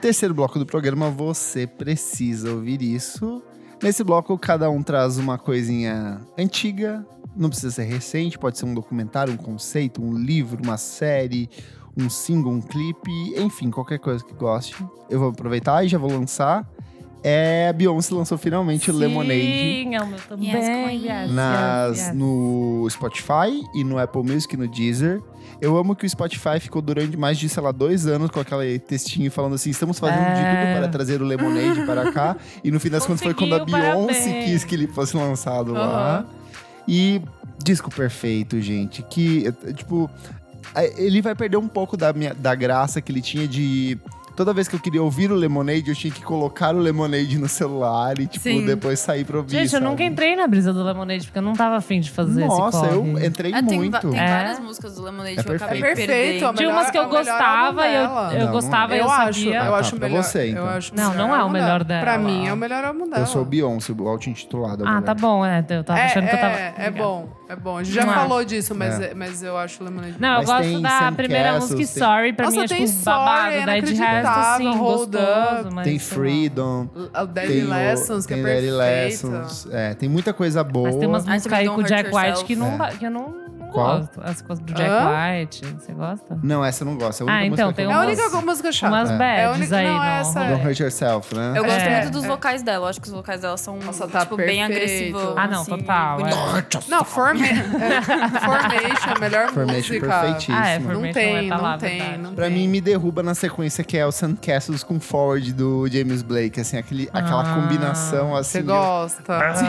Speaker 2: Terceiro bloco do programa, você precisa ouvir isso. Nesse bloco, cada um traz uma coisinha antiga, não precisa ser recente, pode ser um documentário, um conceito, um livro, uma série, um single, um clipe, enfim, qualquer coisa que goste. Eu vou aproveitar e já vou lançar. É, a Beyoncé lançou finalmente Lemonade
Speaker 3: Sim, amo também.
Speaker 5: Yes, queen.
Speaker 3: yes,
Speaker 2: nas,
Speaker 3: yes, yes.
Speaker 2: no Spotify e no Apple Music e no Deezer. Eu amo que o Spotify ficou durante mais de, sei lá, dois anos com aquele textinho falando assim: estamos fazendo de
Speaker 3: É.
Speaker 2: tudo para trazer o Lemonade para cá. E no fim das contas foi quando a
Speaker 3: Conseguiu,
Speaker 2: Beyoncé
Speaker 3: parabéns.
Speaker 2: quis que ele fosse lançado tá lá. E disco perfeito, gente. Que, eh, tipo, eh, ele vai perder um pouco da, minha, da graça que ele tinha de. Toda vez que eu queria ouvir o Lemonade, eu tinha que colocar o Lemonade no celular e, tipo,
Speaker 5: Sim.
Speaker 2: depois sair pra ouvir.
Speaker 3: Gente, eu
Speaker 2: sabe?
Speaker 3: nunca entrei na brisa do Lemonade, porque eu não tava afim de fazer
Speaker 2: Nossa,
Speaker 3: esse corre.
Speaker 2: eu entrei
Speaker 5: Ah, tem, va-
Speaker 2: muito.
Speaker 5: tem
Speaker 3: É.
Speaker 5: várias músicas do Lemonade
Speaker 2: É
Speaker 5: que eu acabei
Speaker 4: perfeito. Perfeito,
Speaker 5: perdendo.
Speaker 4: amor.
Speaker 3: Tinha umas que eu
Speaker 4: Melhor- é o melhor
Speaker 3: gostava e eu,
Speaker 4: álbum dela.
Speaker 3: eu
Speaker 2: Não, não
Speaker 3: gostava e eu,
Speaker 4: Eu acho,
Speaker 3: sabia.
Speaker 4: eu
Speaker 2: Ah,
Speaker 4: acho
Speaker 2: tá, pra
Speaker 4: melhor.
Speaker 2: você, então.
Speaker 4: Eu acho
Speaker 3: Não, não é o
Speaker 4: álbum
Speaker 3: melhor dela.
Speaker 4: Pra mim, é o melhor álbum dela.
Speaker 2: Eu sou Beyoncé, o auto-intitulado.
Speaker 3: Ah,
Speaker 2: agora.
Speaker 3: tá bom, é. Eu tava
Speaker 4: é,
Speaker 3: achando que eu tava.
Speaker 4: é, é bom, é bom. A gente já
Speaker 3: Não é.
Speaker 4: falou disso, mas, mas eu acho o Lemonade.
Speaker 3: Não, eu
Speaker 2: Mas tem
Speaker 3: gosto da
Speaker 2: Sam
Speaker 3: primeira
Speaker 2: Castles,
Speaker 3: música,
Speaker 2: tem-
Speaker 3: Sorry, pra
Speaker 4: Nossa,
Speaker 3: mim é tipo
Speaker 4: tem Sorry,
Speaker 3: babado.
Speaker 4: é
Speaker 3: Daí de resto, assim,
Speaker 4: inacreditável, Hold
Speaker 3: gostoso.
Speaker 4: Up.
Speaker 3: Mas,
Speaker 2: Tem
Speaker 3: sei lá.
Speaker 2: Freedom.
Speaker 4: O Daily
Speaker 2: Tem o-
Speaker 4: Lessons, que é
Speaker 2: tem Daily
Speaker 4: perfeita.
Speaker 2: Lessons. É, tem muita coisa boa.
Speaker 3: Mas tem umas
Speaker 4: Ah, então
Speaker 5: Aí
Speaker 3: músicas
Speaker 5: também
Speaker 3: aí
Speaker 5: Don't
Speaker 3: com o Jack
Speaker 5: Hurt
Speaker 3: White
Speaker 5: Yourself.
Speaker 3: que, não,
Speaker 2: É.
Speaker 3: va- que eu não, não
Speaker 2: Qual?
Speaker 3: gosto. As coisas do Jack
Speaker 4: Hã?
Speaker 3: White, você gosta?
Speaker 2: Não, essa eu não gosto. É a única
Speaker 3: Ah,
Speaker 2: música
Speaker 3: então,
Speaker 2: que
Speaker 3: tem
Speaker 2: eu
Speaker 4: É
Speaker 2: não
Speaker 4: a
Speaker 3: umas-
Speaker 4: única
Speaker 2: gosto.
Speaker 4: música chata.
Speaker 3: Umas
Speaker 4: é a
Speaker 3: bads
Speaker 4: única,
Speaker 3: aí,
Speaker 4: não,
Speaker 3: não,
Speaker 4: essa
Speaker 3: rolou.
Speaker 2: Don't Hurt Yourself, né?
Speaker 5: Eu gosto
Speaker 3: É,
Speaker 5: muito dos
Speaker 4: é.
Speaker 5: vocais dela. Eu acho que os vocais dela são
Speaker 4: Nossa, tá
Speaker 5: tipo, bem
Speaker 4: perfeito.
Speaker 5: agressivos.
Speaker 3: Ah, não,
Speaker 5: assim,
Speaker 3: total. é.
Speaker 5: bonitos.
Speaker 4: Não, Forma... Formation, a melhor
Speaker 2: Formation
Speaker 4: música.
Speaker 2: perfeitíssima.
Speaker 3: Ah, é,
Speaker 4: Não
Speaker 3: Formation
Speaker 4: tem,
Speaker 3: é, tá
Speaker 4: não
Speaker 3: lá,
Speaker 4: tem,
Speaker 3: verdade.
Speaker 4: não
Speaker 2: Pra
Speaker 4: tem.
Speaker 2: mim, me derruba na sequência que é o Sandcastles com Forward do James Blake. Assim, aquele, aquela
Speaker 3: Ah,
Speaker 2: combinação, assim...
Speaker 4: Você
Speaker 2: eu-
Speaker 4: gosta.
Speaker 2: Ai,
Speaker 3: Você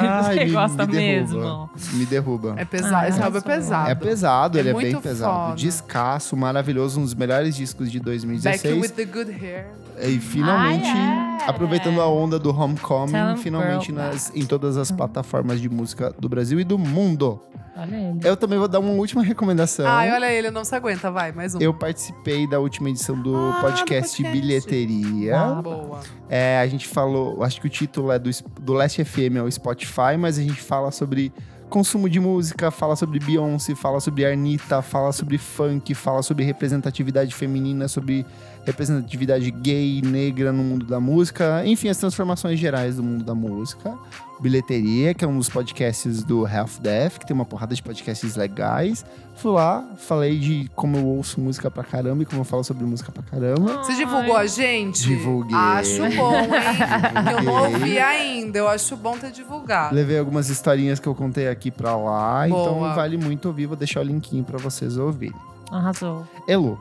Speaker 2: me-
Speaker 3: gosta
Speaker 2: me derruba.
Speaker 3: mesmo.
Speaker 2: Me derruba.
Speaker 4: É pesado,
Speaker 3: Ah,
Speaker 4: esse
Speaker 3: é
Speaker 4: álbum é
Speaker 3: pesado.
Speaker 4: pesado.
Speaker 2: É pesado,
Speaker 4: É
Speaker 2: ele é bem
Speaker 4: muito
Speaker 2: pesado.
Speaker 4: foda.
Speaker 2: Descasso, maravilhoso, um dos melhores discos de
Speaker 4: Back
Speaker 2: 2016.
Speaker 4: with the good hair.
Speaker 2: E finalmente,
Speaker 3: Ah, é.
Speaker 2: aproveitando a onda do
Speaker 3: Tell
Speaker 2: Homecoming,
Speaker 3: 'em
Speaker 2: finalmente
Speaker 3: girl
Speaker 2: nas, em todas as plataformas de música do Brasil e do mundo.
Speaker 3: Olha ele.
Speaker 2: Eu também vou dar uma última recomendação.
Speaker 4: Ai, olha ele, não se aguenta, vai, mais um.
Speaker 2: Então. Eu participei da última edição do
Speaker 4: Ah, do
Speaker 2: podcast,
Speaker 4: podcast.
Speaker 2: Bilheteria.
Speaker 4: Boa.
Speaker 2: É, a gente falou, acho que o título é do, Sp- do Last FM ao Spotify, mas a gente fala sobre consumo de música, fala sobre Beyoncé, fala sobre Arnita, fala sobre funk, fala sobre representatividade feminina, sobre representatividade gay, negra no mundo da música, enfim, as transformações gerais do mundo da música. Bilheteria, que é um dos podcasts do Half Death, que tem uma porrada de podcasts legais. Fui lá, falei de como eu ouço música pra caramba e como eu falo sobre música pra caramba.
Speaker 4: Você divulgou a gente?
Speaker 2: Divulguei.
Speaker 4: Acho bom, hein? Eu não
Speaker 2: Divulguei.
Speaker 4: ouvi ainda. Eu acho bom ter divulgado.
Speaker 2: Levei algumas historinhas que eu contei aqui pra lá, então
Speaker 4: Boa.
Speaker 2: vale muito ouvir. Vou deixar o linkinho pra vocês ouvirem.
Speaker 3: Arrasou.
Speaker 2: Elo,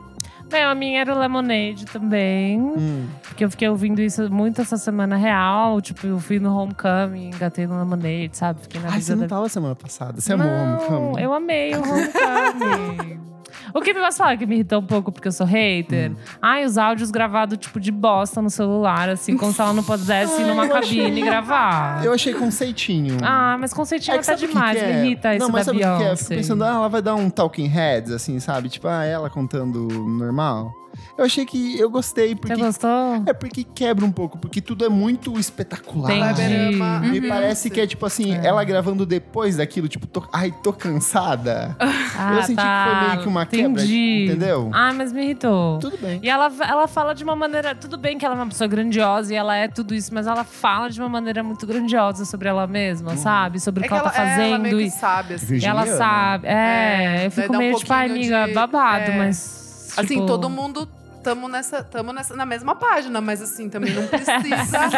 Speaker 3: Meu, a minha era o Lemonade também.
Speaker 2: hum,
Speaker 3: Porque eu fiquei ouvindo isso muito essa semana real. Tipo, eu fui no Homecoming, engatei no Lemonade, sabe? Fiquei na
Speaker 2: Ai, você
Speaker 3: brisa
Speaker 2: não
Speaker 3: da-
Speaker 2: tava semana passada. Você é
Speaker 3: não,
Speaker 2: amou o Homecoming?
Speaker 3: eu amei o Homecoming. O que me posso falar que me irritou um pouco porque eu sou
Speaker 2: Hum.
Speaker 3: hater? Ai, os áudios gravados tipo de bosta no celular, assim, como se ela não pudesse ir numa cabine gravar.
Speaker 2: Eu achei conceitinho.
Speaker 3: Ah, mas conceitinho tá
Speaker 2: sabe o que
Speaker 3: demais,
Speaker 2: que é?
Speaker 3: me irrita isso
Speaker 2: Não, mas
Speaker 3: da
Speaker 2: sabe o que que é? Eu
Speaker 3: Beyoncé.
Speaker 2: fico pensando, ah, ela vai dar um talking heads, assim, sabe? Tipo, ah, ela contando normal. Eu achei que eu gostei, porque...
Speaker 3: Você gostou?
Speaker 2: É porque quebra um pouco, porque tudo é muito espetacular.
Speaker 3: Entendi.
Speaker 2: Me
Speaker 3: Uhum.
Speaker 2: parece que é tipo assim, ela gravando depois daquilo, tipo, tô- ai, tô cansada.
Speaker 3: Ah,
Speaker 2: eu senti que foi
Speaker 3: tá.
Speaker 2: meio que uma quebra,
Speaker 3: Entendi.
Speaker 2: entendeu?
Speaker 3: Ah, mas me irritou.
Speaker 2: Tudo bem.
Speaker 3: E ela, ela fala de uma maneira. Tudo bem que ela é uma pessoa grandiosa e ela é tudo isso, mas ela fala de uma maneira muito grandiosa sobre ela
Speaker 2: Uhum.
Speaker 3: mesma, sabe? Sobre o que ela, tá
Speaker 4: é, ela
Speaker 3: fazendo.
Speaker 4: meio que
Speaker 3: e
Speaker 4: sabe, assim.
Speaker 2: Virgínia,
Speaker 3: ela
Speaker 2: né?
Speaker 3: sabe. É,
Speaker 4: É,
Speaker 3: eu
Speaker 4: daí
Speaker 3: fico
Speaker 4: dá um
Speaker 3: meio tipo, ai,
Speaker 4: pouquinho
Speaker 3: amiga,
Speaker 4: de-
Speaker 3: babado,
Speaker 4: é.
Speaker 3: mas.
Speaker 4: Assim,
Speaker 3: tipo,
Speaker 4: todo mundo tamo nessa, tamo nessa, na mesma página, mas assim, também não precisa. sabe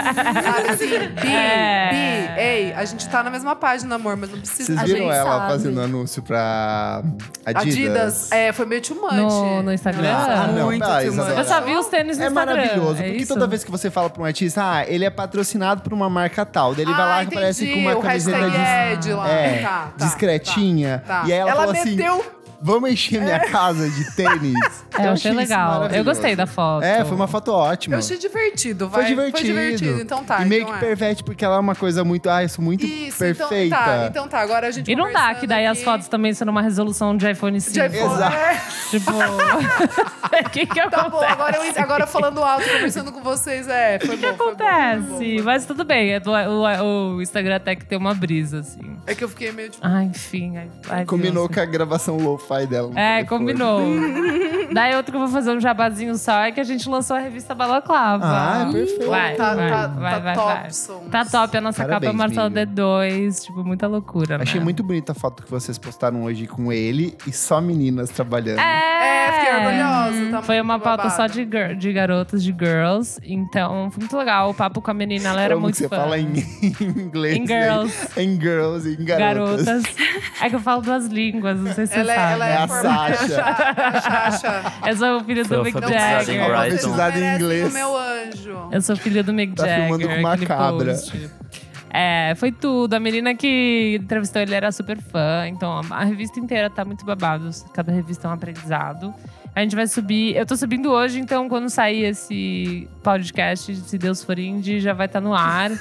Speaker 4: assim, Bi,
Speaker 3: É.
Speaker 4: Bi, ei, a gente tá na mesma página, amor, mas não precisa.
Speaker 2: Vocês
Speaker 5: A
Speaker 2: viram
Speaker 5: gente
Speaker 2: ela
Speaker 5: sabe.
Speaker 2: fazendo anúncio pra Adidas?
Speaker 4: Adidas, é, né? foi meio too much.
Speaker 3: No, no Instagram.
Speaker 2: Ah, não,
Speaker 5: Muito
Speaker 2: tá,
Speaker 5: too much.
Speaker 2: Isadora.
Speaker 3: Eu só vi os tênis no
Speaker 2: É
Speaker 3: Instagram.
Speaker 2: maravilhoso,
Speaker 3: é
Speaker 2: porque
Speaker 3: isso?
Speaker 2: toda vez que você fala pra um artista, ah, ele é patrocinado por uma marca tal, daí ele vai
Speaker 4: Ah,
Speaker 2: lá e
Speaker 4: entendi,
Speaker 2: aparece com uma
Speaker 4: o
Speaker 2: camiseta
Speaker 4: hashtag
Speaker 2: dis-
Speaker 4: Ed lá.
Speaker 2: é,
Speaker 4: tá, tá,
Speaker 2: discretinha.
Speaker 4: tá, tá.
Speaker 2: E aí ela, falou
Speaker 4: meteu
Speaker 2: assim: vamos encher minha casa de tênis.
Speaker 3: É, eu achei
Speaker 2: isso
Speaker 3: legal. Eu
Speaker 2: maravilhoso.
Speaker 3: gostei da foto.
Speaker 2: É, foi uma foto ótima.
Speaker 4: Eu achei divertido, vai.
Speaker 2: Foi divertido.
Speaker 4: Então tá.
Speaker 2: E meio
Speaker 4: então
Speaker 2: que
Speaker 4: é.
Speaker 2: perverte, porque ela é uma coisa muito. Ah, eu sou muito
Speaker 4: Isso, então
Speaker 2: perfeita.
Speaker 4: tá, então tá. Agora a gente
Speaker 3: E não dá, que daí
Speaker 4: conversando
Speaker 3: as
Speaker 4: aqui.
Speaker 3: fotos também são numa resolução de iPhone 5.
Speaker 4: Já foi-
Speaker 2: Exato.
Speaker 4: é.
Speaker 3: Tipo. O que que
Speaker 4: Tá bom,
Speaker 3: acontece?
Speaker 4: agora, eu, agora falando alto, conversando com vocês, é. Foi bom, foi bom, foi bom, foi
Speaker 3: Acontece,
Speaker 4: bom.
Speaker 3: mas tudo bem. é do- O, o Instagram até que tem uma brisa, assim.
Speaker 4: É que eu fiquei meio tipo.
Speaker 3: Ah, enfim. ai- ai,
Speaker 2: Combinou
Speaker 3: Deus.
Speaker 2: com a gravação lo-fi dela. no
Speaker 3: É,
Speaker 2: telefone.
Speaker 3: combinou. Daí outro que eu vou fazer um jabazinho só é que a gente lançou a revista Balaclava.
Speaker 2: Ah, perfeito.
Speaker 3: Vai,
Speaker 4: Tá,
Speaker 3: vai,
Speaker 4: tá,
Speaker 3: vai,
Speaker 4: tá
Speaker 3: vai, vai.
Speaker 4: top.
Speaker 3: Tá top, a nossa
Speaker 2: Parabéns,
Speaker 3: capa é Marcelo
Speaker 2: menina.
Speaker 3: D2, tipo, muita loucura, né?
Speaker 2: Achei muito bonita a foto que vocês postaram hoje com ele e só meninas trabalhando.
Speaker 3: É,
Speaker 4: É, fiquei orgulhosa. Tá
Speaker 3: Foi uma
Speaker 4: muito
Speaker 3: pauta só
Speaker 4: babado.
Speaker 3: de, gir- de garotas, de girls. Então, foi muito legal. O papo com a menina, ela era
Speaker 2: Como
Speaker 3: muito
Speaker 2: que você
Speaker 3: fã.
Speaker 2: fala em, em inglês.
Speaker 3: Em
Speaker 2: né?
Speaker 3: girls.
Speaker 2: Em girls, em garotas.
Speaker 3: garotas. É que eu falo duas línguas, não sei se
Speaker 4: Ela,
Speaker 3: você
Speaker 4: é-
Speaker 3: sabe.
Speaker 4: ela
Speaker 2: É
Speaker 4: é,
Speaker 2: a
Speaker 4: formada-
Speaker 2: Sasha.
Speaker 4: a Sasha.
Speaker 3: Eu sou filha
Speaker 1: Foi
Speaker 3: do Mick
Speaker 1: alfabetizada em
Speaker 3: Jagger.
Speaker 1: Brighton.
Speaker 2: Alfabetizada em
Speaker 4: Merece
Speaker 2: inglês.
Speaker 4: o meu anjo.
Speaker 3: Eu sou filha do Mick
Speaker 2: Tá
Speaker 3: Jagger.
Speaker 2: filmando com uma
Speaker 3: aquele
Speaker 2: cabra.
Speaker 3: post. É, foi tudo. A menina que entrevistou ele era super fã. Então, a revista inteira tá muito babado. Cada revista é um aprendizado. A gente vai subir. Eu tô subindo hoje, então quando sair esse podcast, se Deus for indie, já vai estar no ar.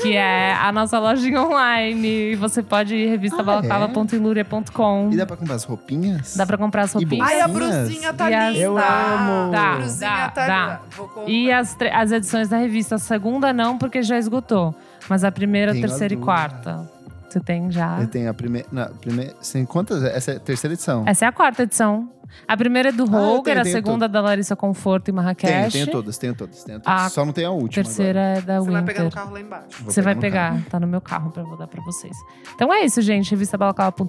Speaker 3: que é a nossa lojinha online. Você pode ir revista
Speaker 2: Ah,
Speaker 3: balaclava.iluria.com.
Speaker 2: E dá pra comprar as roupinhas?
Speaker 3: Dá pra comprar as
Speaker 2: E bom.
Speaker 3: roupinhas.
Speaker 4: Ai, a
Speaker 2: Brucinhas.
Speaker 4: brusinha tá
Speaker 3: E as-
Speaker 4: linda.
Speaker 2: Eu amo.
Speaker 3: Dá,
Speaker 4: A brusinha
Speaker 3: dá,
Speaker 4: tá
Speaker 3: dá.
Speaker 4: linda. Vou comprar.
Speaker 3: E as, tre- as edições da revista. A segunda não, porque já esgotou. Mas a primeira,
Speaker 2: Tenho a
Speaker 3: terceira e
Speaker 2: dúvida.
Speaker 3: quarta. Você tem já?
Speaker 2: Eu tenho a primeira. Não, primeira. Sem quantas? Essa é a terceira edição.
Speaker 3: Essa é a quarta edição. A primeira é do
Speaker 2: Ah, eu
Speaker 3: Holger,
Speaker 2: tenho,
Speaker 3: a
Speaker 2: tenho
Speaker 3: segunda é da Larissa Conforto e
Speaker 2: tenho,
Speaker 3: Marrakech.
Speaker 2: tenho todas, tenho todas, tenho todas.
Speaker 3: A
Speaker 2: Só não tem a
Speaker 3: a
Speaker 2: última.
Speaker 3: terceira é da
Speaker 4: Você vai pegar no
Speaker 3: Winter.
Speaker 4: carro lá embaixo.
Speaker 2: Vou
Speaker 3: Você vai
Speaker 2: pegar
Speaker 3: pegar, tá no meu carro pra eu dar pra vocês. Então é isso, gente.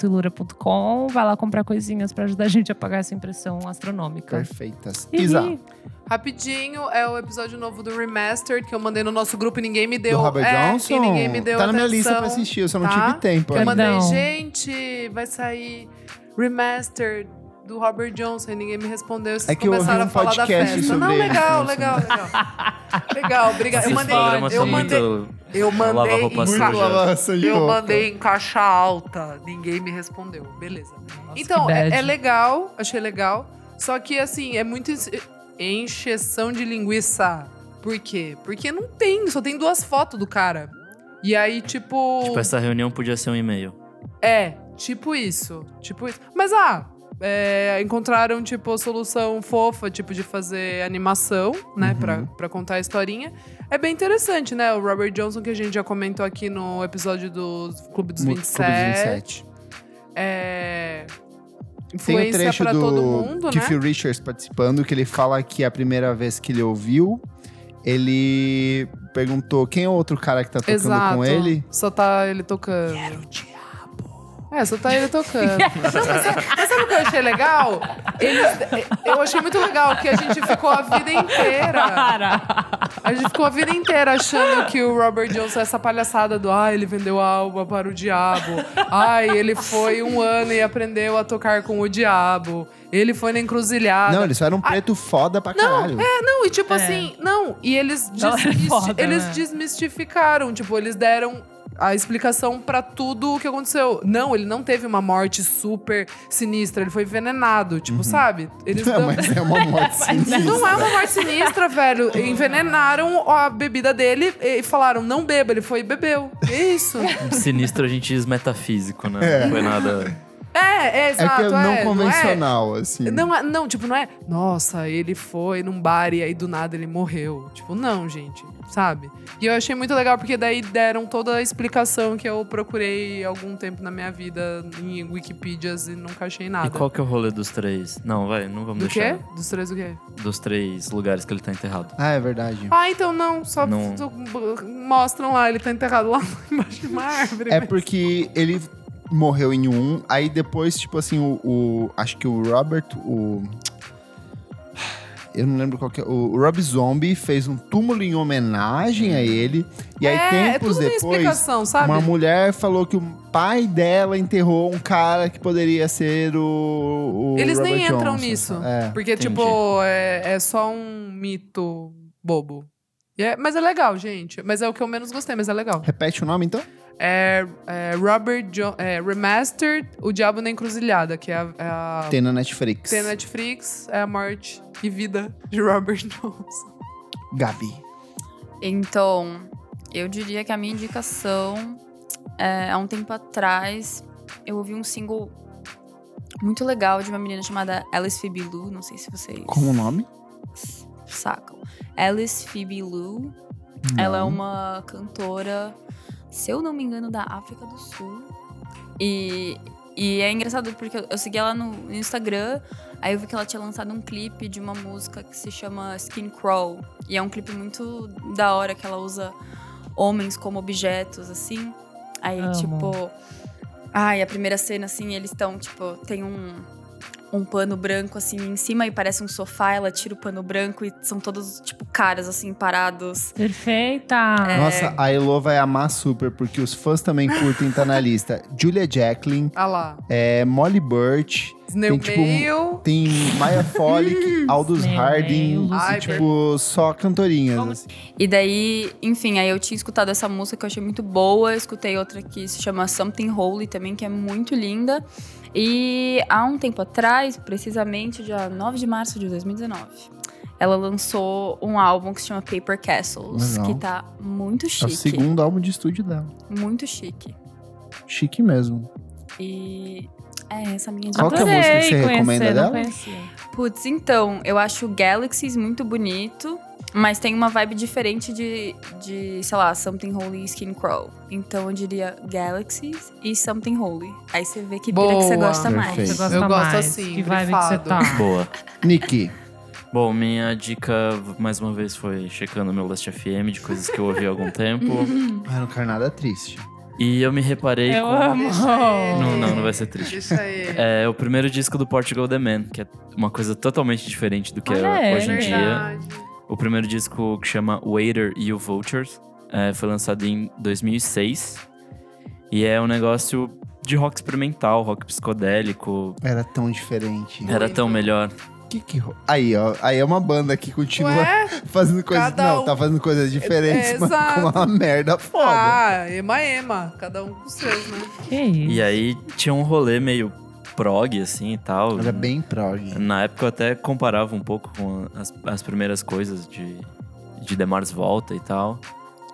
Speaker 3: Revistabalaclava.ilura.com. Vai lá comprar coisinhas pra ajudar a gente a pagar essa impressão
Speaker 2: agora.
Speaker 3: astronômica.
Speaker 2: Perfeitas.
Speaker 3: Ih,
Speaker 2: Isa,
Speaker 4: Rapidinho, é o episódio novo do Remastered que eu mandei no nosso grupo e ninguém me deu.
Speaker 2: do Robert
Speaker 4: é,
Speaker 2: Johnson.
Speaker 4: E ninguém me deu
Speaker 2: tá na minha lista pra
Speaker 4: atenção.
Speaker 2: assistir, eu só não
Speaker 4: tá?
Speaker 2: tive tempo.
Speaker 4: Eu
Speaker 2: ainda.
Speaker 4: mandei,
Speaker 3: Perdão.
Speaker 4: gente, vai sair Remastered do Robert Johnson e ninguém me respondeu. Vocês
Speaker 2: É que eu ouvi
Speaker 4: começaram
Speaker 2: um
Speaker 4: a falar da
Speaker 2: podcast
Speaker 4: festa.
Speaker 2: sobre
Speaker 4: Não,
Speaker 2: ele,
Speaker 4: legal,
Speaker 2: Johnson.
Speaker 4: legal, legal. Legal, obrigada. Eu
Speaker 1: Esses
Speaker 4: mandei,
Speaker 1: programas
Speaker 4: eu
Speaker 1: são
Speaker 4: mandei,
Speaker 1: muito
Speaker 4: eu mandei
Speaker 1: lava roupa
Speaker 4: em
Speaker 1: suja.
Speaker 4: ca-
Speaker 1: Muito
Speaker 2: lavação de
Speaker 4: eu
Speaker 2: roupa.
Speaker 4: mandei em caixa alta, ninguém me respondeu. Beleza. então,
Speaker 3: que
Speaker 4: é,
Speaker 3: bad.
Speaker 4: é legal, achei legal. Só que, assim, é muito ens- encheção de linguiça. Por quê? Porque não tem, só tem duas fotos do cara. E aí, tipo.
Speaker 1: Tipo, essa reunião podia ser um e-mail.
Speaker 4: É, tipo isso. Tipo isso. Mas, ah, é, encontraram, tipo, solução fofa, tipo, de fazer animação, né?
Speaker 2: Uhum.
Speaker 4: Pra, pra contar a historinha. É bem interessante, né? O Robert Johnson, que a gente já comentou aqui no episódio do Clube dos
Speaker 2: Mu-
Speaker 4: 27.
Speaker 2: Clube dos 27.
Speaker 4: É...
Speaker 2: Tem o
Speaker 4: Influência
Speaker 2: trecho
Speaker 4: pra
Speaker 2: do
Speaker 4: todo mundo,
Speaker 2: Keith
Speaker 4: né?
Speaker 2: Richards participando, que ele fala que é a primeira vez que ele ouviu ele perguntou quem é o outro cara que tá tocando
Speaker 4: Exato.
Speaker 2: com ele.
Speaker 4: Só tá ele tocando. É, só tá ele tocando. Mas sabe- mas sabe o que eu achei legal? Eles- eu achei muito legal que a gente ficou a vida inteira.
Speaker 3: Para!
Speaker 4: A gente ficou a vida inteira achando que o Robert Johnson é essa palhaçada do ai, ele vendeu a alma para o diabo. Ai, ele foi um ano e aprendeu a tocar com o diabo. Ele foi na encruzilhada.
Speaker 2: Não, eles só eram preto foda pra caralho.
Speaker 4: Ah, Não, e tipo assim, não, e eles,
Speaker 3: Ela é
Speaker 4: desmisti-
Speaker 3: foda,
Speaker 4: eles
Speaker 3: né?
Speaker 4: desmistificaram, tipo, eles deram a explicação pra tudo o que aconteceu. Não, ele não teve uma morte super sinistra, ele foi envenenado, tipo, sabe? Eles
Speaker 2: Uhum. Não,
Speaker 4: dão-
Speaker 2: mas é uma moto
Speaker 4: Não é
Speaker 2: sinistra.
Speaker 4: uma morte sinistra, velho. Envenenaram a bebida dele e falaram, não beba. Ele foi e bebeu. É isso.
Speaker 1: Sinistro a gente diz metafísico, né? Não foi nada.
Speaker 4: É, é
Speaker 2: É
Speaker 4: exato.
Speaker 2: que é não
Speaker 4: é,
Speaker 2: convencional, assim.
Speaker 4: Não, é- não, tipo, não é, nossa, ele foi num bar e aí do nada ele morreu. Tipo, não, gente, sabe? E eu achei muito legal porque daí deram toda a explicação que eu procurei algum tempo na minha vida em Wikipedias e nunca achei nada.
Speaker 1: E qual que é o rolê dos três? Não, vai, não
Speaker 2: é
Speaker 1: vamos
Speaker 4: do
Speaker 1: deixar.
Speaker 4: quê? Dos três do quê?
Speaker 1: Dos três lugares que ele tá enterrado.
Speaker 2: Ah, é verdade.
Speaker 4: Ah, então não, só
Speaker 1: Não.
Speaker 4: só mostram lá, ele tá enterrado lá embaixo de uma árvore.
Speaker 2: É porque ele morreu em um, aí depois, tipo assim, o. o- acho que o Robert, o. Eu não lembro qual que é. O Rob Zombie fez um túmulo em homenagem a ele. E aí,
Speaker 4: é, é
Speaker 2: tempos
Speaker 4: tudo tem
Speaker 2: depois,
Speaker 4: explicação, sabe?
Speaker 2: uma mulher falou que o pai dela enterrou um cara que poderia ser o. o
Speaker 4: Eles
Speaker 2: Robert
Speaker 4: nem entram
Speaker 2: Johnson.
Speaker 4: nisso.
Speaker 2: É.
Speaker 4: Porque,
Speaker 1: Entendi.
Speaker 4: tipo, é, é só um mito bobo. E é- mas é legal, gente. Mas é o que eu menos gostei, mas é legal.
Speaker 2: Repete o nome então?
Speaker 4: É, é Robert Jo- é, Remastered, O Diabo na Encruzilhada, que é a, é a-
Speaker 2: Tem na Netflix.
Speaker 4: tem na Netflix, é a morte e vida de Robert Johnson.
Speaker 2: Gabi.
Speaker 5: Então, eu diria que a minha indicação é, há um tempo atrás eu ouvi um single muito legal de uma menina chamada Alice Phoebe Lou, não sei se vocês
Speaker 2: Como o nome?
Speaker 5: sacam. Alice Phoebe Lou, ela é uma cantora, se eu não me engano, da África do Sul. E, e é engraçado porque eu, eu segui ela no, no Instagram, aí eu vi que ela tinha lançado um clipe de uma música que se chama Skin Crawl. E é um clipe muito da hora que ela usa homens como objetos, assim. Aí,
Speaker 3: Amo.
Speaker 5: tipo. Ai, a primeira cena, assim, eles estão, tipo, tem um. Um pano branco assim em cima e parece um sofá. Ela tira o pano branco e são todos, tipo, caras assim parados.
Speaker 3: Perfeita!
Speaker 4: É.
Speaker 2: Nossa, a Elo vai amar super, porque os fãs também curtem, tá na lista. Julia Jacklin,
Speaker 4: Ah lá.
Speaker 2: é, Molly Birch,
Speaker 4: Snail
Speaker 2: tipo,
Speaker 4: Mail.
Speaker 2: tem Maya Folic, Aldous
Speaker 3: Meu
Speaker 4: é,
Speaker 2: Harding,
Speaker 3: Deus.
Speaker 4: Ai,
Speaker 2: tipo, só cantorinhas. assim.
Speaker 5: E daí, enfim, aí eu tinha escutado essa música que eu achei muito boa, escutei outra que se chama Something Holy também, que é muito linda. E há um tempo atrás, precisamente dia 9 de março de 2019, ela lançou um álbum que se chama Paper Castles,
Speaker 2: Legal.
Speaker 5: que tá muito
Speaker 2: É o
Speaker 5: chique.
Speaker 2: segundo álbum de estúdio dela.
Speaker 5: muito chique.
Speaker 2: Chique mesmo.
Speaker 5: E é essa é a minha
Speaker 2: Qual que é a
Speaker 5: dica.
Speaker 2: música que você
Speaker 3: Adorei
Speaker 2: recomenda
Speaker 3: conhecer,
Speaker 2: dela?
Speaker 3: Não conhecia.
Speaker 5: Putz, então, eu acho Galaxies muito bonito, mas tem uma vibe diferente de, de sei lá, Something Holy e Skin Crawl. Então eu diria Galaxies e Something Holy. Aí você vê que pira que você
Speaker 4: Boa.
Speaker 5: gosta
Speaker 2: Perfeito.
Speaker 3: Você
Speaker 5: mais.
Speaker 3: gosta
Speaker 4: Eu gosto
Speaker 3: mais.
Speaker 4: assim,
Speaker 3: Que vibe que você
Speaker 4: grifado.
Speaker 3: tá?
Speaker 1: Boa.
Speaker 2: Nick,
Speaker 1: Bom, minha dica, mais uma vez, foi checando meu Last FM de coisas que eu ouvi há algum tempo.
Speaker 2: ah, não quero nada triste.
Speaker 1: E eu me reparei
Speaker 3: Eu
Speaker 1: com.
Speaker 3: amo.
Speaker 1: Não, não, não vai ser triste.
Speaker 4: Deixa ele.
Speaker 1: É o primeiro disco do Portugal The Man, que é uma coisa totalmente diferente do que
Speaker 3: Olha,
Speaker 1: é
Speaker 3: é
Speaker 1: hoje em dia.
Speaker 4: Verdade.
Speaker 1: O primeiro disco que chama Waiter e o Vultures é, foi lançado em 2006. E é um negócio de rock experimental, rock psicodélico.
Speaker 2: Era tão diferente.
Speaker 1: Era tão melhor.
Speaker 2: Que que ro- Aí, ó. Aí é uma banda que continua
Speaker 4: Ué?
Speaker 2: fazendo coisas.
Speaker 4: cada
Speaker 2: Não,
Speaker 4: um-
Speaker 2: tá fazendo coisas diferentes,
Speaker 4: É,
Speaker 2: mas
Speaker 4: exato.
Speaker 2: com uma merda foda.
Speaker 4: Ah, ema, ema. Cada um com os seus, né?
Speaker 3: Que isso?
Speaker 1: E aí tinha um rolê meio prog, assim e tal.
Speaker 2: Era é bem prog.
Speaker 1: Na época eu até comparava um pouco com as, as primeiras coisas de, de Demars Volta e tal.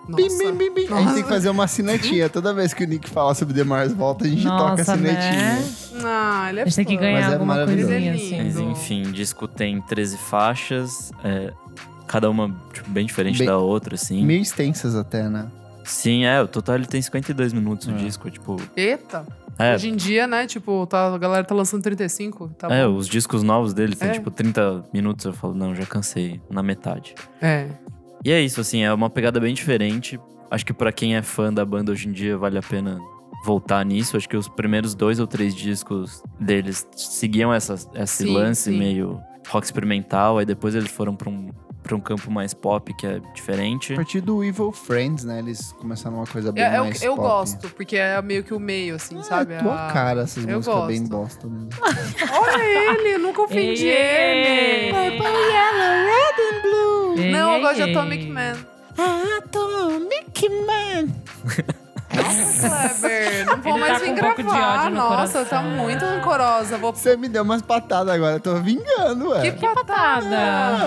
Speaker 2: Bim,
Speaker 4: Nossa.
Speaker 2: bim, bim, bim. A gente
Speaker 4: Nossa.
Speaker 2: tem que fazer uma assinatinha. Toda vez que o Nick fala sobre The Mars Volta, a gente toca a
Speaker 3: Nossa,
Speaker 2: assinatinha.
Speaker 3: né?
Speaker 4: Ah, ele é
Speaker 3: A gente tem que
Speaker 4: fã.
Speaker 2: Mas
Speaker 3: ganhar
Speaker 2: é
Speaker 3: alguma
Speaker 2: maravilhoso.
Speaker 3: coisinha
Speaker 4: Mas é
Speaker 3: assim.
Speaker 1: Mas
Speaker 4: Lindo.
Speaker 1: enfim, disco tem 13 faixas, é, cada uma tipo, bem diferente
Speaker 2: Bem-
Speaker 1: da outra, assim.
Speaker 2: Meio extensas até, né?
Speaker 1: Sim, é, o total ele tem 52 minutos
Speaker 2: É.
Speaker 1: o disco, tipo.
Speaker 4: Eita.
Speaker 1: É,
Speaker 4: Hoje em dia, né? Tipo, tá, a galera tá lançando 35. Tá
Speaker 1: é,
Speaker 4: bom.
Speaker 1: os discos novos dele tem
Speaker 4: É.
Speaker 1: tipo 30 minutos, eu falo, não, já cansei, na metade.
Speaker 4: É.
Speaker 1: E é isso, assim, é uma pegada bem diferente. Acho que pra quem é fã da banda hoje em dia vale a pena voltar nisso. Acho que os primeiros dois ou três discos deles seguiam essa, esse
Speaker 4: Sim,
Speaker 1: lance
Speaker 4: sim.
Speaker 1: meio rock experimental. Aí depois eles foram pra um, pra um campo mais pop, que é diferente.
Speaker 2: A partir do Evil Friends, né? Eles começaram uma coisa bem
Speaker 4: É, Eu, eu,
Speaker 2: mais
Speaker 4: eu
Speaker 2: pop.
Speaker 4: gosto, porque é meio que o meio, assim, sabe?
Speaker 2: É tua
Speaker 4: A-
Speaker 2: cara, essas
Speaker 4: eu
Speaker 2: músicas é
Speaker 4: gosto.
Speaker 2: bem bosta né? mesmo.
Speaker 4: Olha ele, nunca ofendi
Speaker 3: é
Speaker 4: ele. Não, eu gosto de Atomic Man.
Speaker 2: Atomic Man!
Speaker 4: Nossa, Kleber, não vou
Speaker 3: Ele tá
Speaker 4: mais
Speaker 3: com
Speaker 4: vir
Speaker 3: um pouco de
Speaker 4: gravar.
Speaker 3: ódio no
Speaker 4: Nossa, tá
Speaker 3: coração.
Speaker 4: muito rancorosa. Vou...
Speaker 2: Você me deu umas patadas agora, eu tô vingando, ué.
Speaker 4: Que patada!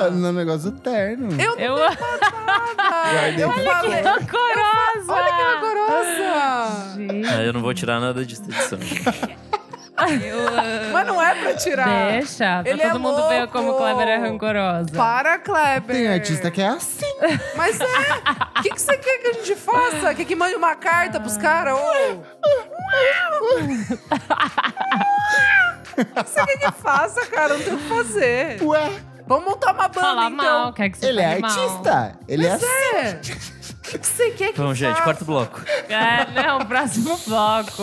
Speaker 2: Ah, no negócio do terno.
Speaker 4: Eu
Speaker 3: Eu...
Speaker 4: Ah,
Speaker 2: Guardei
Speaker 4: eu
Speaker 2: pro
Speaker 4: falei.
Speaker 2: futuro.
Speaker 3: Rancorosa!
Speaker 4: Olha que
Speaker 2: Ah.
Speaker 4: rancorosa!
Speaker 3: Gente,
Speaker 1: É, eu não vou tirar nada disso da edição.
Speaker 4: Mas não é pra tirar.
Speaker 3: deixa. Pra
Speaker 4: Ele é
Speaker 3: todo mundo ver como
Speaker 4: louco.
Speaker 3: Kleber é rancorosa.
Speaker 4: Para, Kleber.
Speaker 2: Tem artista que é assim.
Speaker 4: Mas é. O que, que você quer que a gente faça? Quer que mande uma carta pros caras? Ou... O que que você quer que faça, cara? Não tem o que fazer.
Speaker 2: Ué,
Speaker 4: Vamos montar uma banda,
Speaker 3: Falar
Speaker 4: então.
Speaker 3: mal, quer que você
Speaker 2: ele é
Speaker 3: fale mal.
Speaker 2: artista. Ele é assim.
Speaker 4: É. O que que você quer que
Speaker 1: Então, gente,
Speaker 4: faça?
Speaker 1: quarto bloco.
Speaker 3: É, não, próximo bloco.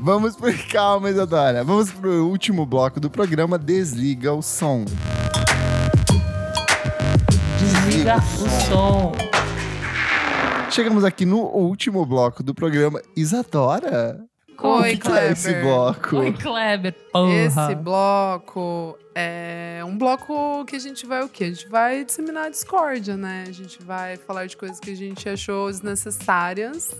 Speaker 2: Vamos por calma, Isadora. Vamos pro último bloco do programa Desliga o Som.
Speaker 3: Desliga o som.
Speaker 2: Chegamos aqui no último bloco do programa. Isadora?
Speaker 4: Oi,
Speaker 2: o que, que é
Speaker 4: Kleber.
Speaker 2: esse bloco?
Speaker 3: Oi, Kleber. Porra.
Speaker 4: Esse bloco é um bloco que a gente vai o quê? A gente vai disseminar a discórdia, né? A gente vai falar de coisas que a gente achou desnecessárias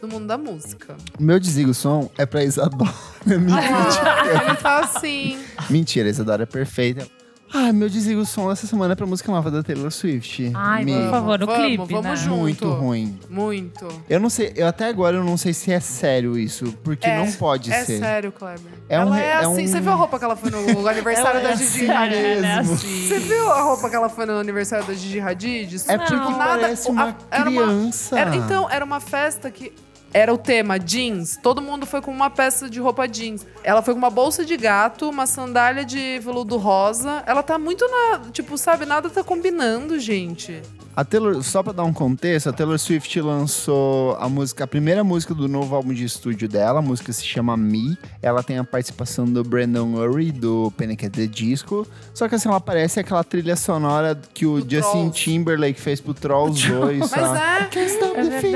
Speaker 4: no mundo da música.
Speaker 2: O meu Desliga o Som é pra Isadora. Mentira.
Speaker 4: Ah, ele tá assim.
Speaker 2: Mentira, Isadora é perfeita. Ah, meu Desliga o Som essa semana é pra música nova da Taylor Swift.
Speaker 3: Ai, por
Speaker 2: Meu,
Speaker 3: favor, no
Speaker 4: vamos,
Speaker 3: clipe,
Speaker 4: vamos
Speaker 3: né?
Speaker 4: junto.
Speaker 2: Muito ruim.
Speaker 4: Muito.
Speaker 2: Eu não sei, eu até agora eu não sei se é sério isso, porque
Speaker 4: É,
Speaker 2: não pode
Speaker 4: é
Speaker 2: ser.
Speaker 4: sério, Kleber.
Speaker 2: É um
Speaker 4: ela
Speaker 2: re-
Speaker 4: é
Speaker 2: é
Speaker 4: assim.
Speaker 2: um-
Speaker 4: Você viu a roupa que ela foi no aniversário da Gigi
Speaker 3: Ela é
Speaker 4: Hadid?
Speaker 2: mesmo.
Speaker 3: assim.
Speaker 4: né? Você viu a roupa que ela foi no aniversário da Gigi Hadid?
Speaker 2: É
Speaker 4: Não.
Speaker 2: porque parece uma
Speaker 4: a- era
Speaker 2: criança.
Speaker 4: Era- então, era uma festa que era o tema jeans. Todo mundo foi com uma peça de roupa jeans. Ela foi com uma bolsa de gato, uma sandália de veludo rosa. Ela tá muito na. Tipo, sabe, nada tá combinando, gente.
Speaker 2: A Taylor, só pra dar um contexto, a Taylor Swift lançou a música, a primeira música do novo álbum de estúdio dela, a música se chama Me. Ela tem a participação do Brandon Urie do Panic! at the Disco. Só que assim, ela parece aquela trilha sonora que o
Speaker 4: Do
Speaker 2: Justin
Speaker 4: Trolls.
Speaker 2: Timberlake fez pro Trolls 2,
Speaker 4: Mas
Speaker 2: sabe? Tá
Speaker 4: é.
Speaker 3: É verdade,
Speaker 4: né?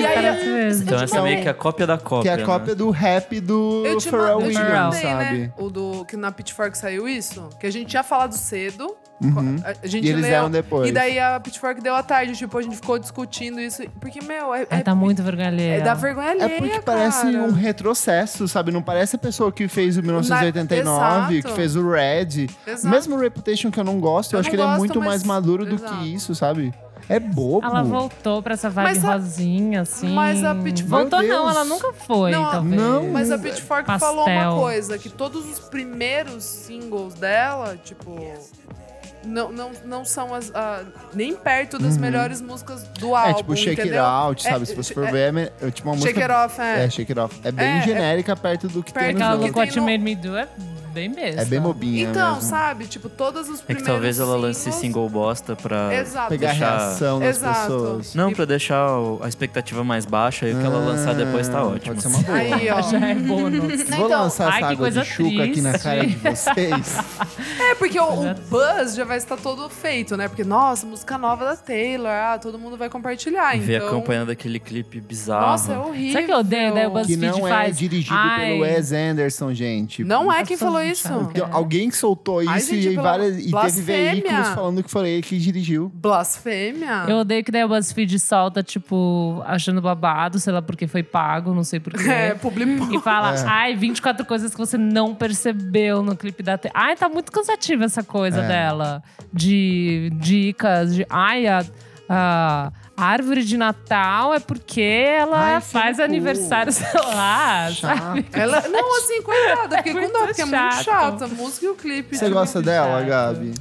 Speaker 4: E aí, tipo,
Speaker 3: parece mesmo.
Speaker 1: Então essa é meio que a cópia da
Speaker 2: Que
Speaker 1: cópia. né?
Speaker 2: é a cópia do rap do
Speaker 4: Eu te, ma-
Speaker 2: Pharrell
Speaker 4: eu te
Speaker 2: Williams,
Speaker 4: mandei,
Speaker 2: sabe?
Speaker 4: né? O do que na Pitchfork saiu isso, que a gente tinha falado cedo.
Speaker 2: Uhum.
Speaker 4: A- A gente
Speaker 2: E eles
Speaker 4: leu,
Speaker 2: eram depois.
Speaker 4: E daí a Pitchfork deu a tarde, tipo, a gente ficou discutindo isso. Porque, meu, é,
Speaker 3: Ela
Speaker 4: é-
Speaker 3: tá muito vergalheira.
Speaker 4: é da vergonha
Speaker 2: É
Speaker 4: alheia,
Speaker 2: porque parece
Speaker 4: cara.
Speaker 2: um retrocesso, sabe? Não parece a pessoa que fez o 1989,
Speaker 4: exato.
Speaker 2: que fez o Red.
Speaker 4: Exato.
Speaker 2: Mesmo o Reputation que eu não gosto, eu,
Speaker 4: Eu
Speaker 2: acho que
Speaker 4: não
Speaker 2: ele é
Speaker 4: gosto,
Speaker 2: muito
Speaker 4: mas-
Speaker 2: mais maduro do
Speaker 4: exato.
Speaker 2: que isso, sabe? É bobo.
Speaker 3: Ela voltou pra essa vibe
Speaker 4: Mas a-
Speaker 3: rosinha, assim.
Speaker 4: mas a Pitty-
Speaker 3: Voltou
Speaker 2: Meu
Speaker 3: não,
Speaker 2: Deus.
Speaker 3: ela nunca foi,
Speaker 4: Não,
Speaker 3: talvez.
Speaker 2: não,
Speaker 4: Mas a Pitchfork
Speaker 3: Pastel.
Speaker 4: falou uma coisa, que todos os primeiros singles dela, tipo... Não, não, não são as. a- nem perto das melhores músicas do álbum.
Speaker 2: Uhum. é tipo Shake It
Speaker 4: entendeu?
Speaker 2: Out,
Speaker 4: É,
Speaker 2: sabe? Se você for
Speaker 4: é,
Speaker 2: ver, é, é tipo uma
Speaker 4: Shake
Speaker 2: música...
Speaker 4: It Off, é.
Speaker 2: É, Shake It Off. É bem
Speaker 4: É, é-
Speaker 2: genérica perto do que
Speaker 4: perto
Speaker 2: tem
Speaker 4: do
Speaker 3: Aquela
Speaker 2: nos
Speaker 4: que
Speaker 3: Look
Speaker 2: outros.
Speaker 4: tem
Speaker 3: What You
Speaker 4: no-
Speaker 3: Made Me Do é bem besta.
Speaker 2: É bem bobinha
Speaker 4: Então,
Speaker 2: mesmo.
Speaker 4: sabe? Tipo, todas
Speaker 1: É
Speaker 4: os
Speaker 1: que
Speaker 4: primeiros
Speaker 1: talvez ela lance
Speaker 4: singles-
Speaker 1: single bosta pra.
Speaker 4: Exato.
Speaker 2: Pegar
Speaker 1: Deixar-
Speaker 2: a reação das
Speaker 4: Exato.
Speaker 2: pessoas.
Speaker 1: Não,
Speaker 4: E-
Speaker 1: pra deixar o- a expectativa mais baixa e o que ela lançar depois tá
Speaker 2: Ah,
Speaker 1: ótimo.
Speaker 2: Pode ser uma boa.
Speaker 4: Aí, ó.
Speaker 3: Já é bônus.
Speaker 2: Vou lançar
Speaker 3: ai,
Speaker 2: essa
Speaker 3: que
Speaker 2: água de
Speaker 3: coisa
Speaker 2: chuca aqui na
Speaker 3: triste.
Speaker 2: cara de vocês.
Speaker 4: É, porque o, o buzz já vai estar todo feito, né? Porque, nossa, música nova da Taylor, ah, todo mundo vai compartilhar.
Speaker 1: Ver
Speaker 4: então...
Speaker 1: acompanhando aquele clipe bizarro.
Speaker 4: Nossa, é horrível.
Speaker 3: Sabe o que eu odeio? Daí o
Speaker 2: que
Speaker 3: BuzzFeed
Speaker 2: não é
Speaker 3: faz...
Speaker 2: dirigido
Speaker 3: Ai.
Speaker 2: pelo Wes Anderson, gente.
Speaker 4: Não é quem
Speaker 3: Nossa,
Speaker 4: falou
Speaker 3: gente,
Speaker 4: isso.
Speaker 3: eu não
Speaker 2: Então,
Speaker 3: É.
Speaker 2: Alguém soltou isso
Speaker 4: Ai, gente,
Speaker 2: e,
Speaker 4: pelo-
Speaker 2: várias, e teve
Speaker 4: Blasfêmia.
Speaker 2: veículos falando que foi ele que dirigiu.
Speaker 4: Blasfêmia.
Speaker 3: Eu odeio que daí o BuzzFeed solta, tipo, achando babado, sei lá porque foi pago, não sei porquê.
Speaker 4: É, publicou.
Speaker 3: E fala,
Speaker 2: É.
Speaker 3: ai, 24 coisas que você não percebeu no clipe da Taylor. Ai, tá muito cansativa essa coisa
Speaker 2: É.
Speaker 3: dela. De dicas, de. Ai, a, a árvore de Natal é porque ela
Speaker 2: Ai, enfia
Speaker 3: faz
Speaker 2: no cu.
Speaker 3: aniversário, sei lá. sabe?
Speaker 2: Chato.
Speaker 4: Ela, não, assim, coitada, fiquei com
Speaker 3: muito
Speaker 4: dó, porque é muito
Speaker 3: chato.
Speaker 4: chata. A música e o clipe.
Speaker 2: Você
Speaker 4: tipo,
Speaker 2: gosta dela,
Speaker 3: chato.
Speaker 2: Gabi?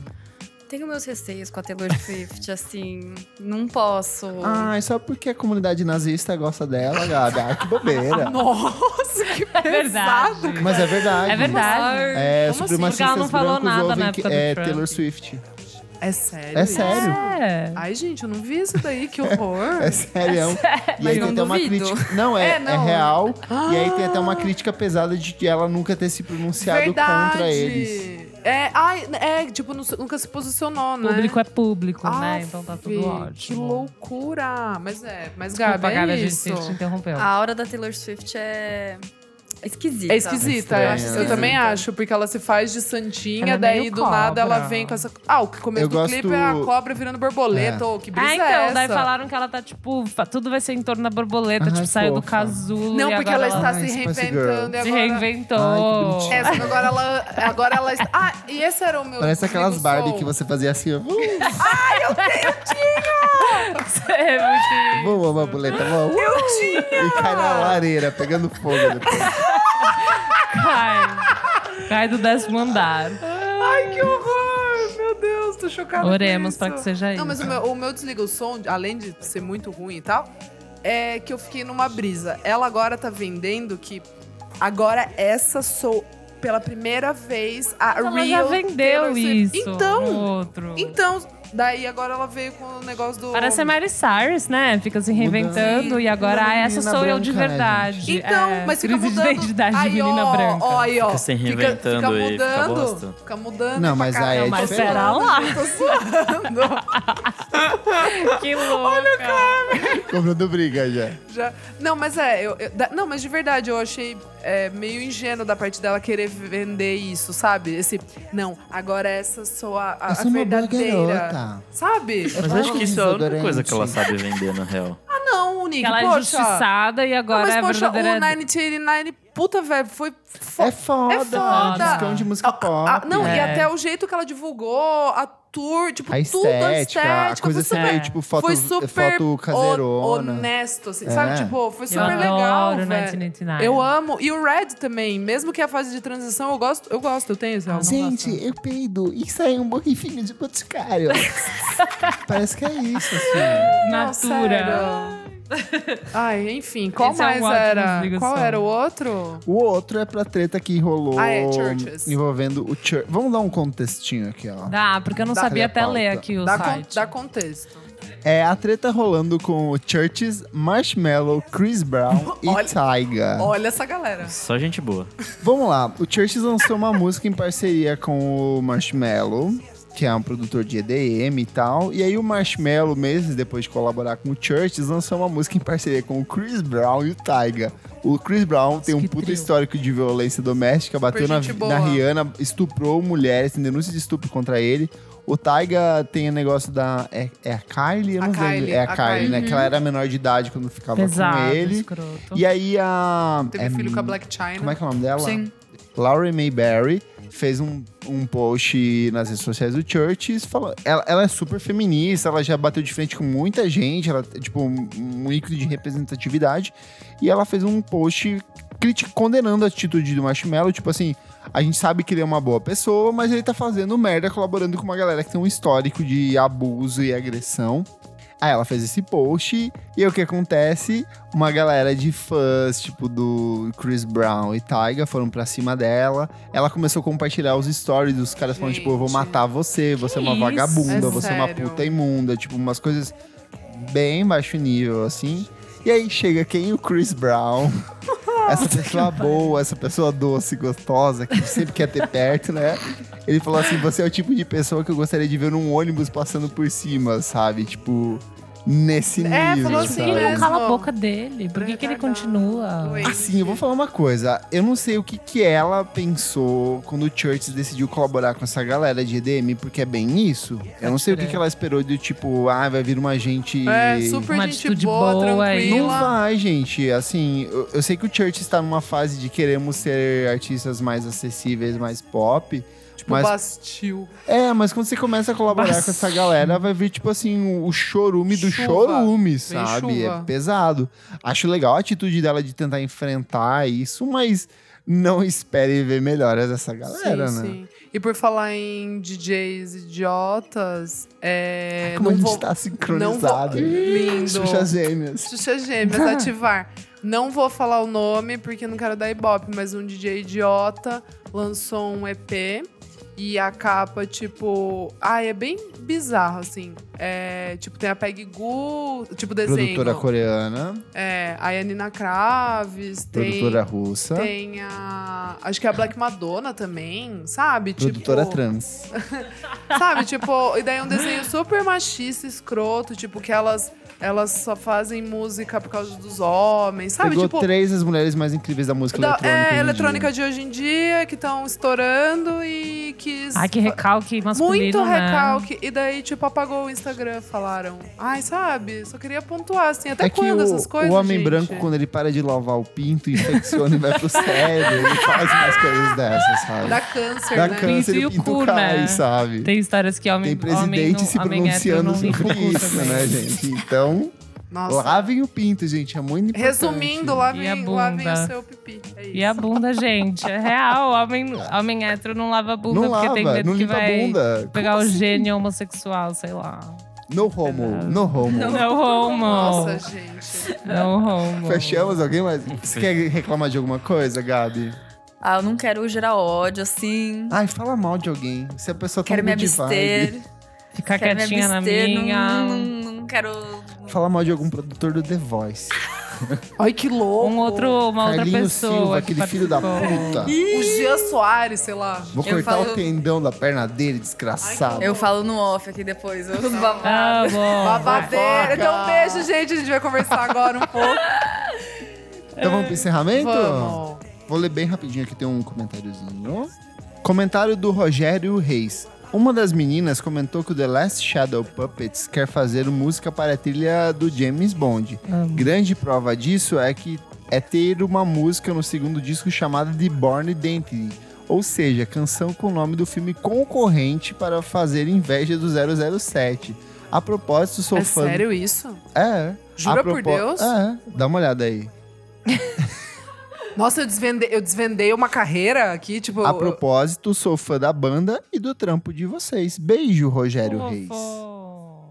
Speaker 5: Tenho meus receios com a Taylor Swift, assim. Não posso.
Speaker 2: Ai, só porque a comunidade nazista gosta dela, Gabi. Ah, que bobeira.
Speaker 4: Nossa, que pesado.
Speaker 3: É verdade.
Speaker 2: Mas é verdade.
Speaker 3: É verdade.
Speaker 2: É,
Speaker 4: Como assim?
Speaker 2: supremacistas
Speaker 3: Porque ela não falou
Speaker 2: brancos
Speaker 3: nada
Speaker 2: ouvem
Speaker 3: na
Speaker 2: que
Speaker 3: época do
Speaker 2: é
Speaker 3: Trump.
Speaker 2: Taylor Swift.
Speaker 4: É sério?
Speaker 2: É
Speaker 4: isso?
Speaker 2: sério.
Speaker 3: É.
Speaker 4: Ai, gente, eu não vi isso daí, que horror.
Speaker 2: É sério. É um... E
Speaker 5: Mas
Speaker 2: aí
Speaker 5: não
Speaker 2: tem até uma
Speaker 5: duvido.
Speaker 2: crítica. Não, é,
Speaker 5: É,
Speaker 2: é,
Speaker 5: não.
Speaker 2: real. E aí tem até uma crítica pesada de que ela nunca ter se pronunciado
Speaker 4: Verdade.
Speaker 2: contra eles.
Speaker 4: É, ai, é, tipo, não se- nunca se posicionou, né?
Speaker 3: Público é público, né?
Speaker 4: Aff,
Speaker 3: Então tá tudo ótimo.
Speaker 4: Que loucura! Mas é, mas
Speaker 3: Desculpa,
Speaker 4: Gabi, é
Speaker 3: Gabi,
Speaker 4: isso.
Speaker 3: a gente te interrompeu.
Speaker 5: A aura da Taylor Swift é esquisita.
Speaker 4: É esquisita,
Speaker 2: É estranho,
Speaker 4: eu, acho-
Speaker 2: né?
Speaker 4: eu também acho, porque ela se faz de santinha,
Speaker 3: Ela é
Speaker 4: daí
Speaker 3: meio
Speaker 4: do nada ela
Speaker 3: cobra.
Speaker 4: vem com essa. Ah, o começo
Speaker 2: Eu
Speaker 4: do
Speaker 2: gosto-
Speaker 4: clipe é a cobra virando borboleta, ou que brisa
Speaker 3: Ah,
Speaker 4: é
Speaker 3: então,
Speaker 4: essa?
Speaker 3: daí falaram que ela tá, tipo, fa- tudo vai ser em torno da borboleta,
Speaker 2: Ah,
Speaker 3: tipo, saiu do
Speaker 2: fofa.
Speaker 3: casulo.
Speaker 4: Não,
Speaker 3: e
Speaker 4: porque ela
Speaker 3: agora
Speaker 4: está se
Speaker 2: Ai, Spice
Speaker 4: reinventando e
Speaker 3: se
Speaker 4: agora.
Speaker 3: reinventou.
Speaker 2: Ai, que bonitinho.
Speaker 4: É, só que agora ela. Agora ela está... Ah, e esse era o meu.
Speaker 2: Parece aquelas
Speaker 4: comigo
Speaker 2: Barbie
Speaker 4: sou.
Speaker 2: que você fazia assim, ó.
Speaker 3: É muito-
Speaker 2: Boa, borboleta, boa. Eu tinha! E cai na lareira, pegando fogo depois.
Speaker 3: Cai. Cai do décimo andar.
Speaker 4: Ai, que horror! Meu Deus, tô chocada. com
Speaker 3: Oremos
Speaker 4: isso.
Speaker 3: pra que seja isso.
Speaker 4: Não, mas o meu, o meu desliga o som, além de ser muito ruim e tal, é que eu fiquei numa brisa. Ela agora tá vendendo que agora essa sou pela primeira vez a
Speaker 3: Ela
Speaker 4: real
Speaker 3: já vendeu
Speaker 4: Taylor Swift.
Speaker 3: isso. no
Speaker 4: Então,
Speaker 3: outro.
Speaker 4: então, daí agora ela veio com o negócio do
Speaker 3: Parece a Miley Cyrus, né? Fica se reinventando
Speaker 2: Mudando.
Speaker 3: e agora
Speaker 2: Mudando
Speaker 3: ah,
Speaker 2: de
Speaker 3: essa
Speaker 2: menina
Speaker 3: sou eu de
Speaker 2: branca, né,
Speaker 3: verdade.
Speaker 4: Então,
Speaker 3: É,
Speaker 4: mas fica
Speaker 3: crise
Speaker 4: mudando.
Speaker 3: de identidade
Speaker 4: aí,
Speaker 3: de menina
Speaker 4: ó,
Speaker 3: branca.
Speaker 4: Ó, aí, ó.
Speaker 1: Fica se reinventando
Speaker 4: fica,
Speaker 1: e fica
Speaker 4: mudando,
Speaker 1: bosta.
Speaker 4: fica mudando.
Speaker 2: Não,
Speaker 4: pra
Speaker 2: mas aí
Speaker 4: caramba,
Speaker 2: é
Speaker 4: eu tô
Speaker 2: diferente.
Speaker 3: Será lá?
Speaker 4: zoando, eu Tô zoando.
Speaker 3: Que louco. Olha o cara.
Speaker 2: Comprando briga já.
Speaker 4: Já- Não, mas é, eu, eu- da- não, mas de verdade, eu achei é, meio ingênuo da parte dela querer vender isso, sabe? Esse, não, agora essa sou a, a,
Speaker 2: Essa
Speaker 4: a
Speaker 2: é uma boa
Speaker 4: verdadeira.
Speaker 2: garota.
Speaker 4: Sabe?
Speaker 1: Mas
Speaker 2: Ah,
Speaker 1: acho que isso é a única
Speaker 2: desodorante.
Speaker 1: coisa que ela sabe vender, na real.
Speaker 4: Ah, não, Nick,
Speaker 3: Ela é
Speaker 4: poxa.
Speaker 3: injustiçada e
Speaker 4: Não,
Speaker 3: agora
Speaker 4: mas
Speaker 3: é a
Speaker 4: poxa, o
Speaker 3: verdadeira.
Speaker 4: 989, puta, velho, foi fo-
Speaker 2: É foda.
Speaker 4: É foda.
Speaker 2: Discão de música pop.
Speaker 4: Ah, não, e
Speaker 3: É.
Speaker 4: até o jeito que ela divulgou, a tour, tipo,
Speaker 2: A
Speaker 4: tudo a
Speaker 2: estética, a
Speaker 4: estética.
Speaker 2: coisa assim,
Speaker 4: foi
Speaker 2: meio
Speaker 3: super-
Speaker 2: tipo foto,
Speaker 4: foi super
Speaker 2: foto caseirona.
Speaker 4: honesto, assim,
Speaker 2: É.
Speaker 4: sabe? Tipo, foi
Speaker 3: Eu
Speaker 4: super legal,
Speaker 3: adoro
Speaker 4: velho.
Speaker 3: 1989.
Speaker 4: Eu amo. E o Red também. Mesmo que é a fase de transição, eu gosto. Eu gosto, eu tenho esse álbum.
Speaker 2: Gente, eu peido e saiu um borrifinho de boticário. Parece que é isso, assim.
Speaker 4: Não,
Speaker 3: Natura.
Speaker 4: sério. Ai, enfim, qual
Speaker 3: Esse é um
Speaker 4: mais
Speaker 3: ótimo
Speaker 4: era?
Speaker 3: desligação.
Speaker 4: Qual era o outro?
Speaker 2: O outro é pra treta que rolou
Speaker 4: Ah, é, Churches.
Speaker 2: envolvendo o Church. Vamos dar um contextinho aqui, ó.
Speaker 3: Dá, porque eu não
Speaker 2: Dá-
Speaker 3: sabia
Speaker 2: Dá
Speaker 3: até ler
Speaker 2: pauta.
Speaker 3: aqui o
Speaker 4: Dá, con-
Speaker 3: site.
Speaker 4: dá contexto.
Speaker 2: É a treta rolando com o Churches, Marshmallow, Chris Brown e
Speaker 4: Olha-
Speaker 2: Tyga.
Speaker 4: Olha essa galera.
Speaker 1: Só gente boa.
Speaker 2: Vamos lá, o Churches lançou uma música em parceria com o Marshmello, que é um produtor de EDM e tal. E aí o Marshmello, meses depois de colaborar com o Churches, lançou uma música em parceria com o Chris Brown e o Tyga. O Chris Brown tem um
Speaker 3: que
Speaker 2: puta
Speaker 3: trio.
Speaker 2: histórico de violência doméstica, bateu na,
Speaker 4: gente
Speaker 2: na
Speaker 4: boa.
Speaker 2: Rihanna, estuprou mulheres, tem denúncia de estupro contra ele. O Tyga tem o negócio da. É, é a Kylie? Eu
Speaker 4: A
Speaker 2: não lembro.
Speaker 4: Kylie,
Speaker 2: É a,
Speaker 4: a
Speaker 2: Kylie,
Speaker 4: Kylie.
Speaker 2: né? Que ela era menor de idade quando ficava com
Speaker 3: Pesado,
Speaker 2: ele.
Speaker 3: escroto.
Speaker 2: E aí a.
Speaker 4: Teve
Speaker 2: é
Speaker 4: filho com a Black China.
Speaker 2: como é que é o nome dela?
Speaker 5: Sim.
Speaker 2: Laurie Mayberry fez um, um post nas redes sociais do Churches falando. Ela, ela é super feminista, ela já bateu de frente com muita gente, ela é tipo um, um ícone de representatividade. E ela fez um post criti- condenando a atitude do Marshmello, tipo assim. A gente sabe que ele é uma boa pessoa, mas ele tá fazendo merda colaborando com uma galera que tem um histórico de abuso e agressão. Aí ela fez esse post, e aí o que acontece? Uma galera de fãs, tipo, do Chris Brown e Tyga, foram pra cima dela. Ela começou a compartilhar os stories dos caras falando, tipo, eu vou
Speaker 4: Gente.
Speaker 2: matar você, você é uma
Speaker 3: isso?
Speaker 2: vagabunda,
Speaker 4: É
Speaker 2: você é uma
Speaker 4: sério?
Speaker 2: puta imunda. Tipo, umas coisas bem baixo nível, assim. E aí chega quem? O Chris Brown. Essa pessoa boa, essa pessoa doce, gostosa, que sempre quer ter perto, né? Ele falou assim: você é o tipo de pessoa que eu gostaria de ver num ônibus passando por cima, sabe? Tipo, nesse nível.
Speaker 4: É, falou
Speaker 3: Por
Speaker 4: assim
Speaker 3: que ele
Speaker 2: sabe?
Speaker 3: não
Speaker 4: mesmo.
Speaker 3: cala a boca dele? Por que, que ele
Speaker 4: Verdade.
Speaker 3: continua?
Speaker 4: Oi.
Speaker 2: Assim, eu vou falar uma coisa. Eu não sei o que, que ela pensou quando o Church decidiu colaborar com essa galera de EDM, porque é bem isso. Eu não sei o que, que ela esperou de tipo, ah, vai vir uma gente.
Speaker 4: É, super
Speaker 3: Uma
Speaker 4: gente
Speaker 3: atitude
Speaker 4: boa,
Speaker 3: boa é aí.
Speaker 4: tranquila.
Speaker 2: Não vai, gente. Assim, eu, eu sei que o Church está numa fase de queremos ser artistas mais acessíveis, mais pop.
Speaker 4: Tipo,
Speaker 2: mas-
Speaker 4: Bastil.
Speaker 2: É, mas quando você começa a colaborar
Speaker 3: Nossa.
Speaker 2: com essa galera, vai vir, tipo assim, o- o chorume do
Speaker 4: Chuva.
Speaker 2: chorume,
Speaker 4: Vem
Speaker 2: sabe?
Speaker 4: chuva.
Speaker 2: É pesado. Acho legal a atitude dela de tentar enfrentar isso, mas não espere ver melhoras dessa galera, né?
Speaker 4: E por falar em DJs idiotas, é.
Speaker 2: Como a
Speaker 4: não
Speaker 2: gente
Speaker 4: vou...
Speaker 2: tá sincronizado.
Speaker 4: não vou- Lindo.
Speaker 2: Xuxa Gêmeas.
Speaker 4: Xuxa é Gêmeas, ativar. Não vou falar o nome porque não quero dar ibope, mas um DJ idiota lançou um EP E a capa, tipo. Ah, é bem bizarro, assim. É, tipo, tem a Peg Gu, tipo, desenho.
Speaker 2: Produtora coreana,
Speaker 4: É, aí a Nina Kraves, tem.
Speaker 2: produtora russa,
Speaker 4: Tem a. Acho que é a Black Madonna também, sabe?
Speaker 2: produtora
Speaker 4: tipo,
Speaker 2: trans.
Speaker 4: Sabe, tipo, e daí é um desenho super machista, escroto, tipo, que elas, elas só fazem música por causa dos homens, sabe?
Speaker 2: Pegou
Speaker 4: tipo.
Speaker 2: três das mulheres mais incríveis da música
Speaker 4: da-
Speaker 2: eletrônica. hoje
Speaker 4: é,
Speaker 2: em
Speaker 4: eletrônica
Speaker 2: dia.
Speaker 4: de hoje em dia, que estão estourando e quis.
Speaker 3: Ai, que recalque masculino,
Speaker 4: Muito
Speaker 3: né?
Speaker 4: recalque. E daí, tipo, apagou o Instagram, falaram. Ai, sabe? Só queria pontuar, assim, até
Speaker 2: É que
Speaker 4: quando
Speaker 2: o,
Speaker 4: essas coisas.
Speaker 2: o homem
Speaker 4: gente?
Speaker 2: branco, quando ele para de lavar o pinto, infecciona e vai pro cérebro, ele faz mais coisas dessas, sabe?
Speaker 4: Dá câncer,
Speaker 2: Dá
Speaker 4: né?
Speaker 2: câncer
Speaker 3: Pinto e
Speaker 2: e
Speaker 3: o
Speaker 2: o pinto
Speaker 3: cu,
Speaker 2: cai,
Speaker 3: né?
Speaker 2: sabe?
Speaker 3: Tem histórias que homem,
Speaker 2: Tem
Speaker 3: homem,
Speaker 2: presidente
Speaker 3: não-
Speaker 2: se
Speaker 3: homem
Speaker 2: pronunciando
Speaker 3: hétero não limpa o
Speaker 2: sobre
Speaker 3: cu
Speaker 2: isso,
Speaker 3: também.
Speaker 2: né, gente? Então,
Speaker 4: Nossa.
Speaker 2: lavem o pinto, gente. É muito importante.
Speaker 4: Resumindo, lá
Speaker 3: E a
Speaker 4: vem, lá vem
Speaker 3: bunda?
Speaker 4: o seu pipi. É isso.
Speaker 3: E a bunda, gente. É real. Homem, homem hétero não lava a bunda
Speaker 2: Não
Speaker 3: porque tem
Speaker 2: lava,
Speaker 3: medo
Speaker 2: não
Speaker 3: que
Speaker 2: limpa
Speaker 3: vai
Speaker 2: a bunda.
Speaker 3: pegar
Speaker 2: Como
Speaker 3: o
Speaker 2: assim?
Speaker 3: gênio homossexual, sei lá. É
Speaker 2: No homo, no homo.
Speaker 3: Não homo.
Speaker 4: Nossa, gente.
Speaker 3: Não homo.
Speaker 2: Fechamos alguém mais? Você quer reclamar de alguma coisa, Gabi?
Speaker 5: Ah, eu não quero gerar ódio, assim.
Speaker 2: Ai, fala mal de alguém. Se a pessoa tá
Speaker 5: quero
Speaker 2: no
Speaker 5: me
Speaker 2: good
Speaker 5: abster.
Speaker 2: vibe.
Speaker 3: Ficar
Speaker 5: quero me
Speaker 3: quietinha na
Speaker 5: abster, não-
Speaker 3: minha.
Speaker 5: Não, não quero.
Speaker 2: Fala mal de algum produtor do The Voice.
Speaker 4: Ai, que louco.
Speaker 3: Um outro, uma outra
Speaker 2: Carlinhos
Speaker 3: pessoa.
Speaker 2: Silva,
Speaker 3: que
Speaker 2: aquele filho da
Speaker 3: participou.
Speaker 2: puta.
Speaker 4: O Jean Soares, sei lá.
Speaker 2: Vou
Speaker 5: Eu
Speaker 2: cortar
Speaker 5: falo-
Speaker 2: o tendão da perna dele, desgraçado.
Speaker 5: Eu falo no off aqui depois.
Speaker 2: Tá
Speaker 5: Os babados.
Speaker 3: Ah, bom.
Speaker 4: Babadeira.
Speaker 2: Fofoca.
Speaker 4: Então, beijo, gente. A gente vai conversar agora um pouco.
Speaker 2: Então vamos pro encerramento?
Speaker 4: Vamos.
Speaker 2: Vou ler bem rapidinho aqui, tem um comentáriozinho. Comentário do Rogério Reis. Uma das meninas comentou que o The Last Shadow Puppets quer fazer música para a trilha do James Bond.
Speaker 3: Amo.
Speaker 2: Grande prova disso é que é ter uma música no segundo disco chamada The Born Identity, ou seja, canção com o nome do filme concorrente para fazer inveja do 007. A propósito, sou
Speaker 4: É
Speaker 2: fã. do-
Speaker 4: sério isso?
Speaker 2: É.
Speaker 4: Jura
Speaker 2: A
Speaker 4: por
Speaker 2: propó-
Speaker 4: Deus?
Speaker 2: É, dá uma olhada aí.
Speaker 4: Nossa, eu desvendei, eu desvendei uma carreira aqui, tipo...
Speaker 2: A propósito, sou fã da banda e do trampo de vocês. Beijo, Rogério Reis.
Speaker 3: Fofo.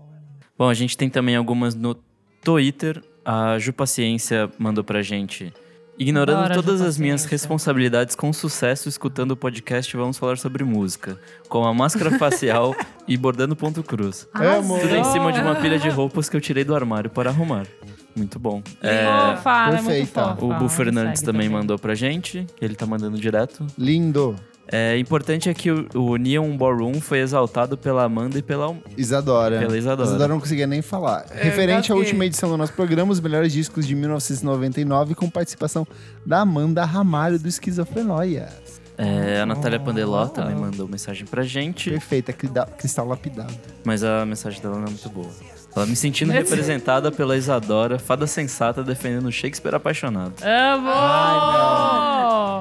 Speaker 1: Bom, a gente tem também algumas no Twitter. A Ju Paciência mandou pra gente. Ignorando
Speaker 3: Bora, Ju
Speaker 1: todas as minhas
Speaker 3: Paciência.
Speaker 1: responsabilidades com sucesso escutando o podcast, vamos falar sobre música. Com a máscara facial e bordando ponto cruz.
Speaker 2: Amo.
Speaker 1: Tudo em cima de uma pilha de roupas que eu tirei do armário para arrumar. Muito bom. É,
Speaker 3: Fofa, ela é muito
Speaker 2: perfeita.
Speaker 3: fofa.
Speaker 1: o Bu Fernandes
Speaker 3: Segue
Speaker 1: também mandou pra gente. Ele tá mandando direto.
Speaker 2: Lindo.
Speaker 1: É importante é que o, o Neon Ballroom foi exaltado pela Amanda e pela,
Speaker 2: Isadora.
Speaker 1: pela Isadora.
Speaker 2: Isadora não conseguia nem falar. Referente à
Speaker 4: engasguei.
Speaker 2: última edição do nosso programa, os melhores discos de 1999, com participação da Amanda Ramalho do Esquizofrenóia.
Speaker 1: É, a Natália Pandeló também mandou mensagem pra gente.
Speaker 2: Perfeita, crida- cristal lapidado.
Speaker 1: Mas a mensagem dela não é muito boa. Ela me sentindo representada pela Isadora, fada sensata defendendo Shakespeare apaixonado.
Speaker 3: Amo!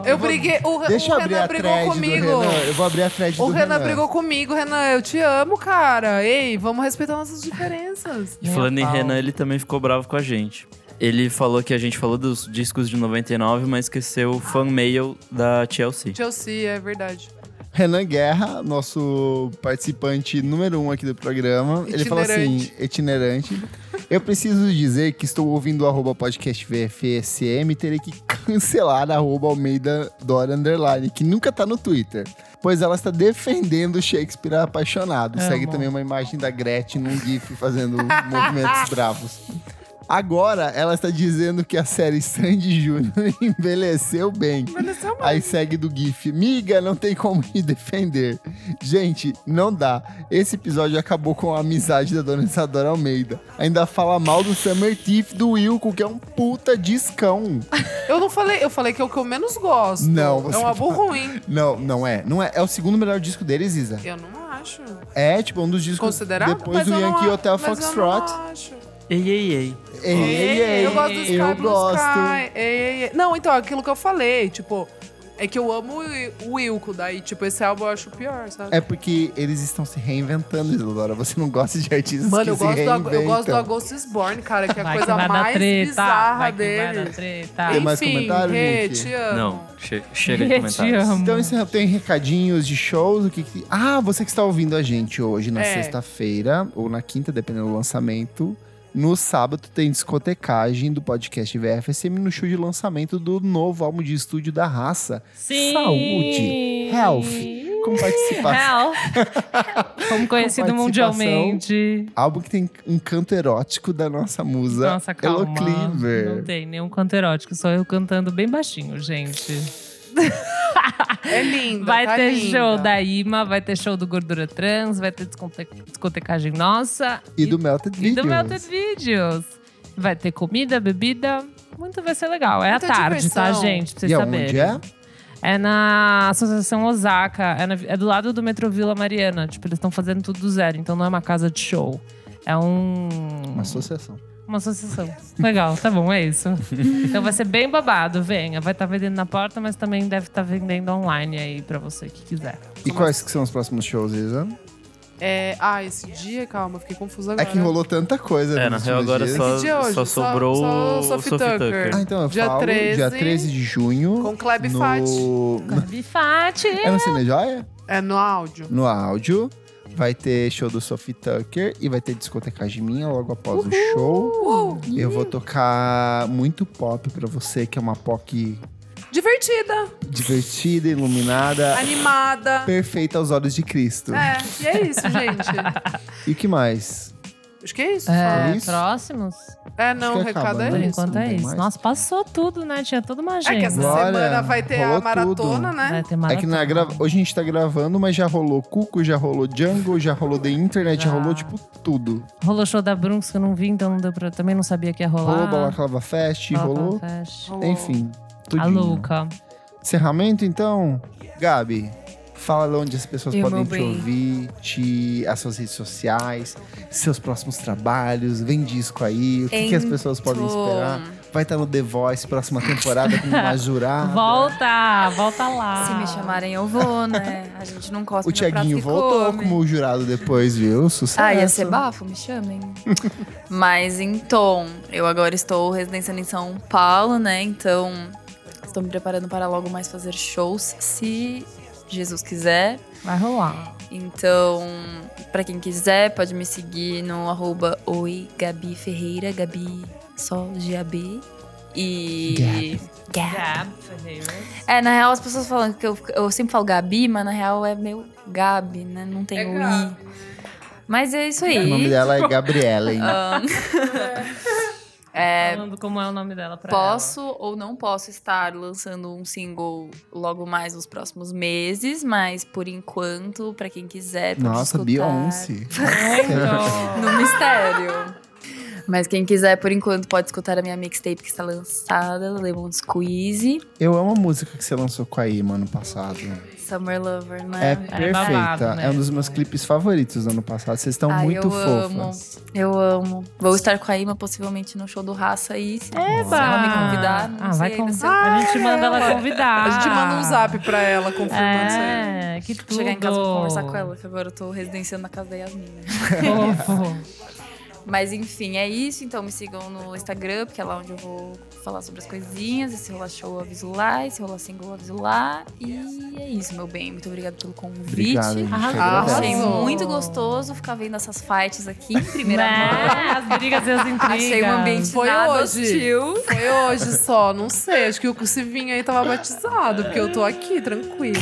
Speaker 4: Eu briguei... O,
Speaker 2: Deixa
Speaker 4: o
Speaker 2: eu abrir
Speaker 4: Renan
Speaker 2: a
Speaker 4: brigou
Speaker 2: thread
Speaker 4: comigo.
Speaker 2: do Renan. Eu vou abrir a thread
Speaker 4: O
Speaker 2: do
Speaker 4: Renan,
Speaker 2: Renan.
Speaker 4: brigou comigo. Renan, eu te amo, cara. Ei, vamos respeitar nossas diferenças.
Speaker 1: E
Speaker 3: Nem
Speaker 1: falando
Speaker 3: a
Speaker 1: em
Speaker 3: pau.
Speaker 1: Renan, ele também ficou bravo com a gente. Ele falou que a gente falou dos discos de 99, mas esqueceu o fan mail da TLC.
Speaker 4: Chelsea, é verdade.
Speaker 2: Renan Guerra, nosso participante número um aqui do programa. Ele fala assim,
Speaker 4: Itinerante.
Speaker 2: itinerante. Eu preciso dizer que estou ouvindo o arroba podcast VFSM e terei que cancelar a arroba Almeida Dora Underline, que nunca tá no Twitter. Pois ela está defendendo Shakespeare apaixonado.
Speaker 3: Amo.
Speaker 2: Segue também uma imagem da Gretchen num GIF fazendo movimentos bravos. Agora ela está dizendo que a série Sandy Júnior envelheceu bem.
Speaker 4: Envelheceu
Speaker 2: Aí segue do GIF. Miga, não tem como me defender. Gente, não dá. Esse episódio acabou com a amizade da dona Isadora Almeida. Ainda fala mal do Summer Thief do Wilco, que é um puta discão.
Speaker 4: Eu não falei... Eu falei que é o que eu menos gosto.
Speaker 2: Não,
Speaker 4: É
Speaker 2: você
Speaker 4: um álbum ruim.
Speaker 2: Não, não é. Não é. É o segundo melhor disco deles, Isa.
Speaker 4: Eu não acho.
Speaker 2: É, tipo, um dos discos.
Speaker 4: Considerado?
Speaker 2: Depois
Speaker 4: mas
Speaker 2: do
Speaker 4: eu não
Speaker 2: Yankee
Speaker 4: a-
Speaker 2: Hotel
Speaker 4: mas eu não
Speaker 2: Foxtrot.
Speaker 4: acho.
Speaker 1: Ei, ei, ei.
Speaker 2: Ei, ei, ei.
Speaker 4: Eu gosto do Sky
Speaker 2: Eu
Speaker 4: Blue
Speaker 2: gosto.
Speaker 4: Sky. Ei, ei, ei. Não, então, aquilo que eu falei, tipo, é que eu amo o Wilco, daí, tipo, esse álbum eu acho pior, sabe?
Speaker 2: É porque eles estão se reinventando, Isadora. Você não gosta de artistas
Speaker 4: Mano,
Speaker 2: que
Speaker 4: eu gosto,
Speaker 2: se
Speaker 4: do, Ag-
Speaker 2: reinventam.
Speaker 4: eu gosto do A Ghost is Born, cara, que é a
Speaker 3: Vai que
Speaker 4: coisa
Speaker 3: vai dar
Speaker 4: mais
Speaker 3: treta,
Speaker 4: bizarra
Speaker 3: vai que
Speaker 4: deles.
Speaker 3: Vai dar treta.
Speaker 2: Tem mais
Speaker 4: Enfim,
Speaker 2: comentário,
Speaker 4: Rê,
Speaker 2: Nick?
Speaker 4: te amo.
Speaker 1: Não, che- chega de
Speaker 3: Te
Speaker 1: comentários.
Speaker 3: amo.
Speaker 2: Então encerra- tem recadinhos de shows, o que, que- Ah, você que está ouvindo a gente hoje na
Speaker 4: É.
Speaker 2: sexta-feira ou na quinta, dependendo do lançamento. No sábado tem discotecagem do podcast VFSM no show de lançamento do novo álbum de estúdio da Raça.
Speaker 3: Sim.
Speaker 2: Saúde, health. Como participar?
Speaker 3: Hell. Como conhecido
Speaker 2: Com participação.
Speaker 3: mundialmente.
Speaker 2: Álbum que tem um canto erótico da nossa é musa
Speaker 3: é. Nossa, calma.
Speaker 2: Elo Cleaver.
Speaker 3: Não tem nenhum canto erótico, só eu cantando bem baixinho, gente.
Speaker 4: É linda,
Speaker 3: Vai
Speaker 4: tá
Speaker 3: ter
Speaker 4: linda.
Speaker 3: show da Ima, vai ter show do Gordura Trans, vai ter discote- discotecagem nossa.
Speaker 2: E do Melted
Speaker 3: e
Speaker 2: Videos.
Speaker 3: do Melted Videos. Vai ter comida, bebida. Muito vai ser legal. É
Speaker 4: Muita
Speaker 3: à tarde, tá,
Speaker 4: diversão.
Speaker 3: gente? Pra vocês
Speaker 2: E aonde
Speaker 3: saberem.
Speaker 2: é?
Speaker 3: É na Associação Osaka. É, na- é do lado do Metro Vila Mariana. Tipo, eles estão fazendo tudo do zero. Então não é uma casa de show. É um.
Speaker 2: Uma associação.
Speaker 3: Uma associação. Legal, tá bom, é isso. Então vai ser bem babado, venha. Vai estar vendendo na porta, mas também deve estar vendendo online aí pra você que quiser.
Speaker 2: E quais que são os próximos shows, Isa?
Speaker 4: É, ah, esse dia, calma, fiquei
Speaker 2: É
Speaker 4: confusa agora.
Speaker 2: que rolou tanta coisa
Speaker 1: É, na
Speaker 2: nos
Speaker 1: real,
Speaker 2: últimos
Speaker 1: agora
Speaker 2: dias.
Speaker 1: só,
Speaker 4: Que dia hoje?
Speaker 1: só
Speaker 4: Só-
Speaker 1: sobrou
Speaker 4: só
Speaker 1: o Sophie
Speaker 4: Sophie
Speaker 1: Tucker.
Speaker 4: Tucker.
Speaker 2: Ah, então eu
Speaker 4: Dia
Speaker 2: falo,
Speaker 4: 13.
Speaker 2: dia 13 de junho.
Speaker 4: Com Kleb
Speaker 2: no...
Speaker 4: Fati.
Speaker 3: Bifate!
Speaker 2: É no Cinejoia?
Speaker 4: É no áudio.
Speaker 2: No áudio. Vai ter show do Sophie Tucker e vai ter discotecagem minha logo após o show.
Speaker 4: Uh,
Speaker 2: Eu vou tocar muito pop pra você, que é uma pop
Speaker 4: divertida,
Speaker 2: divertida, iluminada,
Speaker 4: animada.
Speaker 2: perfeita aos olhos de Cristo.
Speaker 4: É, e é isso, gente.
Speaker 2: E o que mais?
Speaker 4: Acho que é isso.
Speaker 2: É
Speaker 3: É,
Speaker 2: isso?
Speaker 3: próximos?
Speaker 4: É, não,
Speaker 2: Acho
Speaker 4: o
Speaker 2: que
Speaker 4: recado
Speaker 2: acaba,
Speaker 4: é
Speaker 2: né?
Speaker 3: Por
Speaker 4: isso.
Speaker 3: enquanto
Speaker 2: não
Speaker 3: é
Speaker 2: tem
Speaker 3: isso.
Speaker 2: mais?
Speaker 3: Nossa, passou tudo, né? Tinha toda uma
Speaker 4: É
Speaker 3: agenda.
Speaker 4: que essa
Speaker 2: Glória,
Speaker 4: semana vai ter
Speaker 2: rolou
Speaker 4: a maratona,
Speaker 2: tudo.
Speaker 4: né?
Speaker 3: Vai ter
Speaker 2: É que na gra- hoje a gente tá gravando, mas já rolou Cuco, já rolou Django, já rolou The Internet, já
Speaker 3: Já.
Speaker 2: rolou, tipo, tudo.
Speaker 3: Rolou show da Brunx que eu não vi, então não deu pra... também não sabia que ia
Speaker 2: Rolou
Speaker 3: rolar.
Speaker 2: Balaclava Fest,
Speaker 3: Balaclava
Speaker 2: rolou...
Speaker 3: Fest.
Speaker 4: Rolou.
Speaker 2: Enfim,
Speaker 3: A
Speaker 2: tudinho.
Speaker 3: Luca.
Speaker 2: Encerramento, então. Gabi, fala onde as pessoas
Speaker 5: Eu,
Speaker 2: podem
Speaker 5: meu
Speaker 2: te
Speaker 5: bem.
Speaker 2: ouvir, te, as suas redes sociais, seus próximos trabalhos, vem disco aí, o que, que as
Speaker 5: Então.
Speaker 2: pessoas podem esperar. Vai estar no The Voice, próxima temporada, com uma jurada.
Speaker 3: Volta! Volta lá!
Speaker 5: Se me chamarem, eu vou, né? A gente não cospe
Speaker 2: O
Speaker 5: no prato
Speaker 2: Tiaguinho
Speaker 5: que
Speaker 2: voltou
Speaker 5: come.
Speaker 2: como jurado depois, viu? Sucesso.
Speaker 5: Ah, ia ser bafo, me chamem. Mas então, eu agora estou residenciando em São Paulo, né? Então, estou me preparando para logo mais fazer shows, se Jesus quiser.
Speaker 3: Vai rolar.
Speaker 5: Então, pra quem quiser, pode me seguir no arroba oi Gabi Ferreira, Gabi só G-A-B. E. Gab. É, na real, as pessoas falam que eu, eu sempre falo Gabi, mas na real é meu Gabi, né? Não tem
Speaker 4: É
Speaker 5: o
Speaker 4: Gabi.
Speaker 5: I. Mas é isso Ah,
Speaker 2: O nome
Speaker 5: aí.
Speaker 2: dela é Gabriela, hein?
Speaker 5: É,
Speaker 3: Falando como é o nome dela pra
Speaker 5: Posso ou não posso estar lançando um single logo mais nos próximos meses, mas por enquanto, pra quem quiser, pode
Speaker 2: Nossa,
Speaker 5: escutar.
Speaker 2: Beyoncé.
Speaker 3: ela.
Speaker 5: No mistério. Mas quem quiser, por enquanto, pode escutar a minha mixtape que está lançada, Lemon Squeeze,
Speaker 2: Eu amo a música que você lançou com a Ima ano passado.
Speaker 5: Summer Lover,
Speaker 2: É,
Speaker 5: né?
Speaker 2: perfeita.
Speaker 3: babado
Speaker 2: É um dos
Speaker 3: mesmo.
Speaker 2: meus clipes favoritos do ano passado. Vocês estão
Speaker 5: Ai,
Speaker 2: muito
Speaker 5: Ah, eu
Speaker 2: fofas.
Speaker 5: Eu amo. Vou estar com a Ima possivelmente no show do Raça aí. Se
Speaker 3: Eba!
Speaker 5: ela me convidar, não
Speaker 3: ah,
Speaker 5: sei
Speaker 3: vai
Speaker 5: ainda
Speaker 3: convidar.
Speaker 5: se eu-
Speaker 3: a gente manda ela convidar.
Speaker 4: A gente manda um zap pra ela confirmando isso aí.
Speaker 3: tá. É, que tudo.
Speaker 5: Chegar em casa pra conversar com ela, que agora eu tô residenciando na casa da Yasmin, né?
Speaker 3: Fofo.
Speaker 5: Mas enfim, é isso. Então me sigam no Instagram, porque é lá onde eu vou falar sobre as coisinhas. E se rolar show, eu aviso lá. E se rolar single, eu aviso lá. E é isso, meu bem. Muito obrigada pelo convite.
Speaker 2: Obrigado, gente.
Speaker 3: Arrasou.
Speaker 5: Achei
Speaker 4: Arrasou.
Speaker 5: muito gostoso ficar vendo essas fights aqui em primeira mão.
Speaker 3: Né? As brigas e as intrigas.
Speaker 5: Achei um ambiente
Speaker 4: Foi
Speaker 5: nada
Speaker 4: hoje.
Speaker 5: hostil.
Speaker 4: Foi hoje só, não sei. Acho que o Civinho aí tava batizado, porque eu tô aqui, tranquila.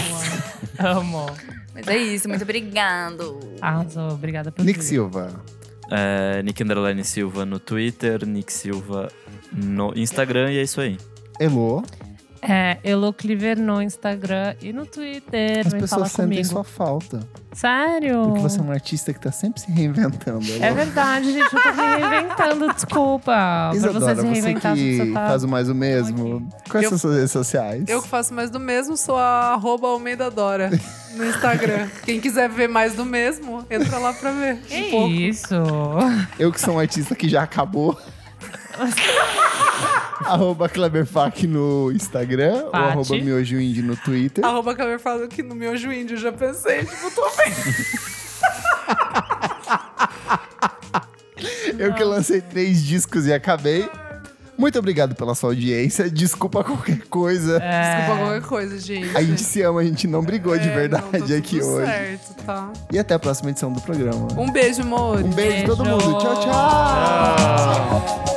Speaker 3: Amo.
Speaker 5: Mas é isso, muito obrigado.
Speaker 3: Arrasou. Obrigada por
Speaker 2: Nick
Speaker 3: tudo.
Speaker 2: Silva.
Speaker 1: É, Nick Underline Silva no Twitter, Nick Silva no Instagram e é isso aí.
Speaker 2: Elo,
Speaker 3: É, Elo Cliver no Instagram e no Twitter.
Speaker 2: as
Speaker 3: Vem
Speaker 2: pessoas
Speaker 3: falar
Speaker 2: sentem
Speaker 3: comigo.
Speaker 2: sua falta.
Speaker 3: Sério?
Speaker 2: Porque você é um artista que tá sempre se reinventando. Elo.
Speaker 3: É verdade, gente. Eu tô me reinventando, desculpa. pra
Speaker 2: Isadora,
Speaker 3: você
Speaker 2: você,
Speaker 3: se reinventar,
Speaker 2: que
Speaker 3: você tá...
Speaker 2: faz um o mais o mesmo. Quais
Speaker 4: Eu-
Speaker 2: são suas redes sociais?
Speaker 4: Eu que faço mais do mesmo, sou a arroba Almeida Dora no Instagram. Quem quiser ver mais do mesmo, entra lá pra ver.
Speaker 3: Que
Speaker 4: Um pouco.
Speaker 3: isso?
Speaker 2: Eu que sou um artista que já acabou. arroba Kleberfac no Instagram. Ou
Speaker 3: Pati.
Speaker 2: arroba Miojo Indie no Twitter.
Speaker 4: Arroba Caber falando que no meu juízo eu já pensei, tipo, tô
Speaker 2: Eu que lancei três discos e acabei. Muito obrigado pela sua audiência. Desculpa qualquer coisa.
Speaker 3: É.
Speaker 4: desculpa qualquer coisa, gente.
Speaker 2: A gente se ama, a gente não brigou de
Speaker 4: É, não, tá
Speaker 2: verdade
Speaker 4: tudo
Speaker 2: aqui hoje.
Speaker 4: certo, tá?
Speaker 2: E até a próxima edição do programa.
Speaker 4: Um beijo, amor.
Speaker 2: Um beijo, todo
Speaker 3: Beijo.
Speaker 2: mundo. Tchau, tchau.